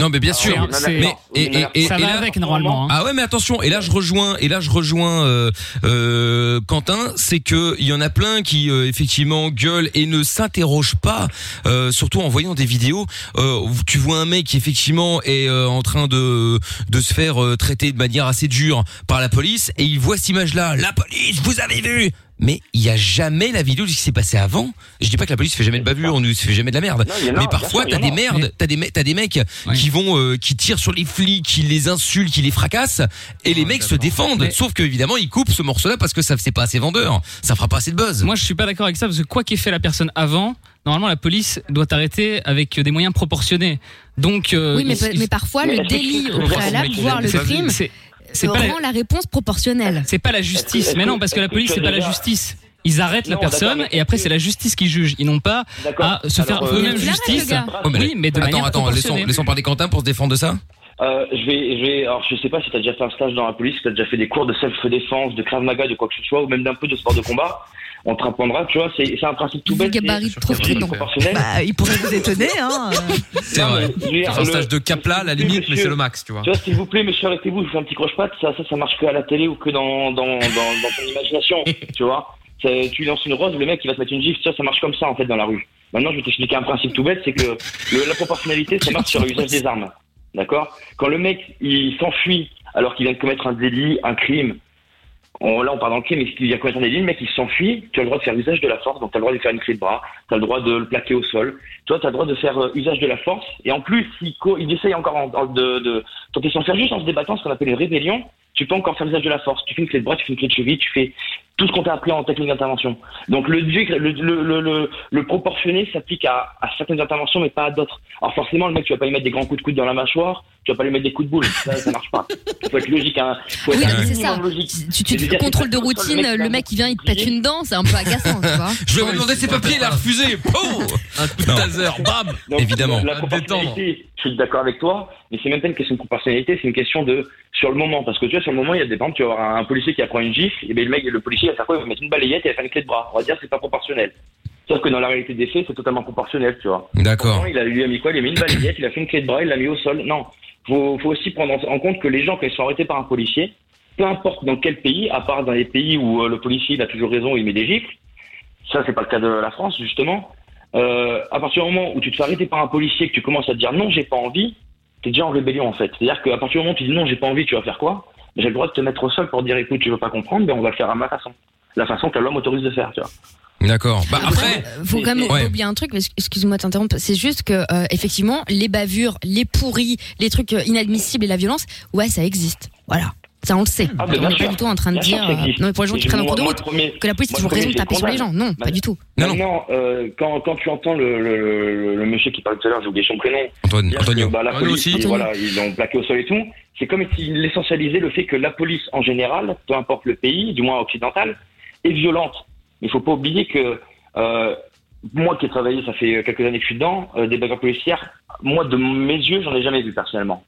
[SPEAKER 1] Non, mais
[SPEAKER 11] Ah,
[SPEAKER 1] bien sûr.
[SPEAKER 2] C'est-
[SPEAKER 1] mais
[SPEAKER 2] c'est-
[SPEAKER 1] et- et- et-
[SPEAKER 2] ça
[SPEAKER 1] et
[SPEAKER 2] va
[SPEAKER 1] là-
[SPEAKER 2] avec normalement. hein.
[SPEAKER 1] Ah ouais, mais attention. Et là, je rejoins. Et là, je rejoins euh, euh, Quentin. C'est que il y en a plein qui euh, effectivement gueulent et ne s'interrogent pas, euh, surtout en voyant des vidéos. Euh, où tu vois un mec qui effectivement est euh, en train de de se faire euh, traiter de manière assez dure par la police, et il voit cette image-là. La police, vous avez vu mais il y a jamais la vidéo de ce qui s'est passé avant. Je dis pas que la police fait jamais de bavure, on ne fait jamais de la merde.
[SPEAKER 11] Non, il y en a,
[SPEAKER 1] mais
[SPEAKER 11] bien sûr,
[SPEAKER 1] parfois
[SPEAKER 11] il y
[SPEAKER 1] t'as
[SPEAKER 11] en
[SPEAKER 1] des
[SPEAKER 11] a.
[SPEAKER 1] merdes, t'as des me- t'as des mecs qui vont euh, qui tirent sur les flics, qui les insultent, qui les fracassent et les mecs se défendent. Sauf que évidemment ils coupent ce morceau-là parce que ça c'est pas assez vendeur, ça fera pas assez de buzz.
[SPEAKER 2] Moi, je suis pas d'accord avec ça parce que quoi qu'ait fait la personne avant, normalement la police doit arrêter avec euh, des moyens proportionnés. Donc euh,
[SPEAKER 3] oui, mais,
[SPEAKER 2] il-
[SPEAKER 3] pe-
[SPEAKER 2] il-
[SPEAKER 3] mais parfois, le délit au préalable, voire le
[SPEAKER 2] C'est-
[SPEAKER 3] crime,
[SPEAKER 2] c'est- c'est pas la-
[SPEAKER 3] rend la réponse proportionnelle.
[SPEAKER 2] C'est pas la justice. Mais non, parce que la police, c'est pas la justice. Ils arrêtent la
[SPEAKER 3] Non, d'accord,
[SPEAKER 2] personne et après c'est la justice qui juge. Ils n'ont pas à se faire
[SPEAKER 1] Alors, euh,
[SPEAKER 2] eux-mêmes
[SPEAKER 1] tu l'arrêtes,
[SPEAKER 2] justice.
[SPEAKER 1] le gars. Ouais, mais
[SPEAKER 2] Oui, mais de
[SPEAKER 1] attends,
[SPEAKER 2] manière
[SPEAKER 1] attends, laissons,
[SPEAKER 2] proportionnée.
[SPEAKER 1] laissons parler Quentin pour se défendre de ça.
[SPEAKER 11] Euh, je vais, je vais, alors je sais pas si t'as déjà fait un stage dans la police, si t'as déjà fait des cours de self-défense, de Krav Maga, de quoi que ce soit, ou même d'un peu de sport de combat. On te apprendra, tu vois, c'est c'est un principe tout bête. Gabarit trop
[SPEAKER 6] Bah, il pourrait vous étonner, hein.
[SPEAKER 1] C'est vrai. Dans un stage de Capla, à la limite, mais c'est le max, tu vois.
[SPEAKER 11] Tu vois, s'il vous plaît, monsieur, arrêtez-vous, je fais un petit croche-patte, ça, ça, ça marche que à la télé ou que dans, dans, dans, dans ton imagination, tu vois. Ça, tu lances une rose, le mec, il va te mettre une gifle, ça, ça marche comme ça, en fait, dans la rue. Maintenant, je vais t'expliquer un principe tout bête, c'est que le- la proportionnalité, ça marche sur l'usage des armes. D'accord Quand le mec, il s'enfuit alors qu'il vient de commettre un délit, un crime, on- là, on part dans le crime, mais s'il vient commettre un délit, le mec, il s'enfuit, tu as le droit de faire usage de la force, donc tu as le droit de lui faire une clé de bras, tu as le droit de le plaquer au sol, toi, tu as le droit de faire euh, usage de la force, et en plus, il, co- il essaye encore en- en- de, de tenter de s'en faire juste en se débattant, ce qu'on appelle une rébellion, tu peux encore faire usage de la force, tu fais une clé de bras, tu fais une clé de cheville, tu fais tout ce qu'on t'a appris en technique d'intervention. Donc, le, dic- le, le, le, le- le proportionné s'applique à, à certaines interventions, mais pas à d'autres. Alors, forcément, le mec, tu vas pas lui mettre des grands coups de coude dans la mâchoire, tu vas pas lui mettre des coups de boule, ça, ça marche pas. Faut être logique, hein. Faut être
[SPEAKER 3] Oui,
[SPEAKER 11] un
[SPEAKER 3] non, mais c'est
[SPEAKER 11] minimum
[SPEAKER 3] ça.
[SPEAKER 11] logique.
[SPEAKER 3] Tu, tu
[SPEAKER 11] Et
[SPEAKER 3] te
[SPEAKER 11] je veux dire,
[SPEAKER 3] contrôle de
[SPEAKER 11] c'est pas
[SPEAKER 3] routine, euh,
[SPEAKER 11] le mec,
[SPEAKER 3] le mec il vient, il te pète une dent, c'est un peu agaçant, tu vois.
[SPEAKER 1] Je lui ai demandé ses papiers, il a refusé. Pouf Un coup de taser, bam Évidemment.
[SPEAKER 11] La proportionnalité, je suis d'accord avec toi, mais c'est même pas une question de proportionnalité, c'est une question de sur le moment. Parce que tu vois, sur le moment, il y a des par exemple, tu vas avoir un, un policier qui apprend une gifle, et bien le mec, le policier, il va faire quoi Il va mettre une balayette et il va faire une clé de bras. On va dire que c'est pas proportionnel. Sauf que dans la réalité des faits, c'est totalement proportionnel, tu vois.
[SPEAKER 1] D'accord.
[SPEAKER 11] Pourtant, Il a lui a mis quoi Il a mis une balayette, il a fait une clé de bras, il l'a mis au sol. Non. Faut, faut aussi prendre en- en compte que les gens, quand ils sont arrêtés par un policier, peu importe dans quel pays, à part dans les pays où euh, le policier il a toujours raison, il met des gifles, ça c'est pas le cas de la France justement. Euh, à partir du moment où tu te fais arrêter par un policier que tu commences à te dire non j'ai pas envie, t'es déjà en rébellion en fait. C'est-à-dire qu'à partir du moment où tu dis non j'ai pas envie, tu vas faire quoi J'ai le droit de te mettre au sol pour dire écoute tu veux pas comprendre, ben on va le faire à ma façon, la façon que la loi m'autorise de faire, tu vois.
[SPEAKER 1] D'accord. Bah
[SPEAKER 11] après,
[SPEAKER 3] Euh, faut quand même
[SPEAKER 11] Ouais.
[SPEAKER 3] oublier un truc, parce que- excuse-moi de t'interrompre, c'est juste que euh, effectivement, les bavures, les pourris, les trucs euh, inadmissibles et la violence, ouais, ça existe. Voilà. Ça, on le sait.
[SPEAKER 11] Ah, mais
[SPEAKER 3] on
[SPEAKER 11] bien
[SPEAKER 3] n'est pas
[SPEAKER 11] sûr.
[SPEAKER 3] du tout en train de
[SPEAKER 11] Bien sûr
[SPEAKER 3] dire.
[SPEAKER 11] que ça
[SPEAKER 3] euh,
[SPEAKER 11] existe.
[SPEAKER 3] non, mais pour les gens
[SPEAKER 11] Et
[SPEAKER 3] qui prennent en
[SPEAKER 11] moi-
[SPEAKER 3] cours de
[SPEAKER 11] moi,
[SPEAKER 3] route,
[SPEAKER 11] le premier-
[SPEAKER 3] que la police a
[SPEAKER 11] moi,
[SPEAKER 3] toujours
[SPEAKER 11] le
[SPEAKER 3] raison de
[SPEAKER 11] premier,
[SPEAKER 3] taper sur les gens.
[SPEAKER 11] condamne.
[SPEAKER 3] Non, pas du tout.
[SPEAKER 11] Maintenant, euh, quand, quand tu entends le, le, le, le monsieur qui parlait tout à l'heure, j'ai oublié son prénom. Antoine, Antonio. Bah, la
[SPEAKER 1] Ah, nous
[SPEAKER 11] police,
[SPEAKER 1] aussi.
[SPEAKER 11] ils- Voilà, ils l'ont plaqué au sol et tout. C'est comme s'il essentialisait le fait que la police en général, peu importe le pays, du moins occidental, est violente. Il faut pas oublier que euh, moi qui ai travaillé, ça fait quelques années que je suis dedans, euh, des bagarres policières, moi de mes yeux, j'en ai jamais vu personnellement.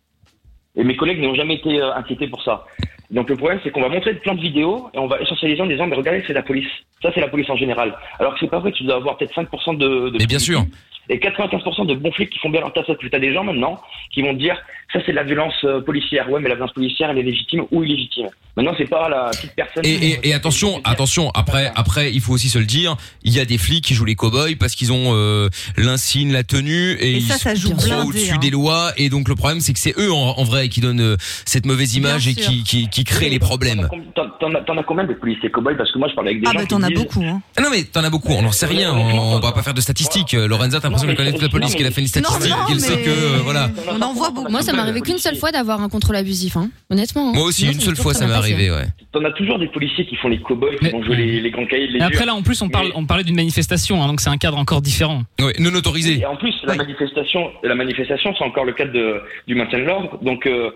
[SPEAKER 11] Et mes collègues n'ont jamais été euh, inquiétés pour ça. Donc le problème, c'est qu'on va montrer plein de vidéos et on va essentialiser en disant, mais regardez, c'est la police. Ça, c'est la police en général. Alors que c'est pas vrai, tu dois avoir peut-être 5% de, de...
[SPEAKER 1] Mais bien sûr.
[SPEAKER 11] Et 95% de bons flics qui font bien leur taf, sauf que t'as des gens maintenant qui vont te dire ça c'est de la violence euh, policière. Ouais, mais la violence policière elle est légitime ou illégitime. Maintenant c'est pas la petite personne.
[SPEAKER 1] Et, et- et attention, attention. Après, après, il faut aussi se le dire. Il y a des flics qui jouent les cow-boys parce qu'ils ont euh, l'insigne, la tenue, et,
[SPEAKER 6] Et
[SPEAKER 1] ils
[SPEAKER 6] ça, ça joue
[SPEAKER 1] sont
[SPEAKER 6] blindé,
[SPEAKER 1] au-dessus
[SPEAKER 6] hein.
[SPEAKER 1] des lois. Et donc le problème, c'est que c'est eux en, en vrai qui donnent euh, cette mauvaise image et qui, qui, qui créent les problèmes.
[SPEAKER 11] T'en- T'en as- t'en as combien de policiers cow-boys Parce que moi je parle avec des
[SPEAKER 6] Ah
[SPEAKER 11] gens.
[SPEAKER 6] bah
[SPEAKER 11] qui
[SPEAKER 6] t'en as
[SPEAKER 11] disent-
[SPEAKER 6] beaucoup. Hein.
[SPEAKER 1] Ah Non mais t'en as beaucoup, on n'en sait rien, on, on va pas faire de statistiques. Euh, Lorenza, t'as l'impression de connaître toute la police, qu'elle a fait une statistique,
[SPEAKER 6] Non, non,
[SPEAKER 1] qu'elle sait
[SPEAKER 6] mais-
[SPEAKER 1] que euh, voilà.
[SPEAKER 6] On en voit beaucoup.
[SPEAKER 3] Moi, ça m'est arrivé qu'une seule fois d'avoir un contrôle abusif, hein. honnêtement. hein.
[SPEAKER 1] Moi aussi,
[SPEAKER 3] Sinon,
[SPEAKER 1] une
[SPEAKER 3] c'est
[SPEAKER 1] seule
[SPEAKER 3] toujours
[SPEAKER 1] fois,
[SPEAKER 3] très
[SPEAKER 1] ça m'est
[SPEAKER 3] bien passé.
[SPEAKER 1] arrivé, ouais.
[SPEAKER 11] T'en as toujours des policiers qui font les cow-boys, qui vont jouer les, les grands cahiers, les
[SPEAKER 2] Et après
[SPEAKER 11] yeux.
[SPEAKER 2] là, en plus, on parle, on parlait d'une manifestation, hein, donc c'est un cadre encore différent.
[SPEAKER 1] Oui, non autorisé.
[SPEAKER 11] Et en plus, la manifestation, la manifestation, c'est encore le cadre de- du maintien de l'ordre. Donc, euh,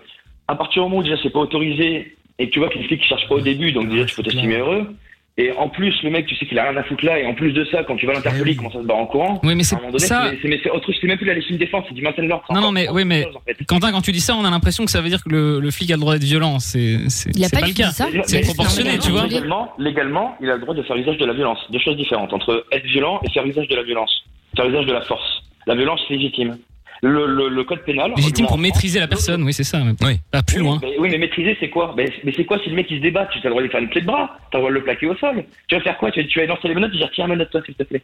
[SPEAKER 11] à partir du moment où déjà c'est pas autorisé et que tu vois que les flics cherchent pas au début, donc déjà tu peux t'estimer heureux. Et en plus, le mec, tu sais qu'il a rien à foutre là. Et en plus de ça, quand tu vas l'interpeller, il commence à se barrer en courant.
[SPEAKER 2] Eh Oui, mais c'est
[SPEAKER 11] À un moment donné,
[SPEAKER 2] ça-
[SPEAKER 11] c'est- c'est- mais c'est autre chose. C'est même plus la légitime défense, c'est du maintien de l'ordre.
[SPEAKER 2] Non, non, mais oui, mais Quentin, quand tu dis ça, on a l'impression que ça veut dire que le, le flic a le droit d'être violent. C'est c'est
[SPEAKER 11] Il a
[SPEAKER 2] c'est
[SPEAKER 11] pas
[SPEAKER 2] pas le
[SPEAKER 11] dit
[SPEAKER 2] cas.
[SPEAKER 11] ça.
[SPEAKER 2] C'est proportionné, tu vois.
[SPEAKER 11] Légalement, légalement, il a le droit de faire usage de la violence. Deux choses différentes entre être violent et faire usage de la violence. Faire usage de la force. La violence c'est légitime. Le, le- le code pénal.
[SPEAKER 2] Légitime pour
[SPEAKER 11] en-
[SPEAKER 2] maîtriser la personne, oui, c'est ça. mais Pas plus loin.
[SPEAKER 11] Mais oui, mais maîtriser, c'est quoi mais, mais c'est quoi si le mec il se débat Tu as le droit de lui faire une clé de bras, tu as le droit de le plaquer au sol. Tu vas faire quoi tu vas, tu vas lancer les menottes, tu vas dire tiens, menotte-toi, s'il te plaît.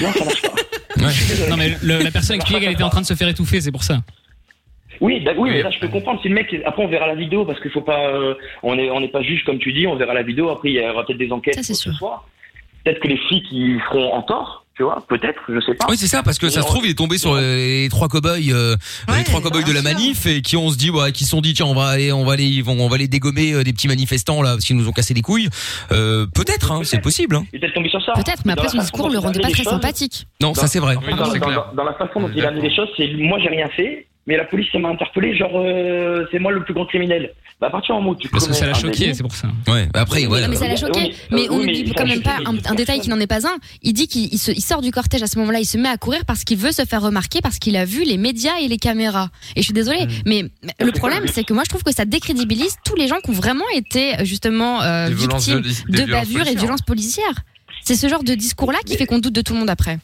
[SPEAKER 11] Non, ça marche pas.
[SPEAKER 2] Non, mais le- la personne expliquait qu'elle était en train de se faire étouffer, c'est pour ça.
[SPEAKER 11] Oui, bah- oui, mais ça je peux comprendre. Si le mec, après on verra la vidéo parce qu'il faut pas, euh, on est, on n'est pas juge comme tu dis. On verra la vidéo. Après il y aura peut-être des enquêtes. ce soir. Peut-être que les flics ils seront en tort, tu vois. Peut-être, je sais pas.
[SPEAKER 1] Oui, c'est ça, parce que
[SPEAKER 11] Mais
[SPEAKER 1] ça se
[SPEAKER 11] on-
[SPEAKER 1] trouve, il est tombé sur les, les trois cow-boys, euh, les trois cow-boys de la manif, et qui on se dit, bah, qui se sont dit, tiens, on va aller, on va aller, ils vont, on va aller dégommer euh, des petits manifestants là, parce qu'ils nous ont cassé les couilles. Euh, peut-être, hein, c'est possible. Hein.
[SPEAKER 11] Il est peut-être tombé sur ça.
[SPEAKER 3] Peut-être, mais
[SPEAKER 11] Dans
[SPEAKER 3] après
[SPEAKER 11] la
[SPEAKER 3] son
[SPEAKER 11] façon
[SPEAKER 3] discours
[SPEAKER 11] dont
[SPEAKER 3] le
[SPEAKER 11] il a
[SPEAKER 3] rendait
[SPEAKER 11] amené
[SPEAKER 3] pas
[SPEAKER 11] les
[SPEAKER 3] très
[SPEAKER 11] choses-
[SPEAKER 3] sympathique.
[SPEAKER 1] Non, ça, c'est vrai.
[SPEAKER 11] dans,
[SPEAKER 1] Non, c'est
[SPEAKER 11] dans-
[SPEAKER 1] clair.
[SPEAKER 11] dans- dans la façon dont il a amené les choses, c'est moi j'ai rien fait, mais la police elle m'a interpellé, genre euh, c'est moi le plus grand criminel. Bah, à partir du moment où tu
[SPEAKER 2] Parce que
[SPEAKER 11] commets
[SPEAKER 2] ça l'a
[SPEAKER 11] un
[SPEAKER 2] choqué,
[SPEAKER 11] délit-
[SPEAKER 2] c'est pour ça.
[SPEAKER 1] Ouais, bah après,
[SPEAKER 3] Non,
[SPEAKER 1] voilà.
[SPEAKER 3] mais ça l'a choqué. Mais on n'oublie quand même pas un, un détail qui n'en est pas un. Il dit qu'il il se- il sort du cortège à ce moment-là, il se met à courir parce qu'il veut se faire remarquer, parce qu'il a vu les médias et les caméras. Et je suis
[SPEAKER 4] Mm.
[SPEAKER 3] désolée, mais le problème, c'est que moi, je trouve que ça décrédibilise tous les gens qui ont vraiment été euh, justement euh,
[SPEAKER 4] Des violences
[SPEAKER 3] victimes
[SPEAKER 4] violi- des
[SPEAKER 3] de
[SPEAKER 4] violences
[SPEAKER 3] bavures et de
[SPEAKER 4] policières.
[SPEAKER 3] violences policières. C'est ce genre de discours-là qui fait qu'on doute de tout le monde après.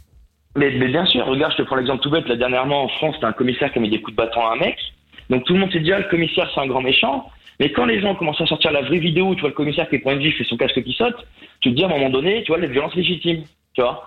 [SPEAKER 11] Mais, mais bien sûr, regarde, je te prends l'exemple tout bête. Là, dernièrement, en France, t'as un commissaire qui a mis des coups de bâton à un mec. Donc tout le monde s'est dit, ah, le commissaire, c'est un grand méchant. Mais quand les gens commencent à sortir la vraie vidéo où tu vois le commissaire qui prend une gifle et son casque qui saute, tu te dis à un moment donné, tu vois, les violences légitimes. Tu vois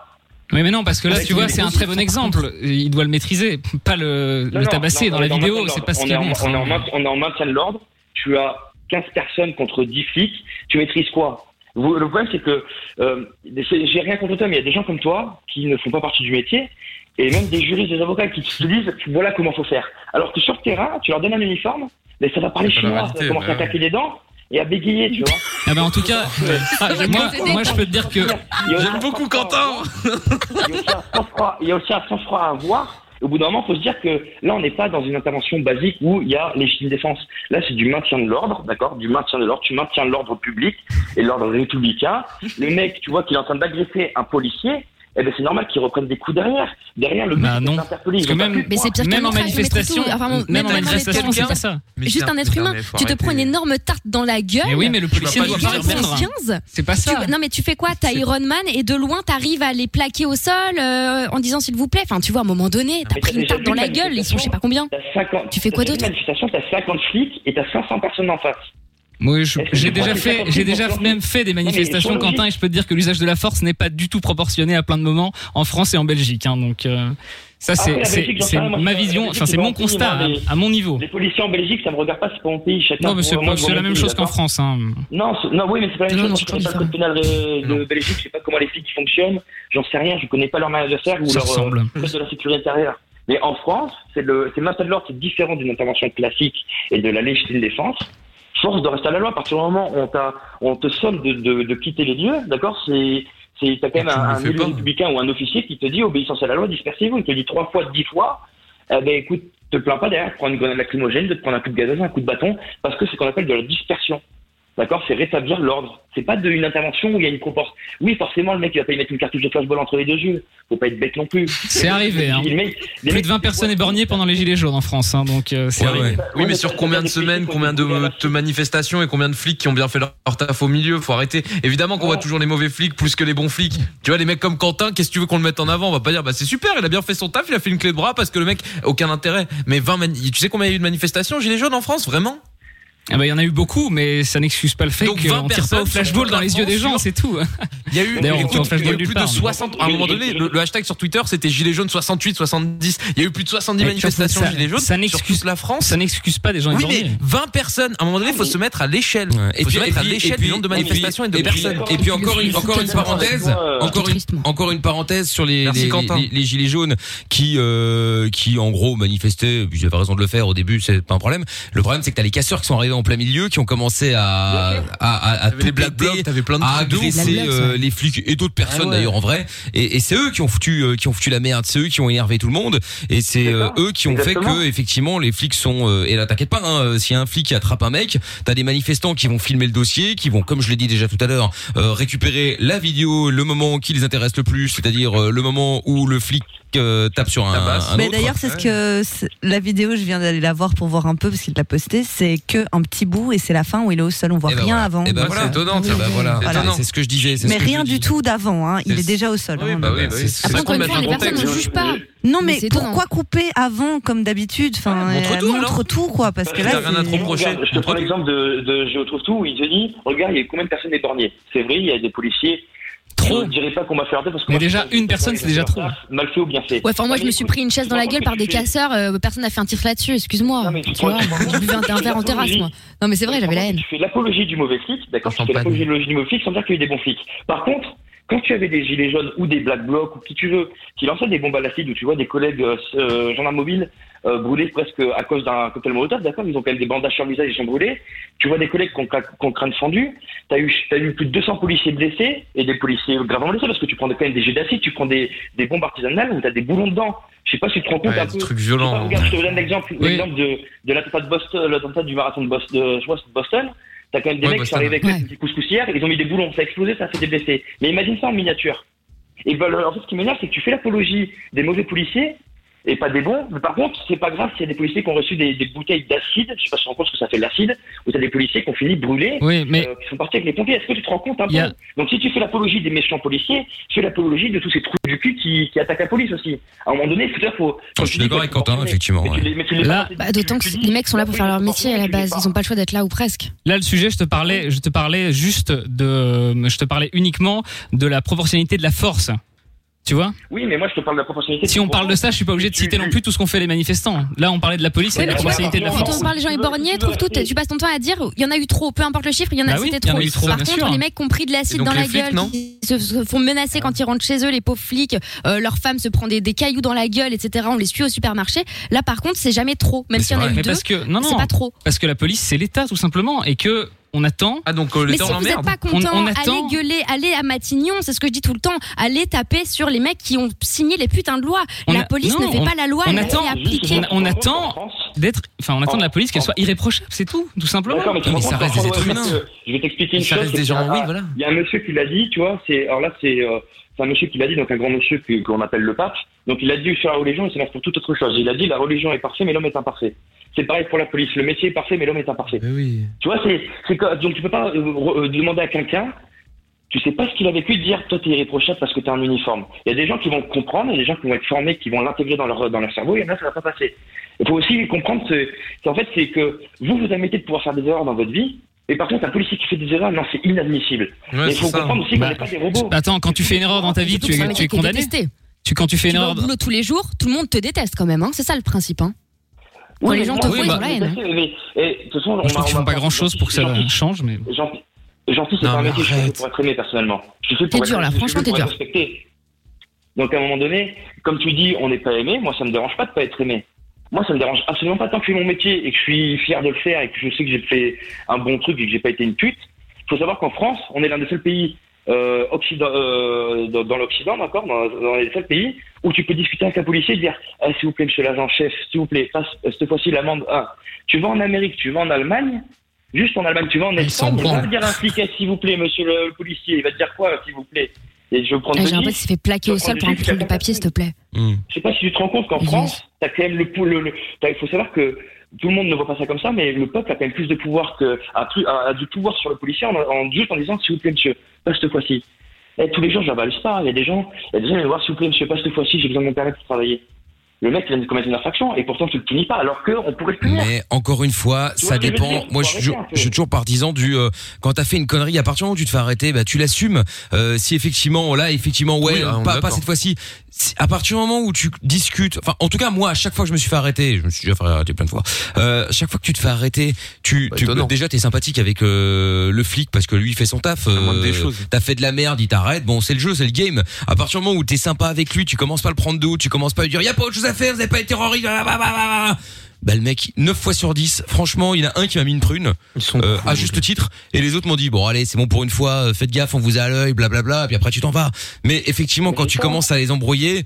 [SPEAKER 2] Oui, mais non, parce que là,
[SPEAKER 11] Ouais,
[SPEAKER 2] tu vois,
[SPEAKER 11] mais
[SPEAKER 2] c'est un
[SPEAKER 11] aussi,
[SPEAKER 2] très bon exemple. Il doit le maîtriser, pas le, le
[SPEAKER 11] Non, non,
[SPEAKER 2] tabasser.
[SPEAKER 11] non,
[SPEAKER 2] dans
[SPEAKER 11] on
[SPEAKER 2] la
[SPEAKER 11] est en
[SPEAKER 2] vidéo,
[SPEAKER 11] maintien de
[SPEAKER 2] c'est
[SPEAKER 11] l'ordre.
[SPEAKER 2] pas ce
[SPEAKER 11] On
[SPEAKER 2] qu'il
[SPEAKER 11] est en-
[SPEAKER 2] montre.
[SPEAKER 11] On est en
[SPEAKER 2] hein.
[SPEAKER 11] maintien- on est en maintien de l'ordre. Tu as 15 personnes contre 10 flics. Tu maîtrises quoi Vous- Le problème, c'est que euh, c'est- j'ai rien contre toi, mais il y a des gens comme toi qui ne font pas partie du métier. Et même des juristes, des avocats qui te disent voilà comment faut faire. Alors que sur le terrain, tu leur donnes un uniforme, mais ça va parler
[SPEAKER 2] C'est pas la
[SPEAKER 11] chinois,
[SPEAKER 2] réalité,
[SPEAKER 11] ça va commencer
[SPEAKER 2] bah
[SPEAKER 11] à claquer les dents et à bégayer, tu vois.
[SPEAKER 2] Ah bah en tout cas, ah, moi, moi je peux te dire que
[SPEAKER 11] j'aime beaucoup Quentin. Il y a aussi un sang-froid à avoir. Au bout d'un moment, il faut se dire que là, on n'est pas dans une intervention basique où il y a légitime défense. Là, c'est du maintien de l'ordre, d'accord Du maintien de l'ordre. Tu maintiens l'ordre public et l'ordre républicain. Le mec, tu vois qu'il est en train d'agresser un policier. Eh ben, c'est normal qu'il reprenne des coups derrière. Derrière, le mec
[SPEAKER 2] Bah,
[SPEAKER 11] est interpellé. Ils ont pas fait
[SPEAKER 3] Mais c'est
[SPEAKER 11] quoi.
[SPEAKER 3] pire qu'un outrage, on mettrait tout. Enfin, on-
[SPEAKER 2] même en
[SPEAKER 3] un être
[SPEAKER 2] manifestation,
[SPEAKER 3] humain,
[SPEAKER 2] c'est pas ça. Mais
[SPEAKER 3] Juste un
[SPEAKER 2] merde,
[SPEAKER 3] être
[SPEAKER 2] non,
[SPEAKER 3] humain,
[SPEAKER 2] mais faut
[SPEAKER 3] tu te
[SPEAKER 2] arrêter.
[SPEAKER 3] prends une énorme tarte dans la gueule.
[SPEAKER 2] Mais oui, mais le
[SPEAKER 3] Tu
[SPEAKER 2] policier
[SPEAKER 3] vas
[SPEAKER 2] doit
[SPEAKER 3] lui
[SPEAKER 2] pas
[SPEAKER 3] dire
[SPEAKER 2] répondre.
[SPEAKER 3] 15.
[SPEAKER 2] C'est pas ça.
[SPEAKER 3] Tu- non, mais tu fais quoi T'as Iron Man et de loin, t'arrives à les plaquer au sol euh, en disant s'il vous plaît. Enfin, tu vois, à un moment donné, t'as pris
[SPEAKER 11] Mais t'as
[SPEAKER 3] une
[SPEAKER 11] déjà
[SPEAKER 3] tarte dans
[SPEAKER 11] vu
[SPEAKER 3] la
[SPEAKER 11] une
[SPEAKER 3] gueule, ils sont je sais pas combien.
[SPEAKER 11] 50
[SPEAKER 3] Tu fais quoi
[SPEAKER 11] t'as
[SPEAKER 3] d'autre
[SPEAKER 11] une manifestation, t'as 50 flics et t'as 500 personnes en face.
[SPEAKER 2] Oui, je-
[SPEAKER 11] Est-ce que
[SPEAKER 2] j'ai
[SPEAKER 11] tu crois
[SPEAKER 2] déjà
[SPEAKER 11] que
[SPEAKER 2] fait,
[SPEAKER 11] ça
[SPEAKER 2] j'ai
[SPEAKER 11] continue
[SPEAKER 2] déjà
[SPEAKER 11] aujourd'hui
[SPEAKER 2] même fait des
[SPEAKER 11] Non, mais
[SPEAKER 2] manifestations,
[SPEAKER 11] sur le
[SPEAKER 2] Quentin, et je peux te dire que l'usage de la force n'est pas du tout proportionné à plein de moments en France et en Belgique. hein. donc euh, ça,
[SPEAKER 11] Ah oui,
[SPEAKER 2] c'est
[SPEAKER 11] la
[SPEAKER 2] c'est-
[SPEAKER 11] Belgique, j'en sais
[SPEAKER 2] c'est
[SPEAKER 11] rien, moi,
[SPEAKER 2] ma
[SPEAKER 11] je- la
[SPEAKER 2] vision,
[SPEAKER 11] Belgique,
[SPEAKER 2] enfin c'est
[SPEAKER 11] ils
[SPEAKER 2] mon
[SPEAKER 11] m'ont dit,
[SPEAKER 2] constat hein.
[SPEAKER 11] moi,
[SPEAKER 2] à,
[SPEAKER 11] les-
[SPEAKER 2] à mon niveau.
[SPEAKER 11] Les policiers en Belgique, ça me regarde pas, c'est pas mon pays. Chacun
[SPEAKER 2] Non, mais c'est
[SPEAKER 11] pour- moi,
[SPEAKER 2] pas-
[SPEAKER 11] je
[SPEAKER 2] c'est la
[SPEAKER 11] m'en
[SPEAKER 2] même
[SPEAKER 11] fous,
[SPEAKER 2] chose qu'en
[SPEAKER 11] d'accord
[SPEAKER 2] France. hein.
[SPEAKER 11] Non, c'est- non, oui, mais c'est pas la même
[SPEAKER 2] Non, non,
[SPEAKER 11] chose. Je connais pas le code pénal de, de Belgique, je sais pas comment les flics fonctionnent, j'en sais rien, je connais pas leur manière de faire ou
[SPEAKER 2] Ça
[SPEAKER 11] leur
[SPEAKER 2] ressemble.
[SPEAKER 11] euh, code de la sécurité intérieure. Mais en France, c'est le, c'est le maintien de l'ordre, c'est différent d'une intervention classique et de la légitime défense. Force de rester à la loi, à partir du moment où on, t'a- on te somme de, de, de quitter les lieux, d'accord C'est, c'est, t'as quand
[SPEAKER 2] Ah,
[SPEAKER 11] même un, un élu républicain ou un officier qui te dit obéissance à la loi, dispersez-vous. Il te dit trois fois, dix fois, eh ben écoute, te plains pas derrière, de prendre une grenade lacrymogène, de te prendre un coup de gazon, un coup de bâton, parce que c'est ce qu'on appelle de la dispersion. D'accord C'est rétablir l'ordre. C'est pas de- une intervention où il y a une comporte. Oui, forcément, le mec, il va pas y mettre une cartouche de flashball entre les deux yeux. Faut pas être bête non plus.
[SPEAKER 2] C'est arrivé. Hein.
[SPEAKER 11] Les mecs- les
[SPEAKER 2] Plus
[SPEAKER 11] mecs-
[SPEAKER 2] de 20 personnes éborgnées pendant les gilets jaunes en France, hein, donc euh, c'est
[SPEAKER 4] Ouais,
[SPEAKER 2] arrivé.
[SPEAKER 4] ouais. Oui, mais sur combien de semaines, combien de, de manifestations et combien de flics qui ont bien fait leur, leur taf au milieu Faut arrêter. Évidemment qu'on voit toujours les mauvais flics plus que les bons flics. Tu vois, les mecs comme Quentin, qu'est-ce que tu veux qu'on le mette en avant On va pas dire, bah c'est super, il a bien fait son taf, il a fait une clé de bras parce que le mec, aucun intérêt. Mais 20 mani- tu sais combien il y a eu de manifestations Gilets jaunes en France, vraiment
[SPEAKER 2] Ah bah, il y en a eu beaucoup, mais ça n'excuse pas le fait
[SPEAKER 4] Donc, 20
[SPEAKER 2] qu'on tire pas
[SPEAKER 4] personnes
[SPEAKER 2] au flashball
[SPEAKER 4] sur
[SPEAKER 2] dans les yeux des gens,
[SPEAKER 4] sur-
[SPEAKER 2] c'est tout.
[SPEAKER 4] Il y a eu,
[SPEAKER 2] D'ailleurs,
[SPEAKER 4] il y a eu
[SPEAKER 2] on
[SPEAKER 4] plus,
[SPEAKER 2] tire
[SPEAKER 4] de- il y a
[SPEAKER 2] au flashball
[SPEAKER 4] eu
[SPEAKER 2] nulle
[SPEAKER 4] plus de
[SPEAKER 2] part.
[SPEAKER 4] 60. À un moment donné, le, le hashtag sur Twitter, c'était Gilets jaunes 68, 70. Il y a eu plus de 70
[SPEAKER 2] Et
[SPEAKER 4] manifestations
[SPEAKER 2] surtout, ça-
[SPEAKER 4] Gilets jaunes.
[SPEAKER 2] ça
[SPEAKER 4] sur
[SPEAKER 2] n'excuse-
[SPEAKER 4] toute la France.
[SPEAKER 2] Ça n'excuse pas des gens
[SPEAKER 4] Oui, mais
[SPEAKER 2] éborgnés.
[SPEAKER 4] 20 personnes. À un moment donné, il faut se mettre à l'échelle.
[SPEAKER 1] Et
[SPEAKER 4] Faut
[SPEAKER 1] puis,
[SPEAKER 4] se mettre
[SPEAKER 1] et
[SPEAKER 4] à
[SPEAKER 1] puis-
[SPEAKER 4] l'échelle
[SPEAKER 1] et puis-
[SPEAKER 4] du nombre de
[SPEAKER 1] et puis-
[SPEAKER 4] manifestations et de
[SPEAKER 1] et puis-
[SPEAKER 4] personnes.
[SPEAKER 1] Et puis encore une, encore une parenthèse, encore une, encore une parenthèse sur les,
[SPEAKER 4] Merci,
[SPEAKER 1] les,
[SPEAKER 4] Quentin.
[SPEAKER 1] les- les gilets jaunes qui, euh, qui en gros manifestaient. et puis J'avais raison de le faire au début, c'est pas un problème. Le problème c'est que t'as les casseurs qui sont arrivés en plein milieu, qui ont commencé à à à, à tout péter, à
[SPEAKER 4] trucs de ouf.
[SPEAKER 1] agresser
[SPEAKER 4] Black Blocs,
[SPEAKER 1] euh,
[SPEAKER 4] ouais.
[SPEAKER 1] les flics et d'autres personnes
[SPEAKER 4] Ah ouais.
[SPEAKER 1] d'ailleurs en vrai. Et, et c'est eux qui ont foutu euh, qui ont foutu la merde, c'est eux qui ont énervé tout le monde. Et c'est euh, eux qui ont fait
[SPEAKER 4] Exactement.
[SPEAKER 1] que effectivement les flics sont euh, et là t'inquiète pas hein, euh, s'il y a un flic qui attrape un mec t'as des manifestants qui vont filmer le dossier qui vont comme je l'ai dit déjà tout à l'heure euh, récupérer la vidéo le moment qui les intéresse le plus c'est-à-dire euh, le moment où le flic euh, tape sur un, un
[SPEAKER 6] Mais
[SPEAKER 1] autre.
[SPEAKER 6] d'ailleurs, c'est ce que c'est- la vidéo, je viens d'aller la voir pour voir un peu parce qu'il l'a postée. C'est que un petit bout et c'est la fin où il est au sol. On voit
[SPEAKER 1] Eh ben
[SPEAKER 6] rien
[SPEAKER 1] voilà.
[SPEAKER 6] avant.
[SPEAKER 1] Eh ben
[SPEAKER 6] Donc,
[SPEAKER 1] voilà.
[SPEAKER 6] euh,
[SPEAKER 1] Eh ben voilà. C'est ce que je disais. c'est ce
[SPEAKER 6] Mais
[SPEAKER 1] que je
[SPEAKER 6] rien
[SPEAKER 1] dis.
[SPEAKER 6] du tout d'avant. hein. Il
[SPEAKER 1] C'est-
[SPEAKER 6] est déjà au sol. hein.
[SPEAKER 1] bah oui, bah oui.
[SPEAKER 6] Après,
[SPEAKER 1] vrai
[SPEAKER 6] encore
[SPEAKER 1] qu'on
[SPEAKER 6] une
[SPEAKER 1] met
[SPEAKER 6] fois,
[SPEAKER 1] un
[SPEAKER 6] les
[SPEAKER 1] contexte.
[SPEAKER 6] personnes ne jugent Non, mais pourquoi couper avant comme d'habitude Enfin,
[SPEAKER 11] Ouais, montre
[SPEAKER 6] euh,
[SPEAKER 11] tout, alors.
[SPEAKER 6] tout, quoi, parce que là. c'est-
[SPEAKER 11] Regarde, Je te prends l'exemple de, de Je trouve tout où il te dit Regarde, il y a combien de personnes éborgnées C'est vrai, il y a des policiers. Trop. Je dirais pas qu'on m'a fait arrêter parce que.
[SPEAKER 2] Mais
[SPEAKER 11] moi,
[SPEAKER 2] déjà,
[SPEAKER 11] je-
[SPEAKER 2] une personne, c'est déjà trop.
[SPEAKER 11] Mal fait ou bien fait.
[SPEAKER 3] Ouais, enfin, moi, je me suis pris une chaise dans la gueule par des casseurs. euh, personne n'a fait un tir là-dessus, excuse-moi. Tu vois, moi, j'ai bu un un verre en terrasse, moi. Non, mais c'est vrai, j'avais la haine.
[SPEAKER 11] Tu fais l'apologie du mauvais flic, d'accord Tu fais l'apologie du mauvais flic sans dire qu'il y a eu des bons flics. Par contre, quand tu avais des gilets jaunes ou des black blocs ou qui tu veux, qui lançaient des bombes à l'acide ou tu vois des collègues euh, euh, gendarmes mobiles euh, brûlés presque à cause d'un cocktail molotov, d'accord Ils ont quand même des bandages sur le visage, ils sont brûlés. Tu vois des collègues qui ont, cra- qui ont le crâne fendu. T'as eu, t'as eu plus de 200 policiers blessés et des policiers gravement blessés parce que tu prends quand même des jets d'acide, tu prends des, des bombes artisanales où t'as des boulons dedans. Je sais pas si tu te rends compte
[SPEAKER 4] Ouais,
[SPEAKER 11] un
[SPEAKER 4] des
[SPEAKER 11] peu.
[SPEAKER 4] trucs
[SPEAKER 11] Je sais pas,
[SPEAKER 4] violents.
[SPEAKER 11] regarde, je te donne l'exemple
[SPEAKER 4] Oui.
[SPEAKER 11] l'exemple de, de l'attentat de Boston, euh, l'attentat du marathon de Boston, de, je crois, c'est de Boston. T'as quand même des
[SPEAKER 4] Ouais,
[SPEAKER 11] mecs qui sont
[SPEAKER 4] Boston,
[SPEAKER 11] arrivés avec
[SPEAKER 4] ouais.
[SPEAKER 11] des petites couscoussières, ils ont mis des boulons, ça a explosé, ça a fait des blessés. Mais imagine ça en miniature. Et ben, le- en fait, ce qui m'énerve, c'est que tu fais l'apologie des mauvais policiers et pas des bons. Mais par contre, c'est pas grave s'il y a des policiers qui ont reçu des, des bouteilles d'acide. Je sais pas si tu te rends compte ce que ça fait de l'acide. Ou t'as des policiers qui ont fini brûlés,
[SPEAKER 2] Oui, mais-
[SPEAKER 11] euh, qui sont partis avec les pompiers. Est-ce que tu te rends compte un peu
[SPEAKER 2] Il y a-
[SPEAKER 11] Donc si tu fais l'apologie des méchants policiers, tu fais l'apologie de tous ces trous du cul qui, qui attaquent la police aussi. À un moment donné, faut, faut,
[SPEAKER 1] je suis d'accord avec Quentin effectivement ouais.
[SPEAKER 2] Là,
[SPEAKER 3] Bah, D'autant que les mecs sont là pour faire leur métier à la base. Ils ont pas le choix d'être là ou presque.
[SPEAKER 2] Là, le sujet, je te parlais, je te parlais juste de, je te parlais uniquement de la proportionnalité de la force. Tu vois
[SPEAKER 11] Oui, mais moi je te parle de la proportionnalité.
[SPEAKER 2] Si on parle de ça, je suis pas obligé de citer non plus tout ce qu'ont fait les manifestants. Là, on parlait de la police et de la proportionnalité de la
[SPEAKER 3] Quand
[SPEAKER 2] force.
[SPEAKER 3] on parle des gens éborgnés, trouve tout. Tu passes ton temps à dire, il y en a eu trop, peu importe le chiffre, il y en a,
[SPEAKER 2] Bah oui,
[SPEAKER 3] c'était
[SPEAKER 2] il y en
[SPEAKER 3] trop.
[SPEAKER 2] a eu trop,
[SPEAKER 3] Par
[SPEAKER 2] bien
[SPEAKER 3] contre,
[SPEAKER 2] sûr.
[SPEAKER 3] les mecs qui ont pris de
[SPEAKER 2] Et
[SPEAKER 3] l'acide
[SPEAKER 2] donc
[SPEAKER 3] dans
[SPEAKER 2] les
[SPEAKER 3] la
[SPEAKER 2] flics,
[SPEAKER 3] gueule,
[SPEAKER 2] non Ah.
[SPEAKER 3] qui se, se font menacer quand ils rentrent chez eux, les pauvres flics, euh, leur femme se prend des, des cailloux dans la gueule, etc. On les suit au supermarché. Là, par contre, c'est jamais trop. Même s'il y en a eu
[SPEAKER 2] Mais
[SPEAKER 3] deux,
[SPEAKER 2] parce que non, non,
[SPEAKER 3] c'est pas trop.
[SPEAKER 2] Parce que la police, c'est l'État tout simplement, et que on attend.
[SPEAKER 4] Ah
[SPEAKER 11] euh,
[SPEAKER 4] donc
[SPEAKER 3] Mais si vous n'êtes pas content, allez gueuler, allez à Matignon, c'est ce que je dis tout le temps, allez taper sur les mecs qui ont signé les putains de lois.
[SPEAKER 2] On
[SPEAKER 3] la
[SPEAKER 2] a-
[SPEAKER 3] police
[SPEAKER 2] non,
[SPEAKER 3] ne fait
[SPEAKER 2] on-
[SPEAKER 3] pas la loi,
[SPEAKER 2] On
[SPEAKER 3] elle
[SPEAKER 2] attend,
[SPEAKER 3] est appliquée.
[SPEAKER 2] on, on attend d'être, enfin, on attend de la police qu'elle soit irréprochable, c'est tout, tout simplement.
[SPEAKER 11] D'accord, mais, tu
[SPEAKER 2] Non, mais
[SPEAKER 11] comprends
[SPEAKER 2] ça
[SPEAKER 11] pas
[SPEAKER 2] reste des
[SPEAKER 11] pourquoi,
[SPEAKER 2] êtres
[SPEAKER 11] ouais,
[SPEAKER 2] humains.
[SPEAKER 11] parce que Je vais t'expliquer une
[SPEAKER 2] Ça
[SPEAKER 11] chose.
[SPEAKER 2] reste
[SPEAKER 11] c'est
[SPEAKER 2] des
[SPEAKER 11] qu'il
[SPEAKER 2] gens
[SPEAKER 11] y a
[SPEAKER 2] en oui,
[SPEAKER 11] un-
[SPEAKER 2] voilà.
[SPEAKER 11] Il y a un monsieur qui l'a dit, tu vois, c'est, alors là, c'est, euh, c'est un monsieur qui l'a dit, donc un grand monsieur que- qu'on appelle le pape. Donc il a dit, sur la religion, il s'énerve pour toute autre chose. Il a dit, la religion est parfaite, mais l'homme est imparfait. C'est pareil pour la police. Le métier est parfait, mais l'homme est imparfait.
[SPEAKER 2] Eh
[SPEAKER 11] Tu vois, c'est, c'est que- donc tu peux pas euh, re- euh, demander à quelqu'un, tu sais pas ce qu'il a vécu, de dire toi t'es irréprochable parce que t'es en uniforme. Il y a des gens qui vont le comprendre, il y a des gens qui vont être formés, qui vont l'intégrer dans leur, dans leur cerveau, il y en a ça va pas passer. Il faut aussi comprendre, ce- c'est en fait, c'est que vous vous admettez de pouvoir faire des erreurs dans votre vie, et par contre un policier qui fait des erreurs, non, c'est inadmissible.
[SPEAKER 2] Ouais,
[SPEAKER 11] Mais il
[SPEAKER 2] c'est
[SPEAKER 11] faut
[SPEAKER 2] ça.
[SPEAKER 11] comprendre aussi qu'on
[SPEAKER 2] Bah,
[SPEAKER 11] n'est pas des robots.
[SPEAKER 2] Attends, quand tu fais une erreur dans ta vie,
[SPEAKER 3] Surtout
[SPEAKER 2] tu
[SPEAKER 3] que c'est un
[SPEAKER 2] es, tu
[SPEAKER 3] métier
[SPEAKER 2] es
[SPEAKER 3] qui est
[SPEAKER 2] condamné.
[SPEAKER 3] détesté.
[SPEAKER 2] Tu quand tu fais une
[SPEAKER 3] Tu vas
[SPEAKER 2] erreur,
[SPEAKER 3] au boulot tous les jours, tout le monde te déteste quand même, hein. c'est ça le principe. Hein. Quand
[SPEAKER 11] Oui,
[SPEAKER 3] les
[SPEAKER 11] mais
[SPEAKER 3] gens
[SPEAKER 11] moi,
[SPEAKER 3] te
[SPEAKER 11] oui,
[SPEAKER 3] voient, ils
[SPEAKER 11] bah,
[SPEAKER 3] ont la haine. hein.
[SPEAKER 11] mais- mais- et, de toute façon, on
[SPEAKER 2] je trouve
[SPEAKER 11] m'a-
[SPEAKER 2] qu'ils font
[SPEAKER 11] on m'a-
[SPEAKER 2] pas grand chose pour que ça change, mais. bon.
[SPEAKER 11] Gentil, gentil c'est
[SPEAKER 2] Non,
[SPEAKER 11] pas un
[SPEAKER 2] mais
[SPEAKER 11] métier que je fais pour être aimé personnellement. Je suis fait pour
[SPEAKER 2] T'es dur,
[SPEAKER 11] être-
[SPEAKER 2] là.
[SPEAKER 11] je suis
[SPEAKER 2] Franchement,
[SPEAKER 11] fait
[SPEAKER 2] t'es
[SPEAKER 11] pour être
[SPEAKER 2] dur.
[SPEAKER 11] respecté. Donc à un moment donné, comme tu dis, on n'est pas aimé. Moi, ça me dérange pas de pas être aimé. Moi, ça me dérange absolument pas tant que je fais mon métier et que je suis fier de le faire et que je sais que j'ai fait un bon truc et que j'ai pas été une pute. Il faut savoir qu'en France, on est l'un des seuls pays euh, occident- euh, dans, dans l'Occident, d'accord, dans, dans les seuls pays où tu peux discuter avec un policier et dire Eh, s'il vous plaît, monsieur l'agent chef, s'il vous plaît, passe euh, cette fois-ci l'amende 1. Tu vas en Amérique, tu vas en Allemagne, Juste en Allemagne, tu vas en Espagne,
[SPEAKER 5] s'en
[SPEAKER 11] il va
[SPEAKER 5] branle.
[SPEAKER 11] te dire un fliquet, s'il vous plaît, monsieur le, le policier. Il va te dire quoi, s'il vous plaît Et je vais prendre
[SPEAKER 3] Ah,
[SPEAKER 11] le
[SPEAKER 3] J'ai un pote qui
[SPEAKER 11] dix.
[SPEAKER 3] s'est fait plaquer au sol pour un contrôle de papier, s'il te plaît.
[SPEAKER 11] Je sais pas si tu te rends compte qu'en France, t'as quand même le pou- le- le- t'as- Il faut savoir que tout le monde ne voit pas ça comme ça, mais le peuple a quand même plus de pouvoir que a, plus- a- a du pouvoir sur le policier en, en- juste en disant s'il vous plaît monsieur, pas cette fois-ci. Eh, tous les jours, je la balance pas. Il y a des gens, il y a des gens qui viennent voir s'il vous plaît monsieur, pas cette fois-ci, j'ai besoin de mon permis pour travailler. Le mec il vient de commettre une infraction et pourtant tu le punis pas, alors qu'on pourrait le punir.
[SPEAKER 1] Mais encore une fois,
[SPEAKER 11] Tu vois
[SPEAKER 1] ça
[SPEAKER 11] ce que je veux
[SPEAKER 1] dépend.
[SPEAKER 11] dire
[SPEAKER 1] Moi, je suis, toujours, je suis toujours partisan du euh, quand t'as fait une connerie, à partir du moment où tu te fais arrêter, bah tu l'assumes. Euh, si effectivement, là, effectivement, ouais,
[SPEAKER 4] Oui, ah, on est
[SPEAKER 1] pas, pas
[SPEAKER 4] d'accord.
[SPEAKER 1] cette fois-ci. Si- À partir du moment où tu discutes, enfin, en tout cas, moi, à chaque fois que je me suis fait arrêter, je me suis déjà fait arrêter plein de fois. Euh, chaque fois que tu te fais arrêter, tu, tu
[SPEAKER 4] étonnant.
[SPEAKER 1] déjà t'es sympathique avec euh, le flic parce que lui il fait son taf. euh,
[SPEAKER 4] moindre des choses.
[SPEAKER 1] T'as fait de la merde, il t'arrête. Bon, c'est le jeu, c'est le game. À partir du moment où t'es sympa avec lui, tu commences pas à le prendre de haut, tu commences pas à lui dire y a pas autre chose à faire, vous avez pas été terroriste. blablabla, blablabla. Bah le mec, 9 fois sur 10, franchement, il y en a un qui m'a mis une prune, euh, à juste titre, et les autres m'ont dit, bon allez, c'est bon pour une fois, euh, faites gaffe, on vous a à l'œil, blablabla, et puis après tu t'en vas. Mais effectivement, quand tu commences à les embrouiller,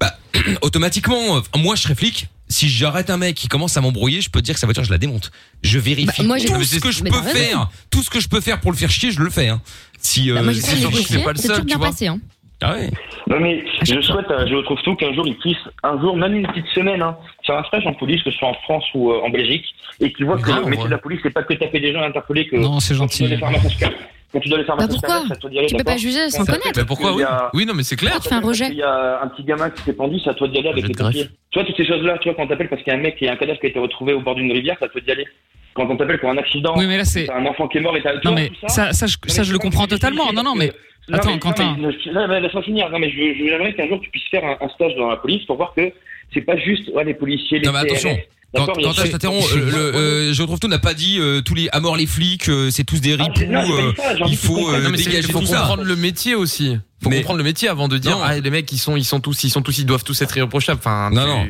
[SPEAKER 1] bah, automatiquement, euh, moi je serais flic. Si j'arrête un mec qui commence à m'embrouiller, je peux te dire que sa voiture, je la démonte. Je vérifie
[SPEAKER 4] Bah, moi, j'ai-
[SPEAKER 1] tout
[SPEAKER 4] Mais
[SPEAKER 1] ce
[SPEAKER 4] c'est-
[SPEAKER 1] que je
[SPEAKER 4] mais
[SPEAKER 1] peux
[SPEAKER 4] t'as raison.
[SPEAKER 1] faire. Tout ce que je peux faire pour le faire chier, je le fais. hein. Si, euh,
[SPEAKER 3] Bah, Moi, j'ai
[SPEAKER 1] si
[SPEAKER 3] fait
[SPEAKER 1] je
[SPEAKER 3] les
[SPEAKER 1] suis
[SPEAKER 3] policiers, c'est toujours bien passé. hein.
[SPEAKER 1] Ah ouais.
[SPEAKER 11] Non mais je souhaite, à je retrouve tout qu'un jour ils puissent, un jour, même une petite semaine, hein, faire un stage en police, que ce soit en France ou euh, en Belgique, et qu'ils voient que le métier de la police, c'est pas que taper des gens, et interpeller que. Non,
[SPEAKER 2] c'est gentil.
[SPEAKER 11] Quand tu dois les faire masser au scan- quand tu dois les faire
[SPEAKER 3] Bah
[SPEAKER 11] masser au
[SPEAKER 3] pourquoi
[SPEAKER 11] scan, ça te dirait,
[SPEAKER 3] Tu peux
[SPEAKER 11] d'accord,
[SPEAKER 3] pas juger sans
[SPEAKER 11] on s'appelle
[SPEAKER 3] connaître.
[SPEAKER 11] parce
[SPEAKER 3] Bah pourquoi,
[SPEAKER 11] qu'il
[SPEAKER 3] oui.
[SPEAKER 11] y a-
[SPEAKER 4] Oui, non, mais c'est clair.
[SPEAKER 3] tu fais un rejet.
[SPEAKER 11] Il y a un petit gamin qui s'est pendu, c'est à toi d'y aller avec les papiers. Tu vois, toutes ces choses-là, tu vois, quand t'appelles parce qu'il y a un mec qui a un cadavre qui a été retrouvé au bord d'une rivière, ça te d'y aller. Quand on t'appelle pour un accident,
[SPEAKER 2] Oui, mais là, c'est-
[SPEAKER 11] t'as un enfant qui est mort et t'as. tu
[SPEAKER 2] Non,
[SPEAKER 11] vois,
[SPEAKER 2] mais
[SPEAKER 11] tout
[SPEAKER 2] ça, ça, je, ça, je le comprends totalement. Non, non, mais
[SPEAKER 11] non,
[SPEAKER 2] attends,
[SPEAKER 11] mais-
[SPEAKER 2] Quentin.
[SPEAKER 11] Non, mais, je- non, mais laisse-moi finir. Non, mais je veux- je- j'aimerais qu'un jour tu puisses faire un, un stage dans la police pour voir que c'est pas juste ouais, les policiers, les
[SPEAKER 1] Non mais attention.
[SPEAKER 11] CRS,
[SPEAKER 1] Quand,
[SPEAKER 11] d'accord, il y a-
[SPEAKER 1] quand je t'interromps, euh, le- euh, je retrouve tout n'a pas dit euh, tous les à mort les flics, euh, c'est tous des ripoux.
[SPEAKER 11] non, j'ai pas
[SPEAKER 1] euh,
[SPEAKER 11] dit Ah, ça, j'ai envie
[SPEAKER 1] il
[SPEAKER 11] que tu
[SPEAKER 1] faut
[SPEAKER 11] comprennes.
[SPEAKER 1] euh,
[SPEAKER 11] Non, mais c'est-
[SPEAKER 1] dégager
[SPEAKER 11] faut
[SPEAKER 1] tout ça.
[SPEAKER 4] comprendre le métier aussi. Faut
[SPEAKER 1] Mais-
[SPEAKER 4] comprendre le métier avant de dire
[SPEAKER 1] Non.
[SPEAKER 4] ah les mecs ils sont ils sont tous ils sont tous ils doivent tous être irréprochables. Enfin
[SPEAKER 1] Non, non.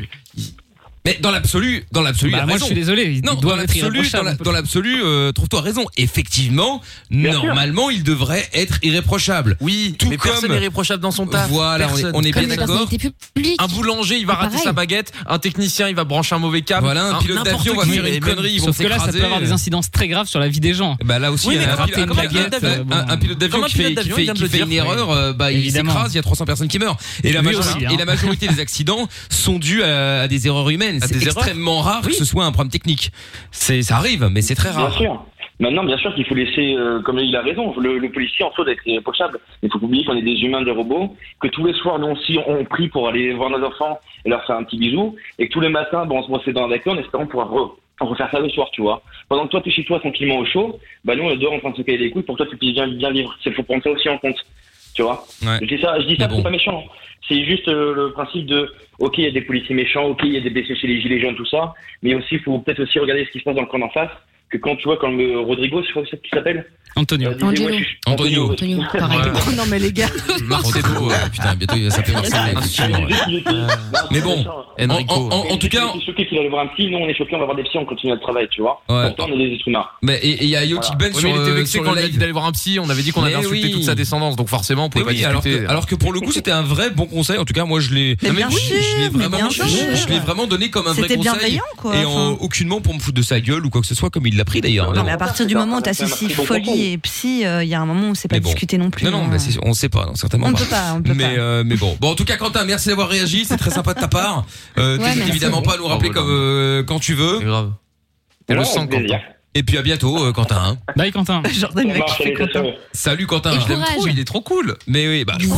[SPEAKER 1] Mais dans l'absolu, dans l'absolu,
[SPEAKER 4] Bah,
[SPEAKER 1] il a
[SPEAKER 4] moi,
[SPEAKER 1] raison.
[SPEAKER 4] je suis désolé, il
[SPEAKER 1] Non,
[SPEAKER 4] doit
[SPEAKER 1] dans
[SPEAKER 4] être
[SPEAKER 1] l'absolu, dans
[SPEAKER 4] irréprochable.
[SPEAKER 1] la- dans l'absolu, euh, trouve-toi raison. Effectivement, normalement, il devrait être irréprochable.
[SPEAKER 4] Oui,
[SPEAKER 1] tout
[SPEAKER 4] mais
[SPEAKER 1] comme
[SPEAKER 4] personne n'est irréprochable dans son taf.
[SPEAKER 1] Voilà, on est-
[SPEAKER 4] Personne.
[SPEAKER 1] on est bien
[SPEAKER 4] Comme les
[SPEAKER 1] d'accord.
[SPEAKER 4] personnalités Un boulanger il va
[SPEAKER 1] C'est
[SPEAKER 4] rater
[SPEAKER 1] pareil.
[SPEAKER 4] sa baguette, un technicien il va brancher un mauvais câble.
[SPEAKER 1] Voilà, un pilote
[SPEAKER 4] n'importe
[SPEAKER 1] d'avion va
[SPEAKER 4] qui.
[SPEAKER 1] faire une
[SPEAKER 4] Et même-
[SPEAKER 1] connerie, ils vont
[SPEAKER 2] Sauf que là, ça peut avoir des incidences très graves sur la vie des gens.
[SPEAKER 1] Bah là aussi,
[SPEAKER 2] Oui,
[SPEAKER 4] euh,
[SPEAKER 1] il y
[SPEAKER 2] mais
[SPEAKER 1] a un,
[SPEAKER 2] quand
[SPEAKER 1] pilote-
[SPEAKER 2] t'es
[SPEAKER 1] un
[SPEAKER 2] comme un
[SPEAKER 1] pilote
[SPEAKER 2] pilote
[SPEAKER 1] d'avion-
[SPEAKER 2] d'avion,
[SPEAKER 1] un- un pilote d'avion
[SPEAKER 4] Comme un
[SPEAKER 1] qui fait,
[SPEAKER 4] pilote
[SPEAKER 1] qui
[SPEAKER 4] d'avion,
[SPEAKER 1] fait-
[SPEAKER 4] il vient de
[SPEAKER 1] qui
[SPEAKER 4] le
[SPEAKER 1] fait
[SPEAKER 4] dire,
[SPEAKER 1] une
[SPEAKER 4] mais-
[SPEAKER 1] erreur, euh, bah, il
[SPEAKER 4] Évidemment.
[SPEAKER 1] s'écrase, il y a 300 personnes qui meurent. Et la,
[SPEAKER 4] Lui
[SPEAKER 1] majorité-
[SPEAKER 4] aussi, hein.
[SPEAKER 1] et la majorité des accidents sont dus à, à des erreurs humaines.
[SPEAKER 4] À
[SPEAKER 1] C'est
[SPEAKER 4] des erreurs.
[SPEAKER 1] extrêmement rare que ce soit un problème technique. C'est, ça arrive, mais c'est très
[SPEAKER 11] Bien
[SPEAKER 1] rare.
[SPEAKER 11] sûr. Maintenant, bien sûr qu'il faut laisser, euh, comme il a raison, le, le policier en soi d'être irréprochable. Il faut pas oublier qu'on est des humains, des robots, que tous les soirs, nous aussi, on prie pour aller voir nos enfants et leur faire un petit bisou, et que tous les matins, bon, on se brossait dans la queue en espérant pouvoir re- refaire ça le soir, tu vois. Pendant que toi, tu es chez toi tranquillement au chaud, bah nous, on est dehors en train de se caler les couilles pour que toi, tu puisses bien, bien vivre. Il faut prendre ça aussi en compte, tu vois. Je dis ça, je dis ça, c'est pas méchant. C'est juste euh, le principe de, ok, il y a des policiers méchants, ok, il y a des blessés chez les gilets jaunes, tout ça, mais aussi, il faut peut-être aussi regarder ce qui se passe dans le camp d'en face, que quand tu vois, quand le Rodrigo, je crois que c'est qui s'appelle
[SPEAKER 2] Antonio.
[SPEAKER 11] Euh, disait,
[SPEAKER 6] Angelo.
[SPEAKER 11] ouais, je suis- Antonio.
[SPEAKER 6] Oh non mais les gars.
[SPEAKER 1] Marcelo, ouais, putain, bientôt il va s'appeler Marcelo. effectivement, ouais. Euh, Mais bon, en, en- en- en tout cas,
[SPEAKER 11] on est choqué qu'il allait voir un psy, nous on est choqué, on va voir des psys, on continue notre travail, tu vois.
[SPEAKER 1] Ouais.
[SPEAKER 11] Pourtant, on est des êtres humains.
[SPEAKER 1] mais et il y a Yo Kick Ben
[SPEAKER 4] Ouais,
[SPEAKER 1] sur,
[SPEAKER 4] mais il était
[SPEAKER 1] euh,
[SPEAKER 4] vexé
[SPEAKER 1] sur
[SPEAKER 4] quand
[SPEAKER 1] le
[SPEAKER 4] il a
[SPEAKER 1] live.
[SPEAKER 4] dit d'aller voir un psy, on avait dit qu'on avait
[SPEAKER 1] Mais
[SPEAKER 4] insulté
[SPEAKER 1] oui.
[SPEAKER 4] toute sa descendance, donc forcément on pouvait
[SPEAKER 1] Mais oui,
[SPEAKER 4] pas
[SPEAKER 1] alors,
[SPEAKER 4] discuter.
[SPEAKER 1] que, alors que pour le coup, c'était un vrai bon conseil. En tout cas, moi, je l'ai,
[SPEAKER 4] Mais
[SPEAKER 1] Non,
[SPEAKER 4] bien
[SPEAKER 1] je-
[SPEAKER 4] sûr,
[SPEAKER 1] je l'ai
[SPEAKER 4] mais
[SPEAKER 1] vraiment,
[SPEAKER 4] bien sûr.
[SPEAKER 1] je, je l'ai vraiment donné comme un vrai
[SPEAKER 6] C'était
[SPEAKER 1] conseil.
[SPEAKER 6] bienveillant, quoi,
[SPEAKER 1] Et en-
[SPEAKER 6] enfin.
[SPEAKER 1] aucunement pour me foutre de sa gueule ou quoi que ce soit, comme il l'a pris d'ailleurs.
[SPEAKER 6] Non mais à partir du moment où t'associes folie et psy, euh, il y a un moment où c'est pas discuté non plus.
[SPEAKER 1] Non, non,
[SPEAKER 6] hein.
[SPEAKER 1] bah, c'est- on ne sait pas, non, certainement
[SPEAKER 6] On ne peut pas, on ne peut
[SPEAKER 1] mais, euh, mais bon. Bon, en tout cas, Quentin, merci d'avoir réagi. C'est très sympa de ta part. Euh,
[SPEAKER 6] Ouais,
[SPEAKER 1] t'hésites
[SPEAKER 6] merci.
[SPEAKER 1] évidemment pas à nous rappeler comme, euh, quand tu veux.
[SPEAKER 4] grave.
[SPEAKER 1] On le
[SPEAKER 2] Ouais,
[SPEAKER 1] sent,
[SPEAKER 2] avec
[SPEAKER 1] Quentin.
[SPEAKER 2] plaisir.
[SPEAKER 1] Et puis à bientôt, euh, Quentin. hein.
[SPEAKER 2] Bye, Quentin.
[SPEAKER 6] Jordan
[SPEAKER 11] va marche, kiffer allez, Quentin. ciao.
[SPEAKER 1] Salut Quentin,
[SPEAKER 4] Et
[SPEAKER 1] je l'aime
[SPEAKER 4] courage.
[SPEAKER 1] trop, il est trop cool. Mais oui, bah, mais lui,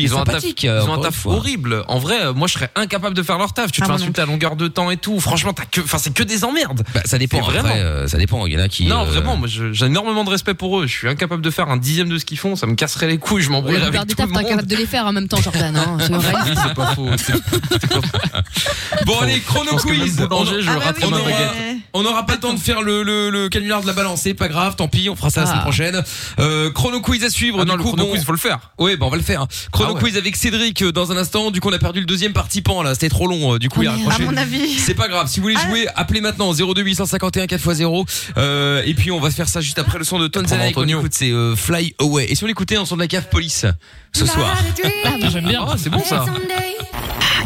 [SPEAKER 1] il est
[SPEAKER 4] ils ont un taf,
[SPEAKER 1] sympathique.
[SPEAKER 4] ils ont
[SPEAKER 1] euh,
[SPEAKER 4] un
[SPEAKER 1] encore une
[SPEAKER 4] taf
[SPEAKER 1] fois.
[SPEAKER 4] horrible. En vrai, euh, moi je serais incapable de faire leur taf. Tu te
[SPEAKER 1] Ah,
[SPEAKER 4] fais
[SPEAKER 1] moi non
[SPEAKER 4] insulter à longueur de temps et tout. Franchement, t'as que, enfin c'est que des emmerdes.
[SPEAKER 1] Bah, ça dépend.
[SPEAKER 4] Mais
[SPEAKER 1] après,
[SPEAKER 4] vraiment.
[SPEAKER 1] euh, ça dépend. Il y en a qui.
[SPEAKER 4] non,
[SPEAKER 1] euh,
[SPEAKER 4] vraiment, moi je- j'ai énormément de respect pour eux. Je suis incapable de faire un dixième de ce qu'ils font. Ça me casserait les couilles. Je
[SPEAKER 3] La
[SPEAKER 4] m'embrouillerais
[SPEAKER 3] plupart
[SPEAKER 4] avec
[SPEAKER 3] des
[SPEAKER 4] tout le
[SPEAKER 3] tafs, t'es
[SPEAKER 4] monde.
[SPEAKER 3] incapable de les faire en même temps, Jordan. hein, c'est vrai.
[SPEAKER 4] Oui, Ah, c'est pas faux. C'est-
[SPEAKER 1] Bon, allez, chrono quiz. On, Ah bah
[SPEAKER 4] boulanger, je
[SPEAKER 1] on-
[SPEAKER 4] le rattrape
[SPEAKER 1] on
[SPEAKER 4] ma
[SPEAKER 1] aura,
[SPEAKER 4] baguette.
[SPEAKER 1] euh, on aura pas le temps de faire le, le, le canular de la balance. C'est pas grave, tant pis, on fera ça la semaine
[SPEAKER 4] Ah.
[SPEAKER 1] prochaine. Euh, chrono quiz à suivre.
[SPEAKER 4] Ah
[SPEAKER 1] du
[SPEAKER 4] non, le
[SPEAKER 1] coup,
[SPEAKER 4] chrono
[SPEAKER 1] bon,
[SPEAKER 4] quiz, faut le faire.
[SPEAKER 1] Oui, bah on va le faire. Chrono
[SPEAKER 4] Ah ouais.
[SPEAKER 1] quiz avec Cédric euh, dans un instant. Du coup, on a perdu le deuxième participant là. C'était trop long. euh, Du coup, il a raccroché.
[SPEAKER 6] À mon avis. Ah.
[SPEAKER 1] C'est pas grave. Si vous voulez jouer, appelez maintenant 02 851 4x0. Euh, et puis on va se faire ça juste après le son de Tonzana. Et qu'on écoute, c'est euh, Fly Away. Et si on l'écoutait en son de la cave police ce soir.
[SPEAKER 4] J'aime bien.
[SPEAKER 1] Ah, c'est bon ça.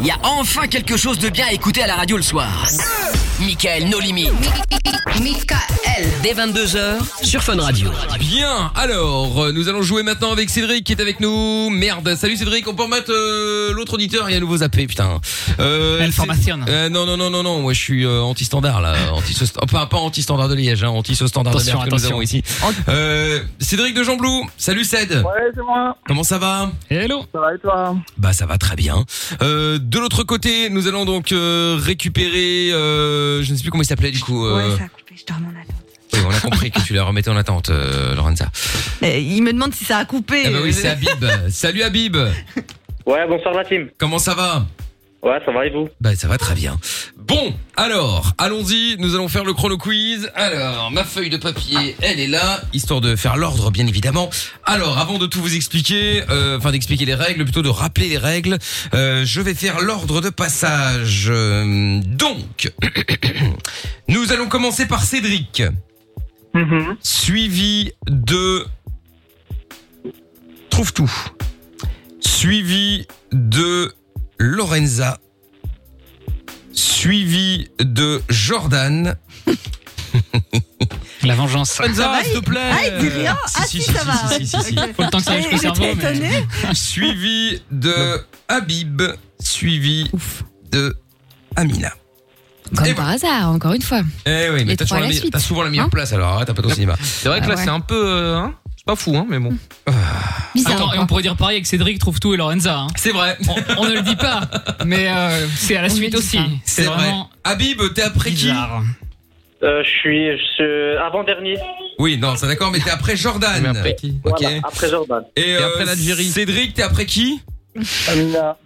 [SPEAKER 8] Il y a enfin quelque chose de bien à écouter à la radio le soir. Michael No Limit. Michael. Dès 22h sur Fun Radio.
[SPEAKER 1] Bien, alors, euh, nous allons jouer maintenant avec Cédric qui est avec nous. Merde, salut Cédric, on peut remettre euh, l'autre auditeur, il y a un nouveau zappé, putain. Euh,
[SPEAKER 2] Elle
[SPEAKER 1] c'est-
[SPEAKER 2] formationne.
[SPEAKER 1] Euh, non, non, non, non, non, moi je suis euh, anti-standard là. Anti -ce... pas, pas anti-standard de Liège, hein, anti-standard de
[SPEAKER 2] Attention,
[SPEAKER 1] merde que nous
[SPEAKER 2] attention.
[SPEAKER 1] avons ici. Euh, Cédric de Jeanblou, salut Céd.
[SPEAKER 12] Ouais, c'est moi.
[SPEAKER 1] Comment ça va
[SPEAKER 2] Hello.
[SPEAKER 12] Ça va et toi
[SPEAKER 1] Bah ça va très bien. Euh, de l'autre côté, nous allons donc euh, récupérer, euh, je ne sais plus comment il s'appelait du coup. euh,
[SPEAKER 6] Ouais, ça a coupé, je dors mon attente.
[SPEAKER 1] oui, on a compris que tu la remettais en attente, euh, Lorenza.
[SPEAKER 6] Euh, il me demande si ça a coupé.
[SPEAKER 1] Ah bah oui, c'est Habib. Salut Habib. Ouais, bonsoir la team. Comment ça va Ouais, ça va et vous Bah ça va très bien. Bon, alors, allons-y, nous allons faire le chrono quiz. Alors, ma feuille de papier, elle est là, histoire de faire l'ordre bien évidemment. Alors, avant de tout vous expliquer, euh, enfin d'expliquer les règles, plutôt de rappeler les règles, euh, je vais faire l'ordre de passage. Euh, Donc, nous allons commencer par Cédric,
[SPEAKER 6] Mhm.
[SPEAKER 1] suivi de Trouve tout. Suivi de Lorenza. Suivi de Jordan.
[SPEAKER 2] La vengeance.
[SPEAKER 1] Lorenza, s'il te plaît.
[SPEAKER 6] Ah, il dit rien.
[SPEAKER 1] Si,
[SPEAKER 6] Ah,
[SPEAKER 1] si,
[SPEAKER 6] si,
[SPEAKER 1] si,
[SPEAKER 6] ça
[SPEAKER 1] si,
[SPEAKER 6] va.
[SPEAKER 1] si, si, si.
[SPEAKER 2] Faut le temps que ça arrive jusqu'au cerveau, mais-
[SPEAKER 1] Suivi de Habib. Suivi de Amina.
[SPEAKER 3] Comme par hasard, encore une fois.
[SPEAKER 1] Eh oui, mais
[SPEAKER 3] Les
[SPEAKER 1] t'as
[SPEAKER 3] trois
[SPEAKER 1] toujours
[SPEAKER 3] à
[SPEAKER 1] la
[SPEAKER 3] la
[SPEAKER 1] meille-
[SPEAKER 3] suite.
[SPEAKER 1] t'as souvent la meilleure
[SPEAKER 3] Hein
[SPEAKER 1] place, alors arrête un peu ton cinéma.
[SPEAKER 4] C'est vrai que là, c'est un peu. euh, hein, c'est pas fou, hein, mais bon.
[SPEAKER 2] Attends, et on pourrait dire pareil avec Cédric trouve tout et Lorenza.
[SPEAKER 1] C'est vrai.
[SPEAKER 2] On, on ne le dit pas, mais euh, c'est à la
[SPEAKER 1] On
[SPEAKER 2] suite
[SPEAKER 1] le dit
[SPEAKER 2] aussi.
[SPEAKER 1] pas. C'est vrai. Habib, t'es après
[SPEAKER 2] qui
[SPEAKER 5] Euh, je suis, je suis avant-dernier.
[SPEAKER 1] Oui, non, c'est d'accord, mais t'es après Jordan.
[SPEAKER 5] Mais après qui
[SPEAKER 1] Ok.
[SPEAKER 5] Voilà, après Jordan.
[SPEAKER 1] Et,
[SPEAKER 5] Et après
[SPEAKER 1] euh,
[SPEAKER 5] l'Algérie.
[SPEAKER 1] Cédric, t'es après qui
[SPEAKER 5] Amina.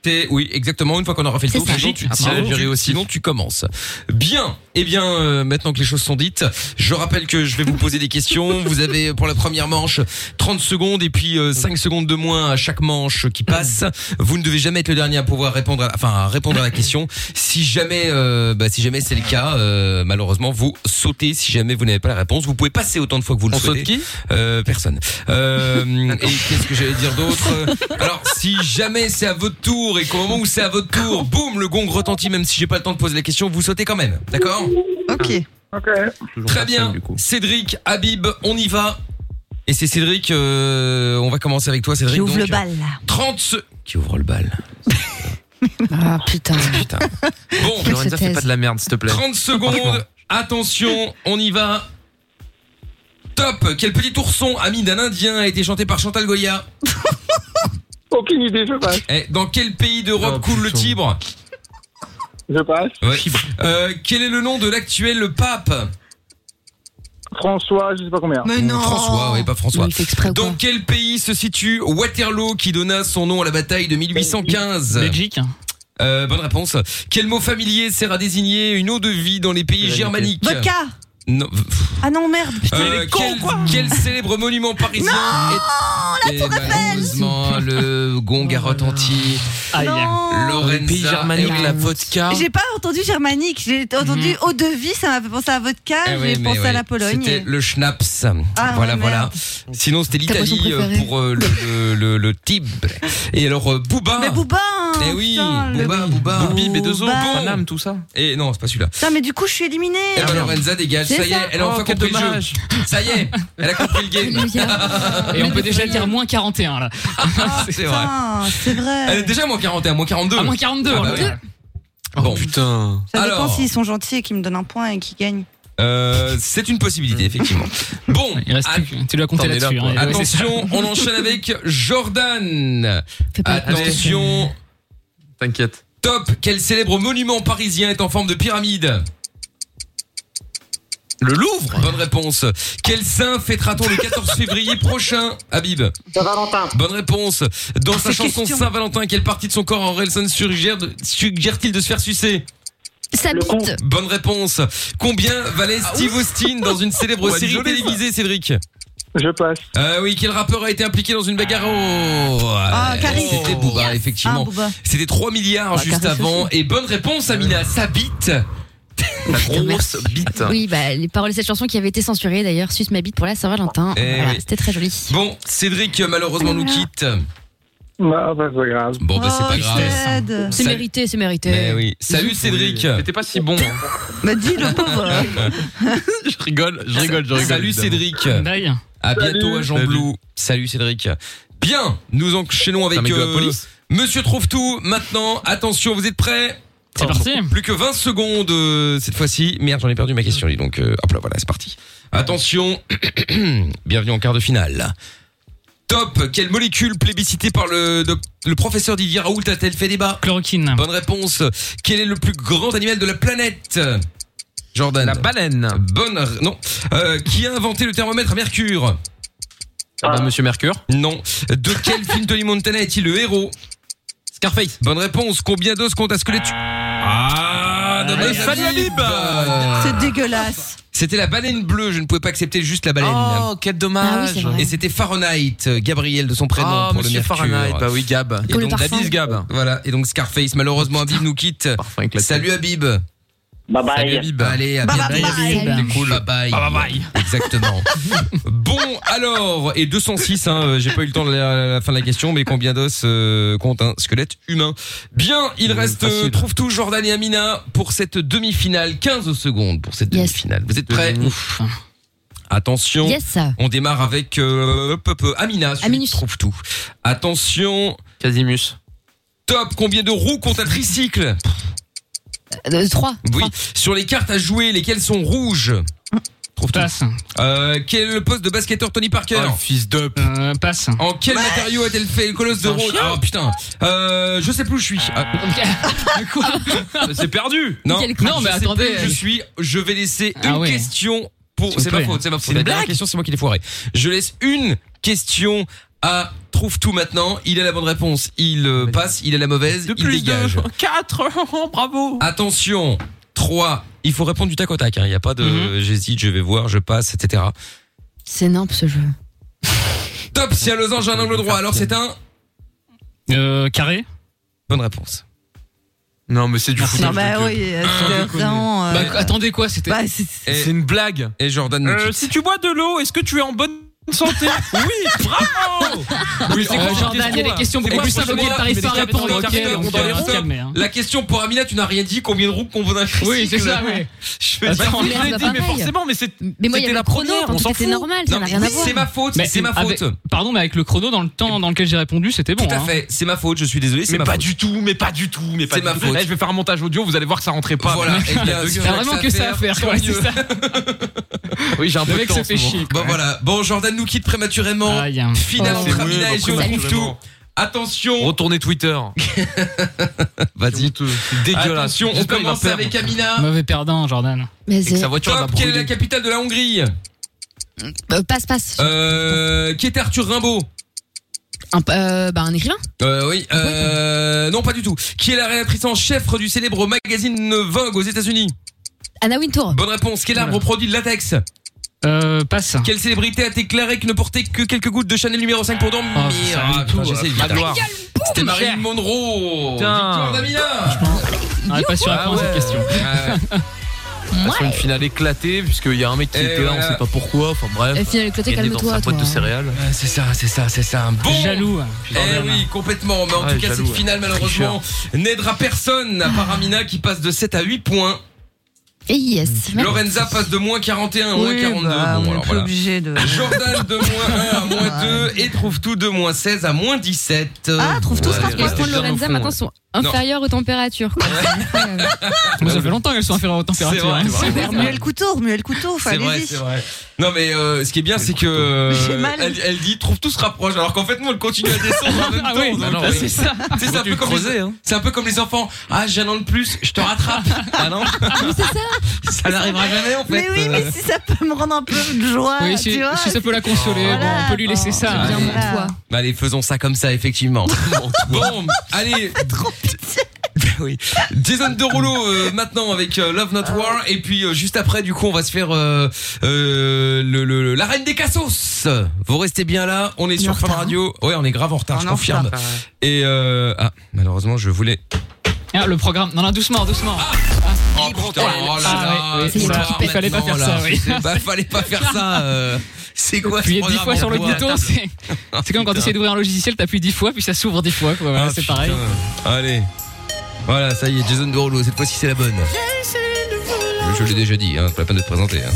[SPEAKER 1] T'es- oui, exactement. Une fois qu'on aura fait le
[SPEAKER 5] C'est
[SPEAKER 1] tour,
[SPEAKER 5] ça.
[SPEAKER 1] sinon tu,
[SPEAKER 5] Ah,
[SPEAKER 1] sinon,
[SPEAKER 5] bravo.
[SPEAKER 1] tu- sinon tu commences. Bien. Eh bien, euh, maintenant que les choses sont dites, je rappelle que je vais vous poser des questions. Vous avez pour la première manche 30 secondes et puis euh, 5 secondes de moins à chaque manche qui passe. Vous ne devez jamais être le dernier à pouvoir répondre, à, enfin à répondre à la question. Si jamais, euh, bah, si jamais c'est le cas, euh, malheureusement vous sautez. Si jamais vous n'avez pas la réponse, vous pouvez passer autant de fois que vous le
[SPEAKER 4] On saute
[SPEAKER 1] souhaitez.
[SPEAKER 4] qui
[SPEAKER 1] Euh, personne. Euh, et qu'est-ce que j'allais dire d'autre Alors, si jamais c'est à votre tour et qu'au moment où c'est à votre tour, boum, le gong retentit, même si j'ai pas le temps de poser la question, vous sautez quand même. D'accord
[SPEAKER 6] Ok.
[SPEAKER 1] Très bien. Cédric, Habib, on y va. Et c'est Cédric, euh, on va commencer avec toi, Cédric.
[SPEAKER 6] Qui ouvre
[SPEAKER 1] donc.
[SPEAKER 6] le bal, là.
[SPEAKER 1] 30 se- Qui ouvre le bal.
[SPEAKER 3] Ah putain.
[SPEAKER 1] Bon,
[SPEAKER 4] Faut Lorenza, se fais taise. pas de la merde, s'il te plaît.
[SPEAKER 1] 30 secondes. Attention, on y va. Top Quel petit ourson, ami d'un Indien, a été chanté par Chantal Goya
[SPEAKER 12] Aucune idée, je passe.
[SPEAKER 1] Eh, Dans quel pays d'Europe
[SPEAKER 4] Oh,
[SPEAKER 1] coule le Tibre
[SPEAKER 12] Je passe.
[SPEAKER 1] Ouais. Euh, quel est le nom de l'actuel pape
[SPEAKER 12] François, je sais pas combien.
[SPEAKER 2] Mmh,
[SPEAKER 1] Mais non. François, oui, pas François.
[SPEAKER 12] Il fait exprès
[SPEAKER 1] Dans quel pays se situe Waterloo qui donna son nom à la bataille de 1815
[SPEAKER 2] Belgique. hein.
[SPEAKER 1] Euh, bonne réponse. Quel mot familier sert à désigner une eau de vie dans les pays germaniques
[SPEAKER 6] Vodka.
[SPEAKER 1] Non.
[SPEAKER 6] Ah non, merde. Putain,
[SPEAKER 1] Euh,
[SPEAKER 6] il est con,
[SPEAKER 1] quel,
[SPEAKER 6] quoi.
[SPEAKER 1] quel célèbre monument parisien est... Et malheureusement, le gong a retenti.
[SPEAKER 6] Aïe. Non.
[SPEAKER 1] Lorenza
[SPEAKER 4] Les pays germaniques,
[SPEAKER 1] et
[SPEAKER 4] la
[SPEAKER 1] oui.
[SPEAKER 4] vodka.
[SPEAKER 6] J'ai pas entendu germanique, j'ai entendu eau de vie, ça m'a fait penser à vodka,
[SPEAKER 1] Mhm. Eh
[SPEAKER 6] j'ai
[SPEAKER 1] oui, mais
[SPEAKER 6] pensé à
[SPEAKER 1] ouais,
[SPEAKER 6] la Pologne.
[SPEAKER 1] C'était le schnapps.
[SPEAKER 6] Ah,
[SPEAKER 1] voilà,
[SPEAKER 6] ouais,
[SPEAKER 1] voilà.
[SPEAKER 6] merde.
[SPEAKER 1] Sinon, c'était
[SPEAKER 6] Ta boisson
[SPEAKER 1] l'Italie euh,
[SPEAKER 6] préférée.
[SPEAKER 1] pour euh, le, le, le, le Tibre. Et alors, euh, Booba.
[SPEAKER 6] Mais Booba hein,
[SPEAKER 1] Eh oui,
[SPEAKER 6] putain, le-
[SPEAKER 1] Booba, Booba. Booba, et deux autres.
[SPEAKER 6] Booba.
[SPEAKER 1] Paname, tout ça. Et non, c'est pas celui-là.
[SPEAKER 6] Putain, mais du coup, je suis éliminée.
[SPEAKER 1] Eh
[SPEAKER 2] Ah,
[SPEAKER 1] ben, Lorenza dégage.
[SPEAKER 6] C'est
[SPEAKER 1] Ça y est,
[SPEAKER 6] ça.
[SPEAKER 1] elle a
[SPEAKER 6] Oh,
[SPEAKER 1] enfin
[SPEAKER 6] quel
[SPEAKER 1] compris le
[SPEAKER 6] dommage.
[SPEAKER 1] jeu. Ça y est, elle a compris le game.
[SPEAKER 2] Et on peut déjà dire moins 41 là.
[SPEAKER 6] Oh,
[SPEAKER 1] C'est vrai.
[SPEAKER 6] Ah, c'est vrai.
[SPEAKER 1] Elle est déjà à moins 41, moins 42.
[SPEAKER 2] À moins 42,
[SPEAKER 1] Ah bah
[SPEAKER 2] on le
[SPEAKER 1] ouais.
[SPEAKER 2] Oh,
[SPEAKER 1] Bon. putain.
[SPEAKER 6] Ça dépend
[SPEAKER 1] Alors,
[SPEAKER 6] s'ils sont gentils et qu'ils me donnent un point et qu'ils gagnent.
[SPEAKER 1] euh, c'est une possibilité, effectivement. Bon. att-
[SPEAKER 2] Tu dois compter
[SPEAKER 1] Attends, on
[SPEAKER 2] là-dessus.
[SPEAKER 1] est là,
[SPEAKER 2] hein.
[SPEAKER 1] quoi.
[SPEAKER 2] Ouais, c'est ça.
[SPEAKER 1] Attention, on enchaîne avec Jordan. Attention. T'inquiète. Top. Quel célèbre monument parisien est en forme de pyramide Le Louvre. Bonne réponse. Quel saint fêtera-t-on le 14 février prochain, Habib Saint-Valentin. Bonne réponse.
[SPEAKER 4] Ah,
[SPEAKER 1] Dans sa
[SPEAKER 5] Ces
[SPEAKER 1] chanson
[SPEAKER 5] questions.
[SPEAKER 1] Saint-Valentin, quelle partie de son corps Orelsan suggère de- suggère-t-il de se faire sucer
[SPEAKER 3] Ça bite.
[SPEAKER 1] Bonne réponse. Combien valait
[SPEAKER 4] Ah,
[SPEAKER 1] Steve Austin dans une célèbre
[SPEAKER 4] Ouais,
[SPEAKER 1] série
[SPEAKER 4] désolé, ça.
[SPEAKER 1] télévisée, Cédric Je passe. Euh, oui, quel rappeur a été impliqué dans une bagarre au...
[SPEAKER 4] Ah,
[SPEAKER 1] Ouais,
[SPEAKER 4] Caris.
[SPEAKER 1] C'était Booba,
[SPEAKER 4] Yes.
[SPEAKER 1] effectivement.
[SPEAKER 4] Ah, Booba.
[SPEAKER 1] C'était 3 milliards
[SPEAKER 4] Ah,
[SPEAKER 1] juste
[SPEAKER 4] Caris
[SPEAKER 1] avant.
[SPEAKER 4] aussi.
[SPEAKER 1] Et bonne réponse, Amina. Ça bite. La grosse bite.
[SPEAKER 3] Oui, bah, les paroles de cette chanson qui avait été censurée d'ailleurs, Suce ma bite pour la Saint-Valentin.
[SPEAKER 1] Eh
[SPEAKER 3] Voilà,
[SPEAKER 1] oui.
[SPEAKER 3] C'était très joli.
[SPEAKER 1] Bon, Cédric, malheureusement, nous quitte.
[SPEAKER 12] Non, bah, c'est pas grave.
[SPEAKER 1] Bon, bah, c'est
[SPEAKER 3] Ah,
[SPEAKER 6] Oh,
[SPEAKER 1] pas grave.
[SPEAKER 3] C'est
[SPEAKER 1] Ça-
[SPEAKER 3] mérité, c'est mérité.
[SPEAKER 1] Eh oui. Salut Cédric. T'étais pas si bon. hein.
[SPEAKER 6] Bah, dis le pauvre.
[SPEAKER 1] je rigole, je rigole, je rigole. Salut Cédric.
[SPEAKER 2] Bye.
[SPEAKER 1] À
[SPEAKER 2] Salut.
[SPEAKER 1] bientôt à Jean
[SPEAKER 2] Salut.
[SPEAKER 1] Blou. Salut Cédric. Bien, nous enchaînons avec
[SPEAKER 4] mec de la
[SPEAKER 1] euh,
[SPEAKER 4] police
[SPEAKER 1] Monsieur Trouve tout. Maintenant, attention, vous êtes prêts C'est
[SPEAKER 2] parti.
[SPEAKER 1] Plus que 20 secondes euh, cette fois-ci. Merde, j'en ai perdu ma question. dis Donc, euh, hop là, voilà, c'est parti. Attention. Bienvenue en quart de finale. Top. Quelle molécule plébiscitée par le, doc- le professeur Didier Raoult a-t-elle fait débat
[SPEAKER 2] Chloroquine.
[SPEAKER 1] Bonne réponse. Quel est le plus grand animal de la planète Jordan. La baleine. Bonne. r- Non. Euh, qui a inventé le thermomètre à mercure Ah bah, Monsieur Mercure. Non. De quel film Tony Montana est-il le héros Scarface. Bonne réponse. Combien d'os compte un squelette Ah, dommage.
[SPEAKER 6] Fanny
[SPEAKER 1] Habib. Euh,
[SPEAKER 6] C'est dégueulasse.
[SPEAKER 1] C'était la baleine bleue, je ne pouvais pas accepter juste la baleine.
[SPEAKER 4] Oh, quel dommage. Ah oui, c'est vrai.
[SPEAKER 1] Et c'était Fahrenheit, euh, Gabriel de son prénom
[SPEAKER 4] Ah,
[SPEAKER 1] pour le
[SPEAKER 4] monsieur
[SPEAKER 1] mercure.
[SPEAKER 4] Fahrenheit, bah oui, Gab.
[SPEAKER 1] Et
[SPEAKER 4] Pour le
[SPEAKER 1] donc, la
[SPEAKER 4] parfum.
[SPEAKER 1] bise, Gab. Voilà, et donc Scarface, malheureusement Habib nous quitte. Salut Habib.
[SPEAKER 11] Bye bye.
[SPEAKER 1] Salut Habib. Allez, à
[SPEAKER 11] Bye bye
[SPEAKER 1] bientôt.
[SPEAKER 11] bye.
[SPEAKER 1] C'était cool. Bye bye. Exactement. bon, alors, et 206, hein, euh, j'ai pas eu le temps de la, la fin de la question, mais combien d'os euh, compte un squelette humain Bien, il
[SPEAKER 4] Mmh,
[SPEAKER 1] reste, euh, trouve tout, Jordan et Amina, pour cette demi-finale. 15 secondes pour cette demi-finale. Vous êtes prêts Attention.
[SPEAKER 3] Yes.
[SPEAKER 1] On démarre avec euh, hop, hop, hop, Amina, celui qui trouve tout. Attention. Casimus. Top, combien de roues compte un tricycle
[SPEAKER 3] Euh, Trois.
[SPEAKER 1] Oui. Sur les cartes à jouer, lesquelles sont rouges Trouve tout. Euh, quel est le poste de basketteur Tony Parker Ah, Fils de.
[SPEAKER 2] Euh, passe.
[SPEAKER 1] En quel matériau a-t-elle fait le colosse
[SPEAKER 2] C'est
[SPEAKER 1] de
[SPEAKER 2] un
[SPEAKER 1] Rhodes
[SPEAKER 2] chien
[SPEAKER 1] Ah putain. Euh, je sais plus où je suis. Ah. C'est perdu. Non.
[SPEAKER 2] Quel con. Non, mais
[SPEAKER 1] je sais
[SPEAKER 2] attendez,
[SPEAKER 1] plus où
[SPEAKER 2] elle-
[SPEAKER 1] Je suis. Je vais laisser
[SPEAKER 2] Ah
[SPEAKER 1] une
[SPEAKER 2] ouais.
[SPEAKER 1] question pour.
[SPEAKER 2] S'il vous
[SPEAKER 1] C'est pas
[SPEAKER 2] plaît.
[SPEAKER 1] faute. C'est pas
[SPEAKER 2] C'est
[SPEAKER 1] faute.
[SPEAKER 2] une
[SPEAKER 1] La dernière
[SPEAKER 2] blague
[SPEAKER 1] question, c'est moi qui l'ai foiré. Je laisse une question à trouve tout maintenant. Il a la bonne réponse. Il euh, passe. Il a la mauvaise. il dégage.
[SPEAKER 4] 4, oh, bravo.
[SPEAKER 1] Attention. 3 Il faut répondre du tac au tac. hein. Il n'y a pas de. J'hésite. Je vais voir. Je passe. Etc.
[SPEAKER 3] C'est nimp ce jeu.
[SPEAKER 1] Top. Si un losange a un angle droit, alors c'est un.
[SPEAKER 2] Euh, carré.
[SPEAKER 1] Bonne réponse.
[SPEAKER 4] Non, mais c'est du foutage
[SPEAKER 6] Non, bah oui,
[SPEAKER 4] Ah,
[SPEAKER 6] euh, c'est vraiment,
[SPEAKER 4] Bah,
[SPEAKER 6] euh,
[SPEAKER 2] attendez quoi C'était.
[SPEAKER 1] bah,
[SPEAKER 4] c'est une blague.
[SPEAKER 1] Et Jordan.
[SPEAKER 4] Euh, si tu bois de l'eau, est-ce que tu es en bonne santé Oui, bravo.
[SPEAKER 1] Oui,
[SPEAKER 4] c'est quoi cette
[SPEAKER 2] Euh, Jordan, il y a des questions beaucoup
[SPEAKER 1] Et
[SPEAKER 2] plus
[SPEAKER 1] puis,
[SPEAKER 2] simples auxquelles
[SPEAKER 1] franchement,
[SPEAKER 2] t'arrives pas à
[SPEAKER 1] mais
[SPEAKER 2] répondre,
[SPEAKER 1] dans les
[SPEAKER 2] ok,
[SPEAKER 1] cartes,
[SPEAKER 2] donc,
[SPEAKER 1] dans les
[SPEAKER 2] on va se
[SPEAKER 1] ronds,
[SPEAKER 2] calmer, hein.
[SPEAKER 1] La question pour Amina, tu n'as rien dit. Combien de roues qu'on voudrait
[SPEAKER 2] Oui, c'est ça, oui.
[SPEAKER 1] Je
[SPEAKER 2] Bah,
[SPEAKER 1] fais
[SPEAKER 2] on
[SPEAKER 1] je
[SPEAKER 2] l'a
[SPEAKER 1] l'ai
[SPEAKER 2] dit,
[SPEAKER 1] dit,
[SPEAKER 2] pareil.
[SPEAKER 1] mais forcément, mais c'est-
[SPEAKER 3] Mais moi, il y
[SPEAKER 1] c'était
[SPEAKER 3] avait
[SPEAKER 1] la
[SPEAKER 3] le chrono,
[SPEAKER 1] première,
[SPEAKER 3] quand
[SPEAKER 1] on
[SPEAKER 3] tout
[SPEAKER 1] s'en
[SPEAKER 3] était
[SPEAKER 1] fout.
[SPEAKER 3] normal, ça
[SPEAKER 1] Non,
[SPEAKER 3] n'a
[SPEAKER 1] mais
[SPEAKER 3] rien à voir.
[SPEAKER 1] C'est ma faute, c'est ma faute.
[SPEAKER 2] avec- pardon, mais avec le chrono dans le temps dans lequel j'ai répondu, c'était bon. hein.
[SPEAKER 1] Tout à fait, c'est ma faute, je suis désolé.
[SPEAKER 4] Mais pas du tout, mais pas du tout, mais pas
[SPEAKER 1] C'est
[SPEAKER 4] du
[SPEAKER 1] ma
[SPEAKER 4] tout.
[SPEAKER 1] faute.
[SPEAKER 4] Eh, je vais faire un montage audio, vous allez voir que ça rentrait pas.
[SPEAKER 1] Voilà, eh bien, si tu as que ça à faire, tant mieux.
[SPEAKER 4] Oui, j'ai un peu de temps en ce moment.
[SPEAKER 1] Bon voilà, bon Jordan nous quitte prématurément.
[SPEAKER 3] Ah,
[SPEAKER 4] Aïe, hein.
[SPEAKER 1] Finale
[SPEAKER 4] Oh.
[SPEAKER 1] entre
[SPEAKER 4] C'est
[SPEAKER 1] Amina
[SPEAKER 4] mieux,
[SPEAKER 1] et Gio
[SPEAKER 4] prématurément.
[SPEAKER 1] trouve tout. Attention.
[SPEAKER 4] Retournez Twitter.
[SPEAKER 1] Vas-y.
[SPEAKER 4] Dégueulasse.
[SPEAKER 1] Attention, on
[SPEAKER 4] J'espère qu'il va
[SPEAKER 1] commence
[SPEAKER 4] perdre.
[SPEAKER 1] avec Amina.
[SPEAKER 2] Mauvais perdant, Jordan.
[SPEAKER 3] Mais
[SPEAKER 4] Et que sa voiture, elle va
[SPEAKER 1] Top, quelle est
[SPEAKER 4] brûler.
[SPEAKER 1] la capitale de la Hongrie
[SPEAKER 3] Euh, passe, passe.
[SPEAKER 1] Euh, qui était Arthur Rimbaud
[SPEAKER 3] Un, euh, bah, un écrivain
[SPEAKER 1] Euh, oui, euh, non, pas du tout. Qui est la rédactrice en chef du célèbre magazine Vogue aux États-Unis
[SPEAKER 3] Anna Wintour.
[SPEAKER 1] Bonne réponse. Quel arbre produit de latex
[SPEAKER 2] Euh, passe.
[SPEAKER 1] Quelle célébrité a déclaré qu'il ne portait que quelques gouttes de Chanel numéro 5 pour dormir
[SPEAKER 2] Oh, ça
[SPEAKER 1] Ah,
[SPEAKER 2] sert à
[SPEAKER 1] putain,
[SPEAKER 2] tout,
[SPEAKER 1] j'essaie
[SPEAKER 2] euh,
[SPEAKER 1] de vite,
[SPEAKER 2] ta
[SPEAKER 1] alors.
[SPEAKER 2] gueule,
[SPEAKER 1] C'était
[SPEAKER 2] boum,
[SPEAKER 1] Marilyn
[SPEAKER 2] j'ai-
[SPEAKER 1] Monroe. Victoire d'Amina.
[SPEAKER 2] Ah, pas sûr à
[SPEAKER 4] Ah
[SPEAKER 2] répondre à cette
[SPEAKER 4] ouais.
[SPEAKER 2] question.
[SPEAKER 1] Ah ouais.
[SPEAKER 4] Ah, sur une finale éclatée, puisqu'il y a un mec qui
[SPEAKER 1] Et
[SPEAKER 4] était là, on
[SPEAKER 1] voilà.
[SPEAKER 4] sait pas pourquoi, enfin bref.
[SPEAKER 3] Euh, finale éclatée,
[SPEAKER 4] Il est dans
[SPEAKER 3] calme-toi,
[SPEAKER 4] sa boîte
[SPEAKER 3] toi,
[SPEAKER 4] de
[SPEAKER 3] hein.
[SPEAKER 4] céréales.
[SPEAKER 1] Ouais, C'est ça, c'est ça, c'est ça. Bon.
[SPEAKER 2] Jaloux.
[SPEAKER 1] Eh oui, complètement. Mais en
[SPEAKER 4] Ah Ouais,
[SPEAKER 1] tout cas,
[SPEAKER 4] jaloux,
[SPEAKER 1] cette finale,
[SPEAKER 4] ouais.
[SPEAKER 1] malheureusement, n'aidera personne à part Amina qui passe de 7 à 8 points.
[SPEAKER 3] Et yes.
[SPEAKER 1] Lorenza passe de moins 41 à moins
[SPEAKER 3] Oui,
[SPEAKER 1] 42.
[SPEAKER 3] bah,
[SPEAKER 1] Bon,
[SPEAKER 3] on est
[SPEAKER 1] alors
[SPEAKER 3] plus
[SPEAKER 1] voilà.
[SPEAKER 6] obligé de.
[SPEAKER 1] Jordan de moins 1 à moins 2 et trouve tout de moins 16 à moins 17.
[SPEAKER 3] Ah, trouve tous
[SPEAKER 1] Ouais,
[SPEAKER 3] parce que les
[SPEAKER 1] restez
[SPEAKER 3] points de
[SPEAKER 1] bien au
[SPEAKER 3] Lorenza
[SPEAKER 1] fond,
[SPEAKER 3] maintenant
[SPEAKER 1] ouais.
[SPEAKER 3] sont
[SPEAKER 1] Non.
[SPEAKER 3] inférieurs aux températures. quoi.
[SPEAKER 2] Ça fait longtemps qu'elles sont inférieures aux températures.
[SPEAKER 1] vrai,
[SPEAKER 2] hein.
[SPEAKER 1] c'est vrai.
[SPEAKER 6] Remuez le couteau, remuez le couteau,
[SPEAKER 1] C'est
[SPEAKER 6] fallait
[SPEAKER 1] vrai, c'est vrai. Non mais euh, ce qui est bien c'est que euh,
[SPEAKER 6] J'ai mal.
[SPEAKER 1] elle, elle dit trouve tout se rapproche alors qu'en fait nous elle continue à descendre en même temps.
[SPEAKER 2] Ah oui,
[SPEAKER 1] donc,
[SPEAKER 2] bah non,
[SPEAKER 1] euh,
[SPEAKER 2] oui.
[SPEAKER 1] c'est ça. Tu sais, C'est un, peu comme les-
[SPEAKER 2] hein.
[SPEAKER 1] c'est un peu comme les enfants. Ah j'ai un an de plus, je te rattrape. Ah non. c'est ça. Ça n'arrivera jamais en fait.
[SPEAKER 6] Mais oui, mais
[SPEAKER 1] Euh,
[SPEAKER 6] si ça peut me rendre un peu de joie,
[SPEAKER 2] Oui, si,
[SPEAKER 6] tu vois.
[SPEAKER 2] si ça peut la consoler, bon, on peut lui laisser ça.
[SPEAKER 1] bien,
[SPEAKER 2] hein.
[SPEAKER 1] Bah, allez faisons ça comme ça effectivement. bon allez. Ben oui. Jason Derulo euh, maintenant avec euh, Love Not War et puis euh, juste après du coup on va se faire euh, euh, le, le- la reine des cassos. Vous restez bien là, on est sur Fun Radio. Ouais, on est grave en retard,
[SPEAKER 4] On
[SPEAKER 1] je
[SPEAKER 4] est en
[SPEAKER 1] confirme.
[SPEAKER 4] retard, ouais.
[SPEAKER 1] Et euh, ah malheureusement je voulais
[SPEAKER 2] Ah, le programme. Non, non, doucement, doucement. Ah,
[SPEAKER 1] Putain, Ah, oh là là,
[SPEAKER 2] oui,
[SPEAKER 1] c'est
[SPEAKER 2] oui,
[SPEAKER 1] ça,
[SPEAKER 2] il fallait pas
[SPEAKER 1] maintenant,
[SPEAKER 2] faire ça,
[SPEAKER 1] là.
[SPEAKER 2] oui.
[SPEAKER 1] C'est pas- fallait pas faire ça. euh, C'est quoi
[SPEAKER 2] Appuyer
[SPEAKER 1] ce
[SPEAKER 2] 10
[SPEAKER 1] programme
[SPEAKER 2] fois sur le
[SPEAKER 1] en hein. bois à
[SPEAKER 2] bouton,
[SPEAKER 1] table
[SPEAKER 2] c'est c'est comme quand tu
[SPEAKER 1] Putain.
[SPEAKER 2] essaies d'ouvrir un logiciel, t'appuies 10 fois, puis ça s'ouvre 10 fois. quoi. Voilà,
[SPEAKER 1] Ah,
[SPEAKER 2] c'est pareil.
[SPEAKER 1] putain. Allez. Voilà, ça y est, Jason Derulo, cette fois-ci c'est la bonne.
[SPEAKER 7] Euh,
[SPEAKER 1] Je l'ai déjà dit, hein, c'est pas la peine de te présenter. hein.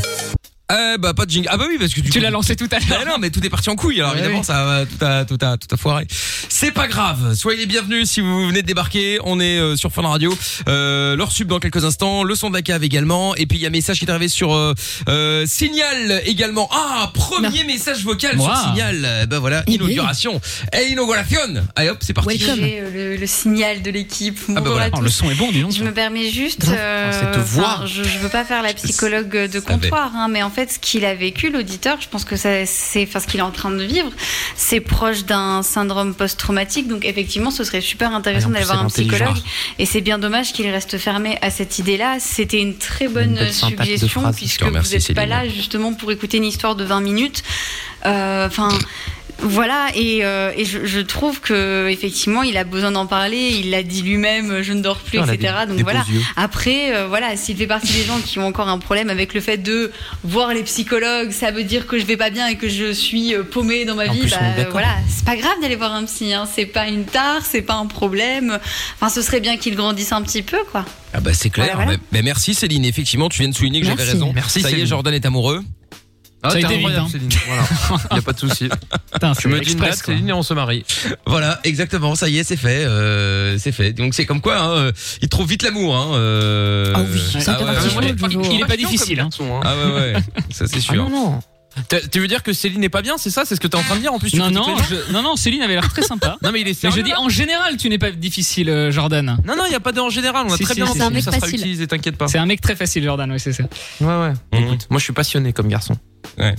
[SPEAKER 1] Eh bah pas de jingle. Ah bah oui parce que tu l'as lancé
[SPEAKER 2] tout à l'heure.
[SPEAKER 1] non mais tout est parti en couille alors
[SPEAKER 4] Ouais,
[SPEAKER 1] évidemment
[SPEAKER 4] oui.
[SPEAKER 1] ça va tout à tout à tout à foiré. C'est pas grave. Soyez les bienvenus si vous venez de débarquer. On est euh, sur Fun Radio. Euh, leur sub dans quelques instants. Le son de la cave également. Et puis il y a un message qui est arrivé sur euh, euh, Signal également. Ah premier message vocal sur
[SPEAKER 13] Waouh.
[SPEAKER 1] Signal. Euh, bah voilà
[SPEAKER 13] Eh
[SPEAKER 1] inauguration. Et inauguration. Allez hop c'est parti.
[SPEAKER 13] J'ai euh, le, le signal de l'équipe.
[SPEAKER 1] Ah bah
[SPEAKER 13] Bonjour
[SPEAKER 1] voilà.
[SPEAKER 13] à
[SPEAKER 1] Oh,
[SPEAKER 13] tous.
[SPEAKER 1] le son est bon, dis donc.
[SPEAKER 13] Je me permets juste. euh,
[SPEAKER 1] cette voix.
[SPEAKER 13] enfin, Je, je veux pas faire la psychologue de comptoir, hein, mais en fait, ce qu'il a vécu, l'auditeur, je pense que ça- c'est, enfin, ce qu'il est en train de vivre, c'est proche d'un syndrome post-traumatique. Donc, effectivement, ce serait super intéressant
[SPEAKER 14] Ouais, en plus,
[SPEAKER 13] d'aller voir
[SPEAKER 14] c'est
[SPEAKER 13] un psychologue.
[SPEAKER 14] intelligent.
[SPEAKER 13] Et c'est bien dommage qu'il reste fermé à cette idée-là. C'était une très bonne
[SPEAKER 14] belle syntaxe de
[SPEAKER 13] suggestion,
[SPEAKER 14] phrase. Je
[SPEAKER 13] puisque
[SPEAKER 14] te remercie,
[SPEAKER 13] vous n'êtes pas
[SPEAKER 14] Céline.
[SPEAKER 13] là justement pour écouter une histoire de 20 minutes. Euh, Enfin. voilà, et, euh, et je, je trouve que effectivement, il a besoin d'en parler. Il l'a dit lui-même, euh, je ne dors plus,
[SPEAKER 14] Ah, on a
[SPEAKER 13] etc.
[SPEAKER 14] des-
[SPEAKER 13] Donc
[SPEAKER 14] des
[SPEAKER 13] voilà.
[SPEAKER 14] beaux yeux.
[SPEAKER 13] Après, euh, voilà, s'il fait partie des gens qui ont encore un problème avec le fait de voir les psychologues, ça veut dire que je vais pas bien et que je suis euh, paumée dans ma
[SPEAKER 14] En
[SPEAKER 13] vie.
[SPEAKER 14] plus,
[SPEAKER 13] bah,
[SPEAKER 14] on est d'accord.
[SPEAKER 13] voilà, c'est pas grave d'aller voir un psy. Hein. C'est pas une tare, c'est pas un problème. Enfin, ce serait bien qu'il grandisse un petit peu, quoi.
[SPEAKER 1] Ah bah c'est clair.
[SPEAKER 13] Ouais, voilà.
[SPEAKER 1] Mais- mais merci Céline. Effectivement, tu viens de souligner que j'avais
[SPEAKER 13] Merci.
[SPEAKER 1] raison.
[SPEAKER 4] Merci,
[SPEAKER 1] Ça y est,
[SPEAKER 4] Céline.
[SPEAKER 1] Jordan est amoureux.
[SPEAKER 4] Ah,
[SPEAKER 1] Ça a
[SPEAKER 4] t'es
[SPEAKER 1] été
[SPEAKER 4] incroyable,
[SPEAKER 1] vite, hein.
[SPEAKER 4] Céline. Voilà. Y a pas de souci. Tu me dis une date, Céline, et on se marie.
[SPEAKER 1] Voilà, exactement. Ça y est, c'est fait. euh, c'est fait. Donc c'est comme quoi, hein, euh, il trouve vite l'amour. Hein, euh,
[SPEAKER 2] Ah oui, c'est
[SPEAKER 1] ouais,
[SPEAKER 2] interactif,
[SPEAKER 1] ouais,
[SPEAKER 2] il est pas-
[SPEAKER 1] ouais.
[SPEAKER 2] il est pas difficile, hein.
[SPEAKER 1] Ah ouais, ouais. Ça c'est
[SPEAKER 2] Ah,
[SPEAKER 1] sûr.
[SPEAKER 4] T'as- Tu veux dire que Céline n'est pas bien, c'est ça C'est ce que t'es en train de dire en plus tu
[SPEAKER 2] Non,
[SPEAKER 4] critiques
[SPEAKER 2] non,
[SPEAKER 4] les gens
[SPEAKER 2] je- non, non, Céline avait l'air très sympa.
[SPEAKER 4] Non, mais il est
[SPEAKER 2] Mais je
[SPEAKER 4] sérieux,
[SPEAKER 2] dis,
[SPEAKER 4] là
[SPEAKER 2] en général, tu n'es pas difficile, euh, Jordan.
[SPEAKER 4] Non, non, il n'y a pas de en général, Ah, on a
[SPEAKER 2] Si,
[SPEAKER 4] très
[SPEAKER 2] si,
[SPEAKER 4] bien
[SPEAKER 2] si,
[SPEAKER 4] entendu,
[SPEAKER 2] c'est un mec
[SPEAKER 4] ça sera
[SPEAKER 2] facile.
[SPEAKER 4] utilisé, t'inquiète pas.
[SPEAKER 2] C'est un mec très facile, Jordan, oui, c'est ça.
[SPEAKER 4] Ouais, ouais. Écoute, moi je suis passionné comme garçon.
[SPEAKER 1] Ouais.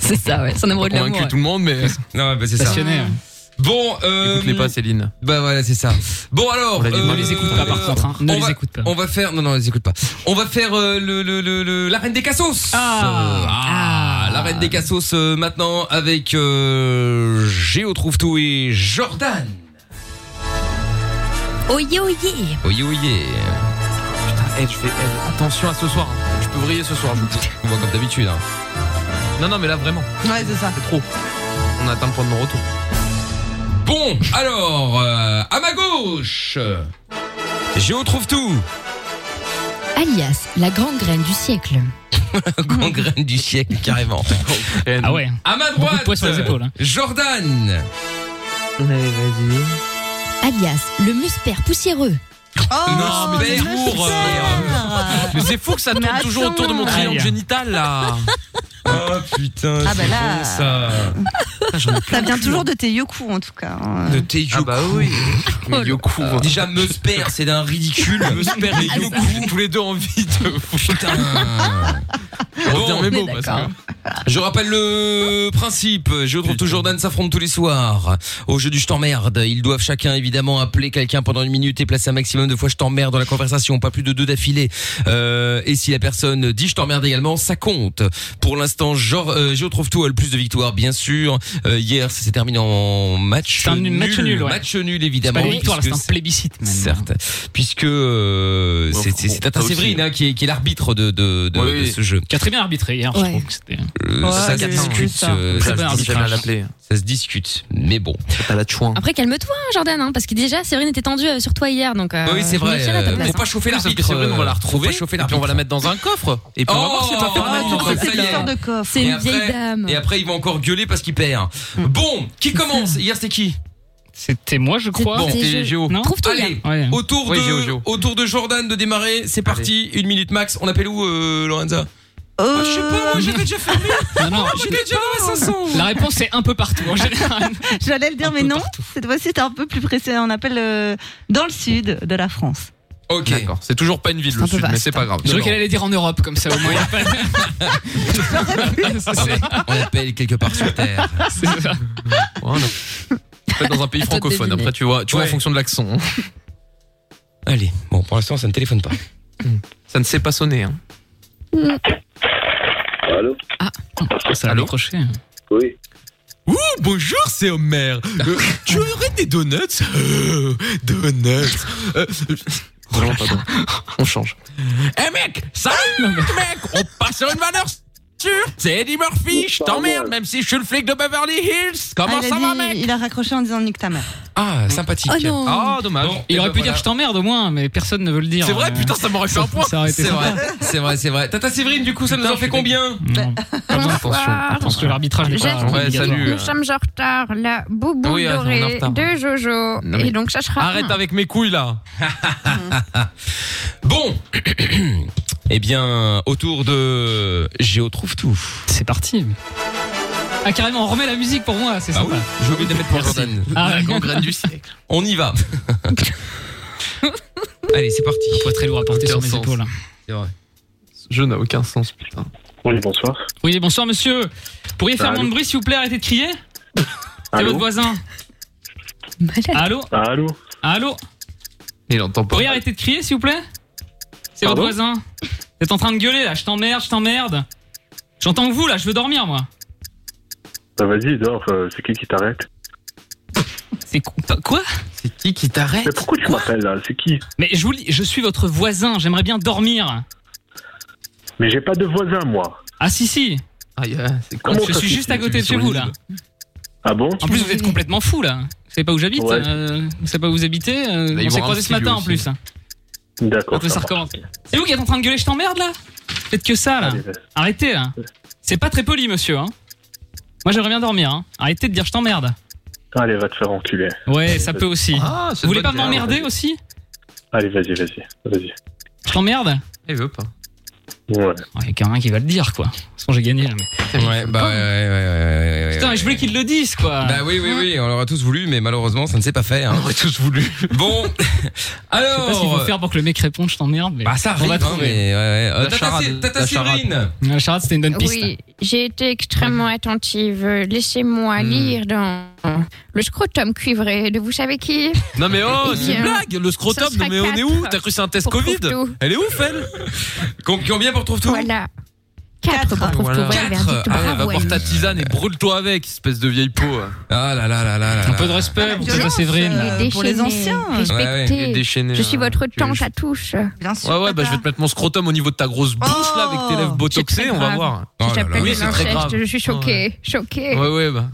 [SPEAKER 2] C'est ça, ouais, c'est un amoureux de l'amour,
[SPEAKER 4] Convaincu
[SPEAKER 2] ouais.
[SPEAKER 4] tout le monde, mais.
[SPEAKER 1] Non, bah, c'est ça.
[SPEAKER 4] Passionné, ouais.
[SPEAKER 1] Bon, euh.
[SPEAKER 4] Écoute-les pas, Céline.
[SPEAKER 1] Bah voilà, c'est ça. Bon alors,
[SPEAKER 4] ne les
[SPEAKER 1] écoute pas par contre. hein. Ne les écoute pas. On va faire, non non, les écoute pas. On va faire euh, le, le, le, le- la reine des cassos. Ah, la reine des cassos euh, maintenant avec euh, Géo trouve tout et Jordan.
[SPEAKER 2] Oh,
[SPEAKER 3] Oyez, oyez.
[SPEAKER 1] Oyez oyez.
[SPEAKER 4] Putain, eh, je fais eh, attention à ce soir. hein. Je peux briller ce soir. je vous le dis.
[SPEAKER 1] On voit comme d'habitude. hein.
[SPEAKER 4] Non, non, mais là vraiment.
[SPEAKER 6] Ouais, c'est ça.
[SPEAKER 4] C'est trop. On a atteint le point de mon retour.
[SPEAKER 1] Bon, alors euh, à ma gauche, Géo trouve tout.
[SPEAKER 3] Alias, la grande graine du siècle.
[SPEAKER 1] Grand graine du siècle carrément.
[SPEAKER 2] Ah ouais.
[SPEAKER 1] À ma
[SPEAKER 2] Beaucoup de
[SPEAKER 1] droite,
[SPEAKER 2] poids sur les épaules, hein.
[SPEAKER 1] Jordan.
[SPEAKER 4] vas-y.
[SPEAKER 3] Alias, le muspère poussiéreux.
[SPEAKER 6] Oh,
[SPEAKER 4] non, mais c'est lourd. euh, Mais c'est fou que ça tourne
[SPEAKER 3] Mais
[SPEAKER 4] toujours autour de mon
[SPEAKER 3] attends.
[SPEAKER 4] triangle
[SPEAKER 3] Aïe.
[SPEAKER 4] génital là.
[SPEAKER 1] Oh putain,
[SPEAKER 6] Ah, bah c'est là. bon,
[SPEAKER 1] ça.
[SPEAKER 6] Ça vient toujours de tes yoku en tout cas. hein.
[SPEAKER 1] De tes yoku. Ah bah oui.
[SPEAKER 6] Oh
[SPEAKER 1] Déjà Meusper, c'est d'un ridicule. Meusper et Yoku, tous les deux envie de putain.
[SPEAKER 4] On retient mes
[SPEAKER 1] Bon.
[SPEAKER 4] mots parce que.
[SPEAKER 1] Je rappelle le principe. Je trouve tout Jordan s'affronte tous les soirs. Au jeu du je t'emmerde, ils doivent chacun évidemment appeler quelqu'un pendant une minute et placer un maximum de fois je t'emmerde dans la conversation, pas plus de deux d'affilée. Euh, et si la personne dit je t'emmerde également, ça compte. Pour l'instant, genre, euh, je trouve tout a le plus de victoires, bien sûr. Euh, hier, ça s'est terminé en match
[SPEAKER 2] C'est un
[SPEAKER 1] nul.
[SPEAKER 2] match nul, ouais.
[SPEAKER 1] Match nul, évidemment.
[SPEAKER 2] C'est pas une victoire, là,
[SPEAKER 1] puisque
[SPEAKER 2] c'est un plébiscite, même.
[SPEAKER 1] Certes, puisque euh, c'est- c'est c'est Tata
[SPEAKER 2] aussi,
[SPEAKER 1] Séverine hein, qui est, qui est l'arbitre de, de, de- de ce jeu.
[SPEAKER 2] Qui a très bien arbitré hier, je
[SPEAKER 1] Ouais.
[SPEAKER 2] trouve que c'était.
[SPEAKER 4] Oh,
[SPEAKER 1] Euh, ça, se discute, euh,
[SPEAKER 2] Très
[SPEAKER 1] ça,
[SPEAKER 2] bon
[SPEAKER 1] se discute,
[SPEAKER 2] arbitrage.
[SPEAKER 1] ça se discute, mais bon. T'as la chouin.
[SPEAKER 3] Après, calme-toi, hein, Jordan, hein, parce que déjà, Séverine était tendue euh, sur toi hier, donc. euh,
[SPEAKER 1] oui,
[SPEAKER 3] je
[SPEAKER 1] c'est
[SPEAKER 3] me
[SPEAKER 1] vrai.
[SPEAKER 3] méfierais à ta
[SPEAKER 1] euh,
[SPEAKER 3] place,
[SPEAKER 1] Faut
[SPEAKER 3] hein.
[SPEAKER 1] pas chauffer
[SPEAKER 4] Oui, sauf
[SPEAKER 1] l'arbitre.
[SPEAKER 4] que Séverine, on va la
[SPEAKER 1] euh,
[SPEAKER 4] retrouver,
[SPEAKER 1] Faut pas chauffer
[SPEAKER 4] et puis on va la mettre dans un coffre. Et puis on va voir si elle va faire mal
[SPEAKER 1] oh,
[SPEAKER 4] dans un
[SPEAKER 1] ça y est.
[SPEAKER 4] histoire de coffre.
[SPEAKER 3] C'est
[SPEAKER 1] Et
[SPEAKER 3] une
[SPEAKER 1] après-
[SPEAKER 3] vieille dame. Hmm.
[SPEAKER 1] Et après, il va encore gueuler parce qu'il perd. Bon, qui commence Hier, c'était qui
[SPEAKER 2] C'était moi, je crois.
[SPEAKER 1] Bon, c'était Géo. Allez, autour
[SPEAKER 2] Oui,
[SPEAKER 1] de
[SPEAKER 2] Géo, Géo.
[SPEAKER 1] autour de Jordan de démarrer. C'est parti. Une minute max. On appelle où, euh, Lorenza
[SPEAKER 3] Euh,
[SPEAKER 6] Ah,
[SPEAKER 1] Je sais pas. Moi, j'avais déjà fermé.
[SPEAKER 2] Non, non,
[SPEAKER 1] J'étais déjà dans ma 500.
[SPEAKER 2] La réponse c'est un peu partout en général.
[SPEAKER 6] J'allais le dire, mais non. Cette fois-ci, t'es un peu plus pressé. On appelle euh, dans le sud de la France.
[SPEAKER 1] Ok.
[SPEAKER 4] D'accord. C'est toujours pas une ville
[SPEAKER 6] C'est un
[SPEAKER 4] le
[SPEAKER 6] peu
[SPEAKER 4] sud, mais
[SPEAKER 6] vaste,
[SPEAKER 4] c'est pas grave.
[SPEAKER 2] Je croyais qu'elle allait dire en Europe comme ça au moins. il y a pas-
[SPEAKER 1] On appelle quelque part sur terre.
[SPEAKER 2] C'est ça.
[SPEAKER 4] Voilà. Peut-être dans un pays francophone. Après, tu vois, tu vois en fonction de l'accent.
[SPEAKER 1] Allez, bon, pour l'instant, ça ne téléphone pas.
[SPEAKER 4] Ça ne s'est pas sonné. Hein.
[SPEAKER 11] Allô
[SPEAKER 2] Ça a décroché.
[SPEAKER 11] Oui.
[SPEAKER 4] Ouh,
[SPEAKER 14] bonjour, c'est Homer. Euh, tu aurais des donuts Euh, Donuts. Euh,
[SPEAKER 4] Vraiment pas bon. On change.
[SPEAKER 14] Eh mec, salut mec, on passe sur une valeur sûre. C'est Eddie Murphy, je t'emmerde, même si je suis le flic de Beverly Hills. Comment
[SPEAKER 6] Ah, il a
[SPEAKER 14] ça va,
[SPEAKER 6] dit-
[SPEAKER 14] mec
[SPEAKER 6] Il a raccroché en disant nique ta mère.
[SPEAKER 1] Ah, sympathique.
[SPEAKER 6] Oh non.
[SPEAKER 1] Ah, dommage.
[SPEAKER 2] Bon, il aurait pu dire je t'emmerde au moins, mais personne ne veut le dire. euh,
[SPEAKER 1] C'est vrai, putain, ça m'aurait fait un point.
[SPEAKER 2] Ça aurait été
[SPEAKER 1] C'est
[SPEAKER 2] sympa.
[SPEAKER 1] vrai, c'est vrai, c'est vrai. Tata Séverine, du coup, ça nous en fait combien
[SPEAKER 2] Je pense que l'arbitrage n'est pas.
[SPEAKER 1] Ouais, euh. salut.
[SPEAKER 3] euh.
[SPEAKER 15] Nous sommes en retard, la boubou
[SPEAKER 4] Oui, attends, on est en
[SPEAKER 15] dorée
[SPEAKER 4] retard.
[SPEAKER 15] de Jojo.
[SPEAKER 1] hein. Non, mais
[SPEAKER 15] Et donc ça sera.
[SPEAKER 12] Ah.
[SPEAKER 4] Arrête avec mes couilles là.
[SPEAKER 1] Bon. Eh bien, autour de Géo trouve tout.
[SPEAKER 2] C'est parti. Ah, carrément, on remet la musique pour moi,
[SPEAKER 1] Ah
[SPEAKER 2] c'est sympa.
[SPEAKER 1] Je vais mettre pour Jordan.
[SPEAKER 2] Ah, ouais.
[SPEAKER 1] siècle. On y va. Allez, c'est parti.
[SPEAKER 2] Pas très lourd à porter sur mes
[SPEAKER 4] Aucun sens.
[SPEAKER 2] épaules.
[SPEAKER 1] C'est vrai.
[SPEAKER 4] Ce jeu n'a aucun sens, putain.
[SPEAKER 12] Oui, bonsoir.
[SPEAKER 2] Oui, bonsoir monsieur. Pourriez faire
[SPEAKER 4] Allô.
[SPEAKER 2] moins de bruit s'il vous plaît, arrêtez de crier C'est
[SPEAKER 4] Allô
[SPEAKER 2] votre voisin. Allô
[SPEAKER 12] Allô
[SPEAKER 2] Allô
[SPEAKER 4] Il entend pas.
[SPEAKER 2] Pourriez arrêter de crier s'il vous plaît C'est votre
[SPEAKER 4] Pardon
[SPEAKER 2] voisin. Vous êtes en train de gueuler là, je t'emmerde, je t'emmerde. J'entends que vous là, je veux dormir moi.
[SPEAKER 12] Bah vas-y, dors, euh, c'est qui qui t'arrête
[SPEAKER 2] C'est quoi
[SPEAKER 12] C'est qui qui t'arrête Mais pourquoi tu m'appelles là euh, C'est qui
[SPEAKER 2] Mais je vous le dis, je suis votre voisin, j'aimerais bien dormir.
[SPEAKER 12] Mais j'ai pas de voisin moi.
[SPEAKER 2] Ah si si
[SPEAKER 12] Comment
[SPEAKER 2] Je
[SPEAKER 12] ça,
[SPEAKER 2] suis
[SPEAKER 12] c'est
[SPEAKER 2] juste
[SPEAKER 12] qui
[SPEAKER 2] à côté de
[SPEAKER 12] Tu
[SPEAKER 2] chez
[SPEAKER 12] es
[SPEAKER 2] vous
[SPEAKER 12] sur
[SPEAKER 2] là.
[SPEAKER 12] l'île Ah bon
[SPEAKER 2] En plus vous êtes complètement fou là. Vous savez pas où j'habite,
[SPEAKER 12] Ouais.
[SPEAKER 2] euh, vous savez pas où vous habitez, euh,
[SPEAKER 12] Bah, ils
[SPEAKER 2] on s'est
[SPEAKER 12] vont
[SPEAKER 2] croisés
[SPEAKER 12] un
[SPEAKER 2] ce matin en
[SPEAKER 12] studio
[SPEAKER 2] plus.
[SPEAKER 12] aussi. D'accord.
[SPEAKER 2] Quand ça recommence. C'est vous qui êtes en train de gueuler, je t'emmerde là Faites que ça là. Arrêtez là. C'est pas très poli, monsieur. Hein. Moi j'aimerais bien dormir. Hein. Arrêtez de dire je t'emmerde.
[SPEAKER 12] Allez, va te faire enculer.
[SPEAKER 2] Ouais, ça peut aussi.
[SPEAKER 12] Ah, c'est
[SPEAKER 2] vous voulez
[SPEAKER 12] bonne
[SPEAKER 2] pas
[SPEAKER 12] idée,
[SPEAKER 2] m'emmerder
[SPEAKER 12] ouais.
[SPEAKER 2] aussi
[SPEAKER 12] Allez, vas-y, vas-y, vas-y.
[SPEAKER 2] Je t'emmerde
[SPEAKER 4] Il veut pas.
[SPEAKER 12] Ouais.
[SPEAKER 2] Il y a quand même un qui va le dire quoi. De toute façon, j'ai gagné. là, mais-
[SPEAKER 1] Ouais, bah ouais, ouais, ouais, ouais, ouais,
[SPEAKER 2] Putain, mais
[SPEAKER 1] ouais.
[SPEAKER 2] je voulais qu'ils le disent quoi.
[SPEAKER 1] Bah oui, oui, oui, on l'aurait tous voulu, mais malheureusement, ça ne s'est pas
[SPEAKER 4] hein.
[SPEAKER 1] fait. On l'aurait tous voulu. Bon, alors.
[SPEAKER 2] Je sais pas ce qu'il faut faire pour que le mec réponde, je t'emmerde. Mais
[SPEAKER 1] Bah ça
[SPEAKER 2] on
[SPEAKER 1] arrive,
[SPEAKER 2] va
[SPEAKER 1] hein,
[SPEAKER 2] trouver.
[SPEAKER 1] mais ouais, ouais. Euh,
[SPEAKER 2] La
[SPEAKER 1] Tata,
[SPEAKER 2] charade,
[SPEAKER 1] Sé- Tata
[SPEAKER 2] la charade.
[SPEAKER 1] Séverine.
[SPEAKER 2] La charade, c'était une bonne piste.
[SPEAKER 15] Oui, j'ai été extrêmement attentive. Laissez-moi
[SPEAKER 1] Hmm.
[SPEAKER 15] lire dans le scrotum cuivré de vous savez qui
[SPEAKER 4] Non mais oh,
[SPEAKER 15] Eh
[SPEAKER 4] c'est une
[SPEAKER 15] bien,
[SPEAKER 1] hein.
[SPEAKER 4] blague Le scrotum,
[SPEAKER 15] ce
[SPEAKER 4] non
[SPEAKER 15] sera
[SPEAKER 4] mais on est où
[SPEAKER 15] quatre
[SPEAKER 4] T'as cru que c'est un test
[SPEAKER 15] pour
[SPEAKER 4] Covid
[SPEAKER 15] Trouve-Tout.
[SPEAKER 4] Elle est où, elle
[SPEAKER 1] Com- Combien pour trouve tout
[SPEAKER 15] Voilà. 4 pour trouve
[SPEAKER 4] Voilà.
[SPEAKER 15] verdict,
[SPEAKER 4] Ah,
[SPEAKER 15] bravo
[SPEAKER 4] va
[SPEAKER 15] à
[SPEAKER 4] boire
[SPEAKER 15] lui.
[SPEAKER 4] ta tisane et brûle-toi avec, espèce de vieille peau.
[SPEAKER 1] Ah là là là là
[SPEAKER 4] Un
[SPEAKER 2] peu de respect
[SPEAKER 4] pour
[SPEAKER 2] Tata Séverine.
[SPEAKER 15] Il est
[SPEAKER 6] pour les
[SPEAKER 15] déchaîné,
[SPEAKER 6] anciens.
[SPEAKER 15] respecté.
[SPEAKER 4] Ouais, ouais, il est déchaîné,
[SPEAKER 15] euh, Je suis
[SPEAKER 4] hein.
[SPEAKER 15] votre tante à touche.
[SPEAKER 6] Bien
[SPEAKER 4] Ouais ouais, bah je vais te mettre mon scrotum au niveau de ta grosse bouche là avec
[SPEAKER 1] Oh,
[SPEAKER 4] tes lèvres botoxées, on va voir.
[SPEAKER 15] Je t'appelle
[SPEAKER 4] Oh oui, c'est très grave.
[SPEAKER 15] l'inceste, je suis choquée, choquée.
[SPEAKER 4] Ouais ouais bah.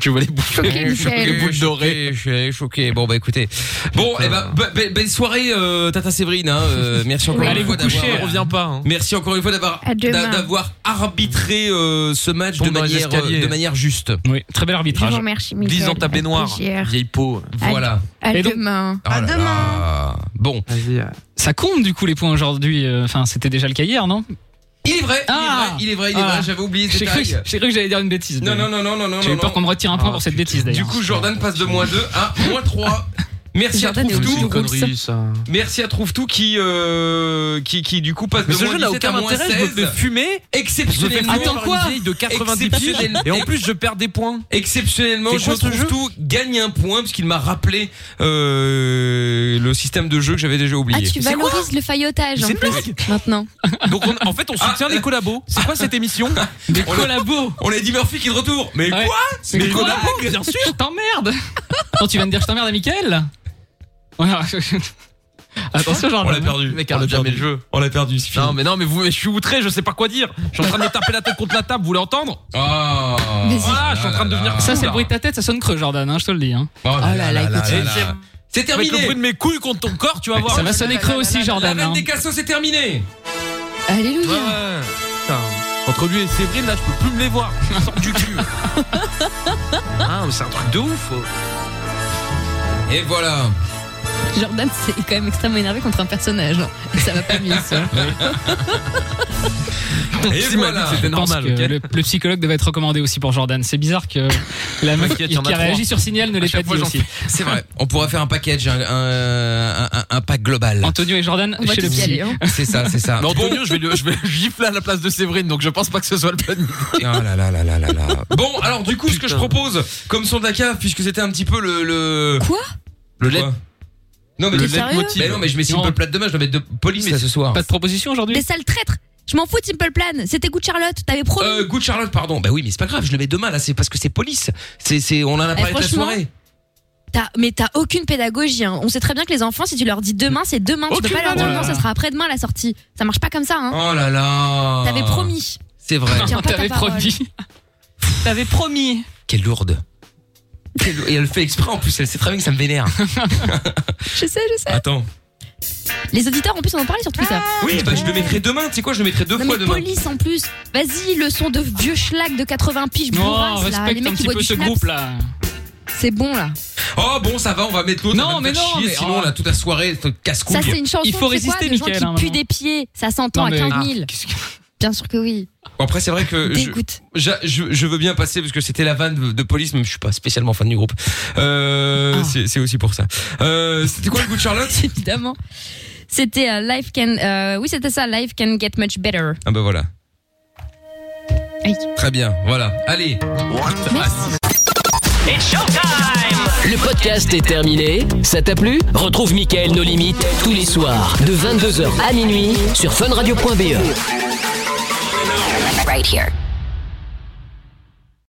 [SPEAKER 4] tu vois les bouches
[SPEAKER 15] Choqué,
[SPEAKER 1] Je suis
[SPEAKER 15] Michel.
[SPEAKER 1] choqué, dorées. Je suis choqué. Bon bah écoutez. Bon, eh ben, be- be- belle soirée, euh, Tata Séverine. hein, euh, merci encore
[SPEAKER 4] Oui.
[SPEAKER 1] une
[SPEAKER 4] Allez
[SPEAKER 1] fois
[SPEAKER 4] vous coucher,
[SPEAKER 1] d'avoir-
[SPEAKER 4] on revient pas, hein.
[SPEAKER 1] Merci encore une fois d'avoir
[SPEAKER 4] À demain.
[SPEAKER 1] d'a- d'avoir arbitré euh, ce match de
[SPEAKER 4] dans les
[SPEAKER 1] manière
[SPEAKER 4] escaliers.
[SPEAKER 1] euh, de manière juste.
[SPEAKER 2] Oui, très bel
[SPEAKER 15] Je vous remercie, Michel.
[SPEAKER 4] Glisse dans ta
[SPEAKER 15] Avec
[SPEAKER 4] baignoire,
[SPEAKER 15] plaisir.
[SPEAKER 4] vieille peau.
[SPEAKER 15] À-
[SPEAKER 1] Voilà.
[SPEAKER 15] À
[SPEAKER 2] Et donc-
[SPEAKER 15] demain.
[SPEAKER 1] Oh là là. Bon.
[SPEAKER 4] euh,
[SPEAKER 2] Ça compte du coup les points aujourd'hui. euh, Enfin, c'était déjà le cas hier, non
[SPEAKER 1] Il est vrai, il est vrai, il est vrai, il est vrai, j'avais oublié ce
[SPEAKER 2] Ah J'ai cru,
[SPEAKER 1] détail.
[SPEAKER 2] j'ai cru que j'allais dire une bêtise.
[SPEAKER 1] Non, non, non, non, non, non,
[SPEAKER 2] J'ai eu
[SPEAKER 1] non,
[SPEAKER 2] peur
[SPEAKER 1] non.
[SPEAKER 2] qu'on me retire un
[SPEAKER 4] Ah,
[SPEAKER 2] point pour cette bêtise d'ailleurs.
[SPEAKER 1] Du coup, Jordan passe de moins 2 à moins 3. Merci à
[SPEAKER 2] Jordan est
[SPEAKER 1] Trouve
[SPEAKER 2] obligé
[SPEAKER 1] tout.
[SPEAKER 2] de connerie,
[SPEAKER 4] ça.
[SPEAKER 1] Merci à Trouve tout qui euh, qui qui du coup passe
[SPEAKER 4] Mais
[SPEAKER 1] de
[SPEAKER 4] ce
[SPEAKER 1] moins
[SPEAKER 4] jeu n'a
[SPEAKER 1] 17 à
[SPEAKER 4] aucun
[SPEAKER 1] moins
[SPEAKER 4] intérêt, je me
[SPEAKER 1] 16.
[SPEAKER 4] fais fumer.
[SPEAKER 1] Exceptionnellement,
[SPEAKER 4] Je me fais fumer par une vieille
[SPEAKER 1] vieille
[SPEAKER 4] de 90 piges et en plus je perds des points.
[SPEAKER 1] Exceptionnellement,
[SPEAKER 4] C'est
[SPEAKER 1] je
[SPEAKER 4] quoi ce
[SPEAKER 1] trouve
[SPEAKER 4] jeu
[SPEAKER 1] tout gagne un point parce qu'il m'a rappelé euh, le système de jeu que j'avais déjà
[SPEAKER 3] Ah,
[SPEAKER 1] oublié.
[SPEAKER 3] tu valorises le faillotage en
[SPEAKER 1] C'est une
[SPEAKER 3] plus maintenant.
[SPEAKER 4] Donc en fait on soutient les collabos. C'est quoi cette émission
[SPEAKER 2] Des collabos.
[SPEAKER 1] On a dit Murphy qui est de retour. Mais
[SPEAKER 2] Ouais.
[SPEAKER 1] quoi
[SPEAKER 2] C'est
[SPEAKER 1] Mais
[SPEAKER 2] quoi
[SPEAKER 1] collabos
[SPEAKER 2] Bien sûr, je t'emmerde. Attends, tu vas me dire je t'emmerde à Michael Voilà. Attention, Jordan.
[SPEAKER 4] On l'a perdu. Mec, on a perdu le jeu.
[SPEAKER 1] On l'a perdu, c'est
[SPEAKER 4] Non, mais non, mais vous, mais je suis outré, je sais pas quoi dire. Je suis en train de me taper la tête contre la table, vous voulez entendre
[SPEAKER 1] Ah
[SPEAKER 2] Vas-y.
[SPEAKER 4] Voilà, je suis en train de devenir
[SPEAKER 2] Ça,
[SPEAKER 4] fou,
[SPEAKER 2] c'est le
[SPEAKER 4] là.
[SPEAKER 2] bruit de ta tête, ça sonne creux, Jordan, hein, je te le dis. Hein.
[SPEAKER 1] Oh
[SPEAKER 4] Et tiens,
[SPEAKER 1] C'est terminé.
[SPEAKER 4] Avec le bruit de mes couilles contre ton corps, tu vas voir.
[SPEAKER 2] Ça va sonner creux aussi, Jordan.
[SPEAKER 1] La reine
[SPEAKER 2] hein.
[SPEAKER 1] des cassos, c'est terminé.
[SPEAKER 4] Ouais, ouais. Putain. Entre lui et Séverine, là, je peux plus me les voir. Je me sors du cul. ah, mais c'est un truc de ouf.
[SPEAKER 1] Et voilà.
[SPEAKER 3] Jordan, c'est quand même extrêmement énervé contre un personnage. Ça va pas mieux, ça.
[SPEAKER 1] Et
[SPEAKER 2] Je
[SPEAKER 1] voilà.
[SPEAKER 2] pense que le, le psychologue devait être recommandé aussi pour Jordan. C'est bizarre que la meuf qui,
[SPEAKER 1] T'inquiète, y en a
[SPEAKER 2] qui a
[SPEAKER 1] trois.
[SPEAKER 2] réagi sur signal ne
[SPEAKER 1] À
[SPEAKER 2] l'ait
[SPEAKER 1] chaque
[SPEAKER 2] pas dit
[SPEAKER 1] fois, j'en
[SPEAKER 2] aussi.
[SPEAKER 1] fais. C'est vrai. On pourra faire un package, un, un, un- un pack global.
[SPEAKER 2] Antonio et Jordan
[SPEAKER 1] On va
[SPEAKER 2] chez le
[SPEAKER 1] tous y
[SPEAKER 2] psy.
[SPEAKER 1] aller, hein. C'est ça, c'est ça.
[SPEAKER 4] Mais Antonio, je vais le, je vais le gifler à la place de Séverine, donc je pense pas que ce soit le bon.
[SPEAKER 1] Oh là là là là là là. Bon, alors du coup, ce que je propose, comme son de la cave, puisque c'était un petit peu le. le...
[SPEAKER 3] Quoi
[SPEAKER 1] Le LED. Non mais
[SPEAKER 3] T'es
[SPEAKER 1] le LED
[SPEAKER 3] sérieux
[SPEAKER 1] motif. Mais non mais je mets si
[SPEAKER 2] Non.
[SPEAKER 1] peu plate demain, je dois mettre de police là, ce soir.
[SPEAKER 2] Pas de proposition aujourd'hui
[SPEAKER 3] Des sales traîtres Je m'en fous de Simple Plan. C'était Good Charlotte. T'avais promis.
[SPEAKER 1] Euh, Good Charlotte, pardon. Bah oui, mais c'est pas grave, je le mets demain là, c'est parce que c'est police. C'est, c'est, on en a
[SPEAKER 3] Eh,
[SPEAKER 1] parlé toute la
[SPEAKER 3] franchement,
[SPEAKER 1] soirée.
[SPEAKER 3] T'as- mais t'as aucune pédagogie. hein. On sait très bien que les enfants, si tu leur dis demain, c'est demain. tu
[SPEAKER 1] Aucune
[SPEAKER 3] peux pas leur dire
[SPEAKER 1] pédagogie.
[SPEAKER 3] non, ça sera après-demain la sortie. Ça marche pas comme ça. Hein.
[SPEAKER 1] Oh là là.
[SPEAKER 3] T'avais promis.
[SPEAKER 1] C'est vrai.
[SPEAKER 3] Tiens pas ta T'avais parole. promis.
[SPEAKER 16] T'avais promis.
[SPEAKER 1] Quelle lourde. Quelle lou- Et elle le fait exprès en plus, elle sait très bien que ça me vénère.
[SPEAKER 3] Je sais, je sais.
[SPEAKER 1] Attends.
[SPEAKER 3] Les auditeurs, en plus, on en parlait sur Twitter.
[SPEAKER 1] Oui, bah je le mettrai demain, tu sais quoi, je le mettrai deux
[SPEAKER 3] Non,
[SPEAKER 1] fois
[SPEAKER 3] mais
[SPEAKER 1] demain.
[SPEAKER 3] police en plus. Vas-y, leçon de vieux schlag de 80 piges bourrasses, là. Les
[SPEAKER 2] respecte
[SPEAKER 3] mecs
[SPEAKER 2] un
[SPEAKER 3] qui
[SPEAKER 2] petit
[SPEAKER 3] boivent
[SPEAKER 2] peu
[SPEAKER 3] du
[SPEAKER 2] ce
[SPEAKER 3] schnapps.
[SPEAKER 2] groupe là.
[SPEAKER 3] C'est bon là.
[SPEAKER 1] Oh bon, ça va, on va mettre l'autre. Non, mais non, chier,
[SPEAKER 2] mais-
[SPEAKER 1] sinon
[SPEAKER 2] oh.
[SPEAKER 1] là toute la soirée, ce casse-couille.
[SPEAKER 3] Ça, c'est une chanson. tu sais quoi, de gens
[SPEAKER 16] hein,
[SPEAKER 3] qui puent
[SPEAKER 1] maintenant.
[SPEAKER 3] des pieds. Ça s'entend
[SPEAKER 1] Non,
[SPEAKER 3] à
[SPEAKER 1] mais-
[SPEAKER 3] 15
[SPEAKER 1] Ah,
[SPEAKER 3] 000. Bien sûr que oui.
[SPEAKER 1] Bon, après, c'est vrai que je,
[SPEAKER 3] Dégoûte.
[SPEAKER 1] j'a- je, je veux bien passer parce que c'était la vanne de, de police, même je suis pas spécialement fan du groupe. Euh,
[SPEAKER 3] Ah.
[SPEAKER 1] c'est, c'est aussi pour ça. Euh, c'était quoi le goût de Charlotte
[SPEAKER 3] Évidemment. C'était euh, Life Can. euh, oui, c'était ça. Life Can Get Much Better.
[SPEAKER 1] Ah bah voilà. Très bien, voilà. Allez.
[SPEAKER 8] Le podcast est terminé. Ça t'a plu Retrouve Mickaël Nos Limites tous les soirs E. de 22h à minuit sur funradio.be.
[SPEAKER 10] Right here.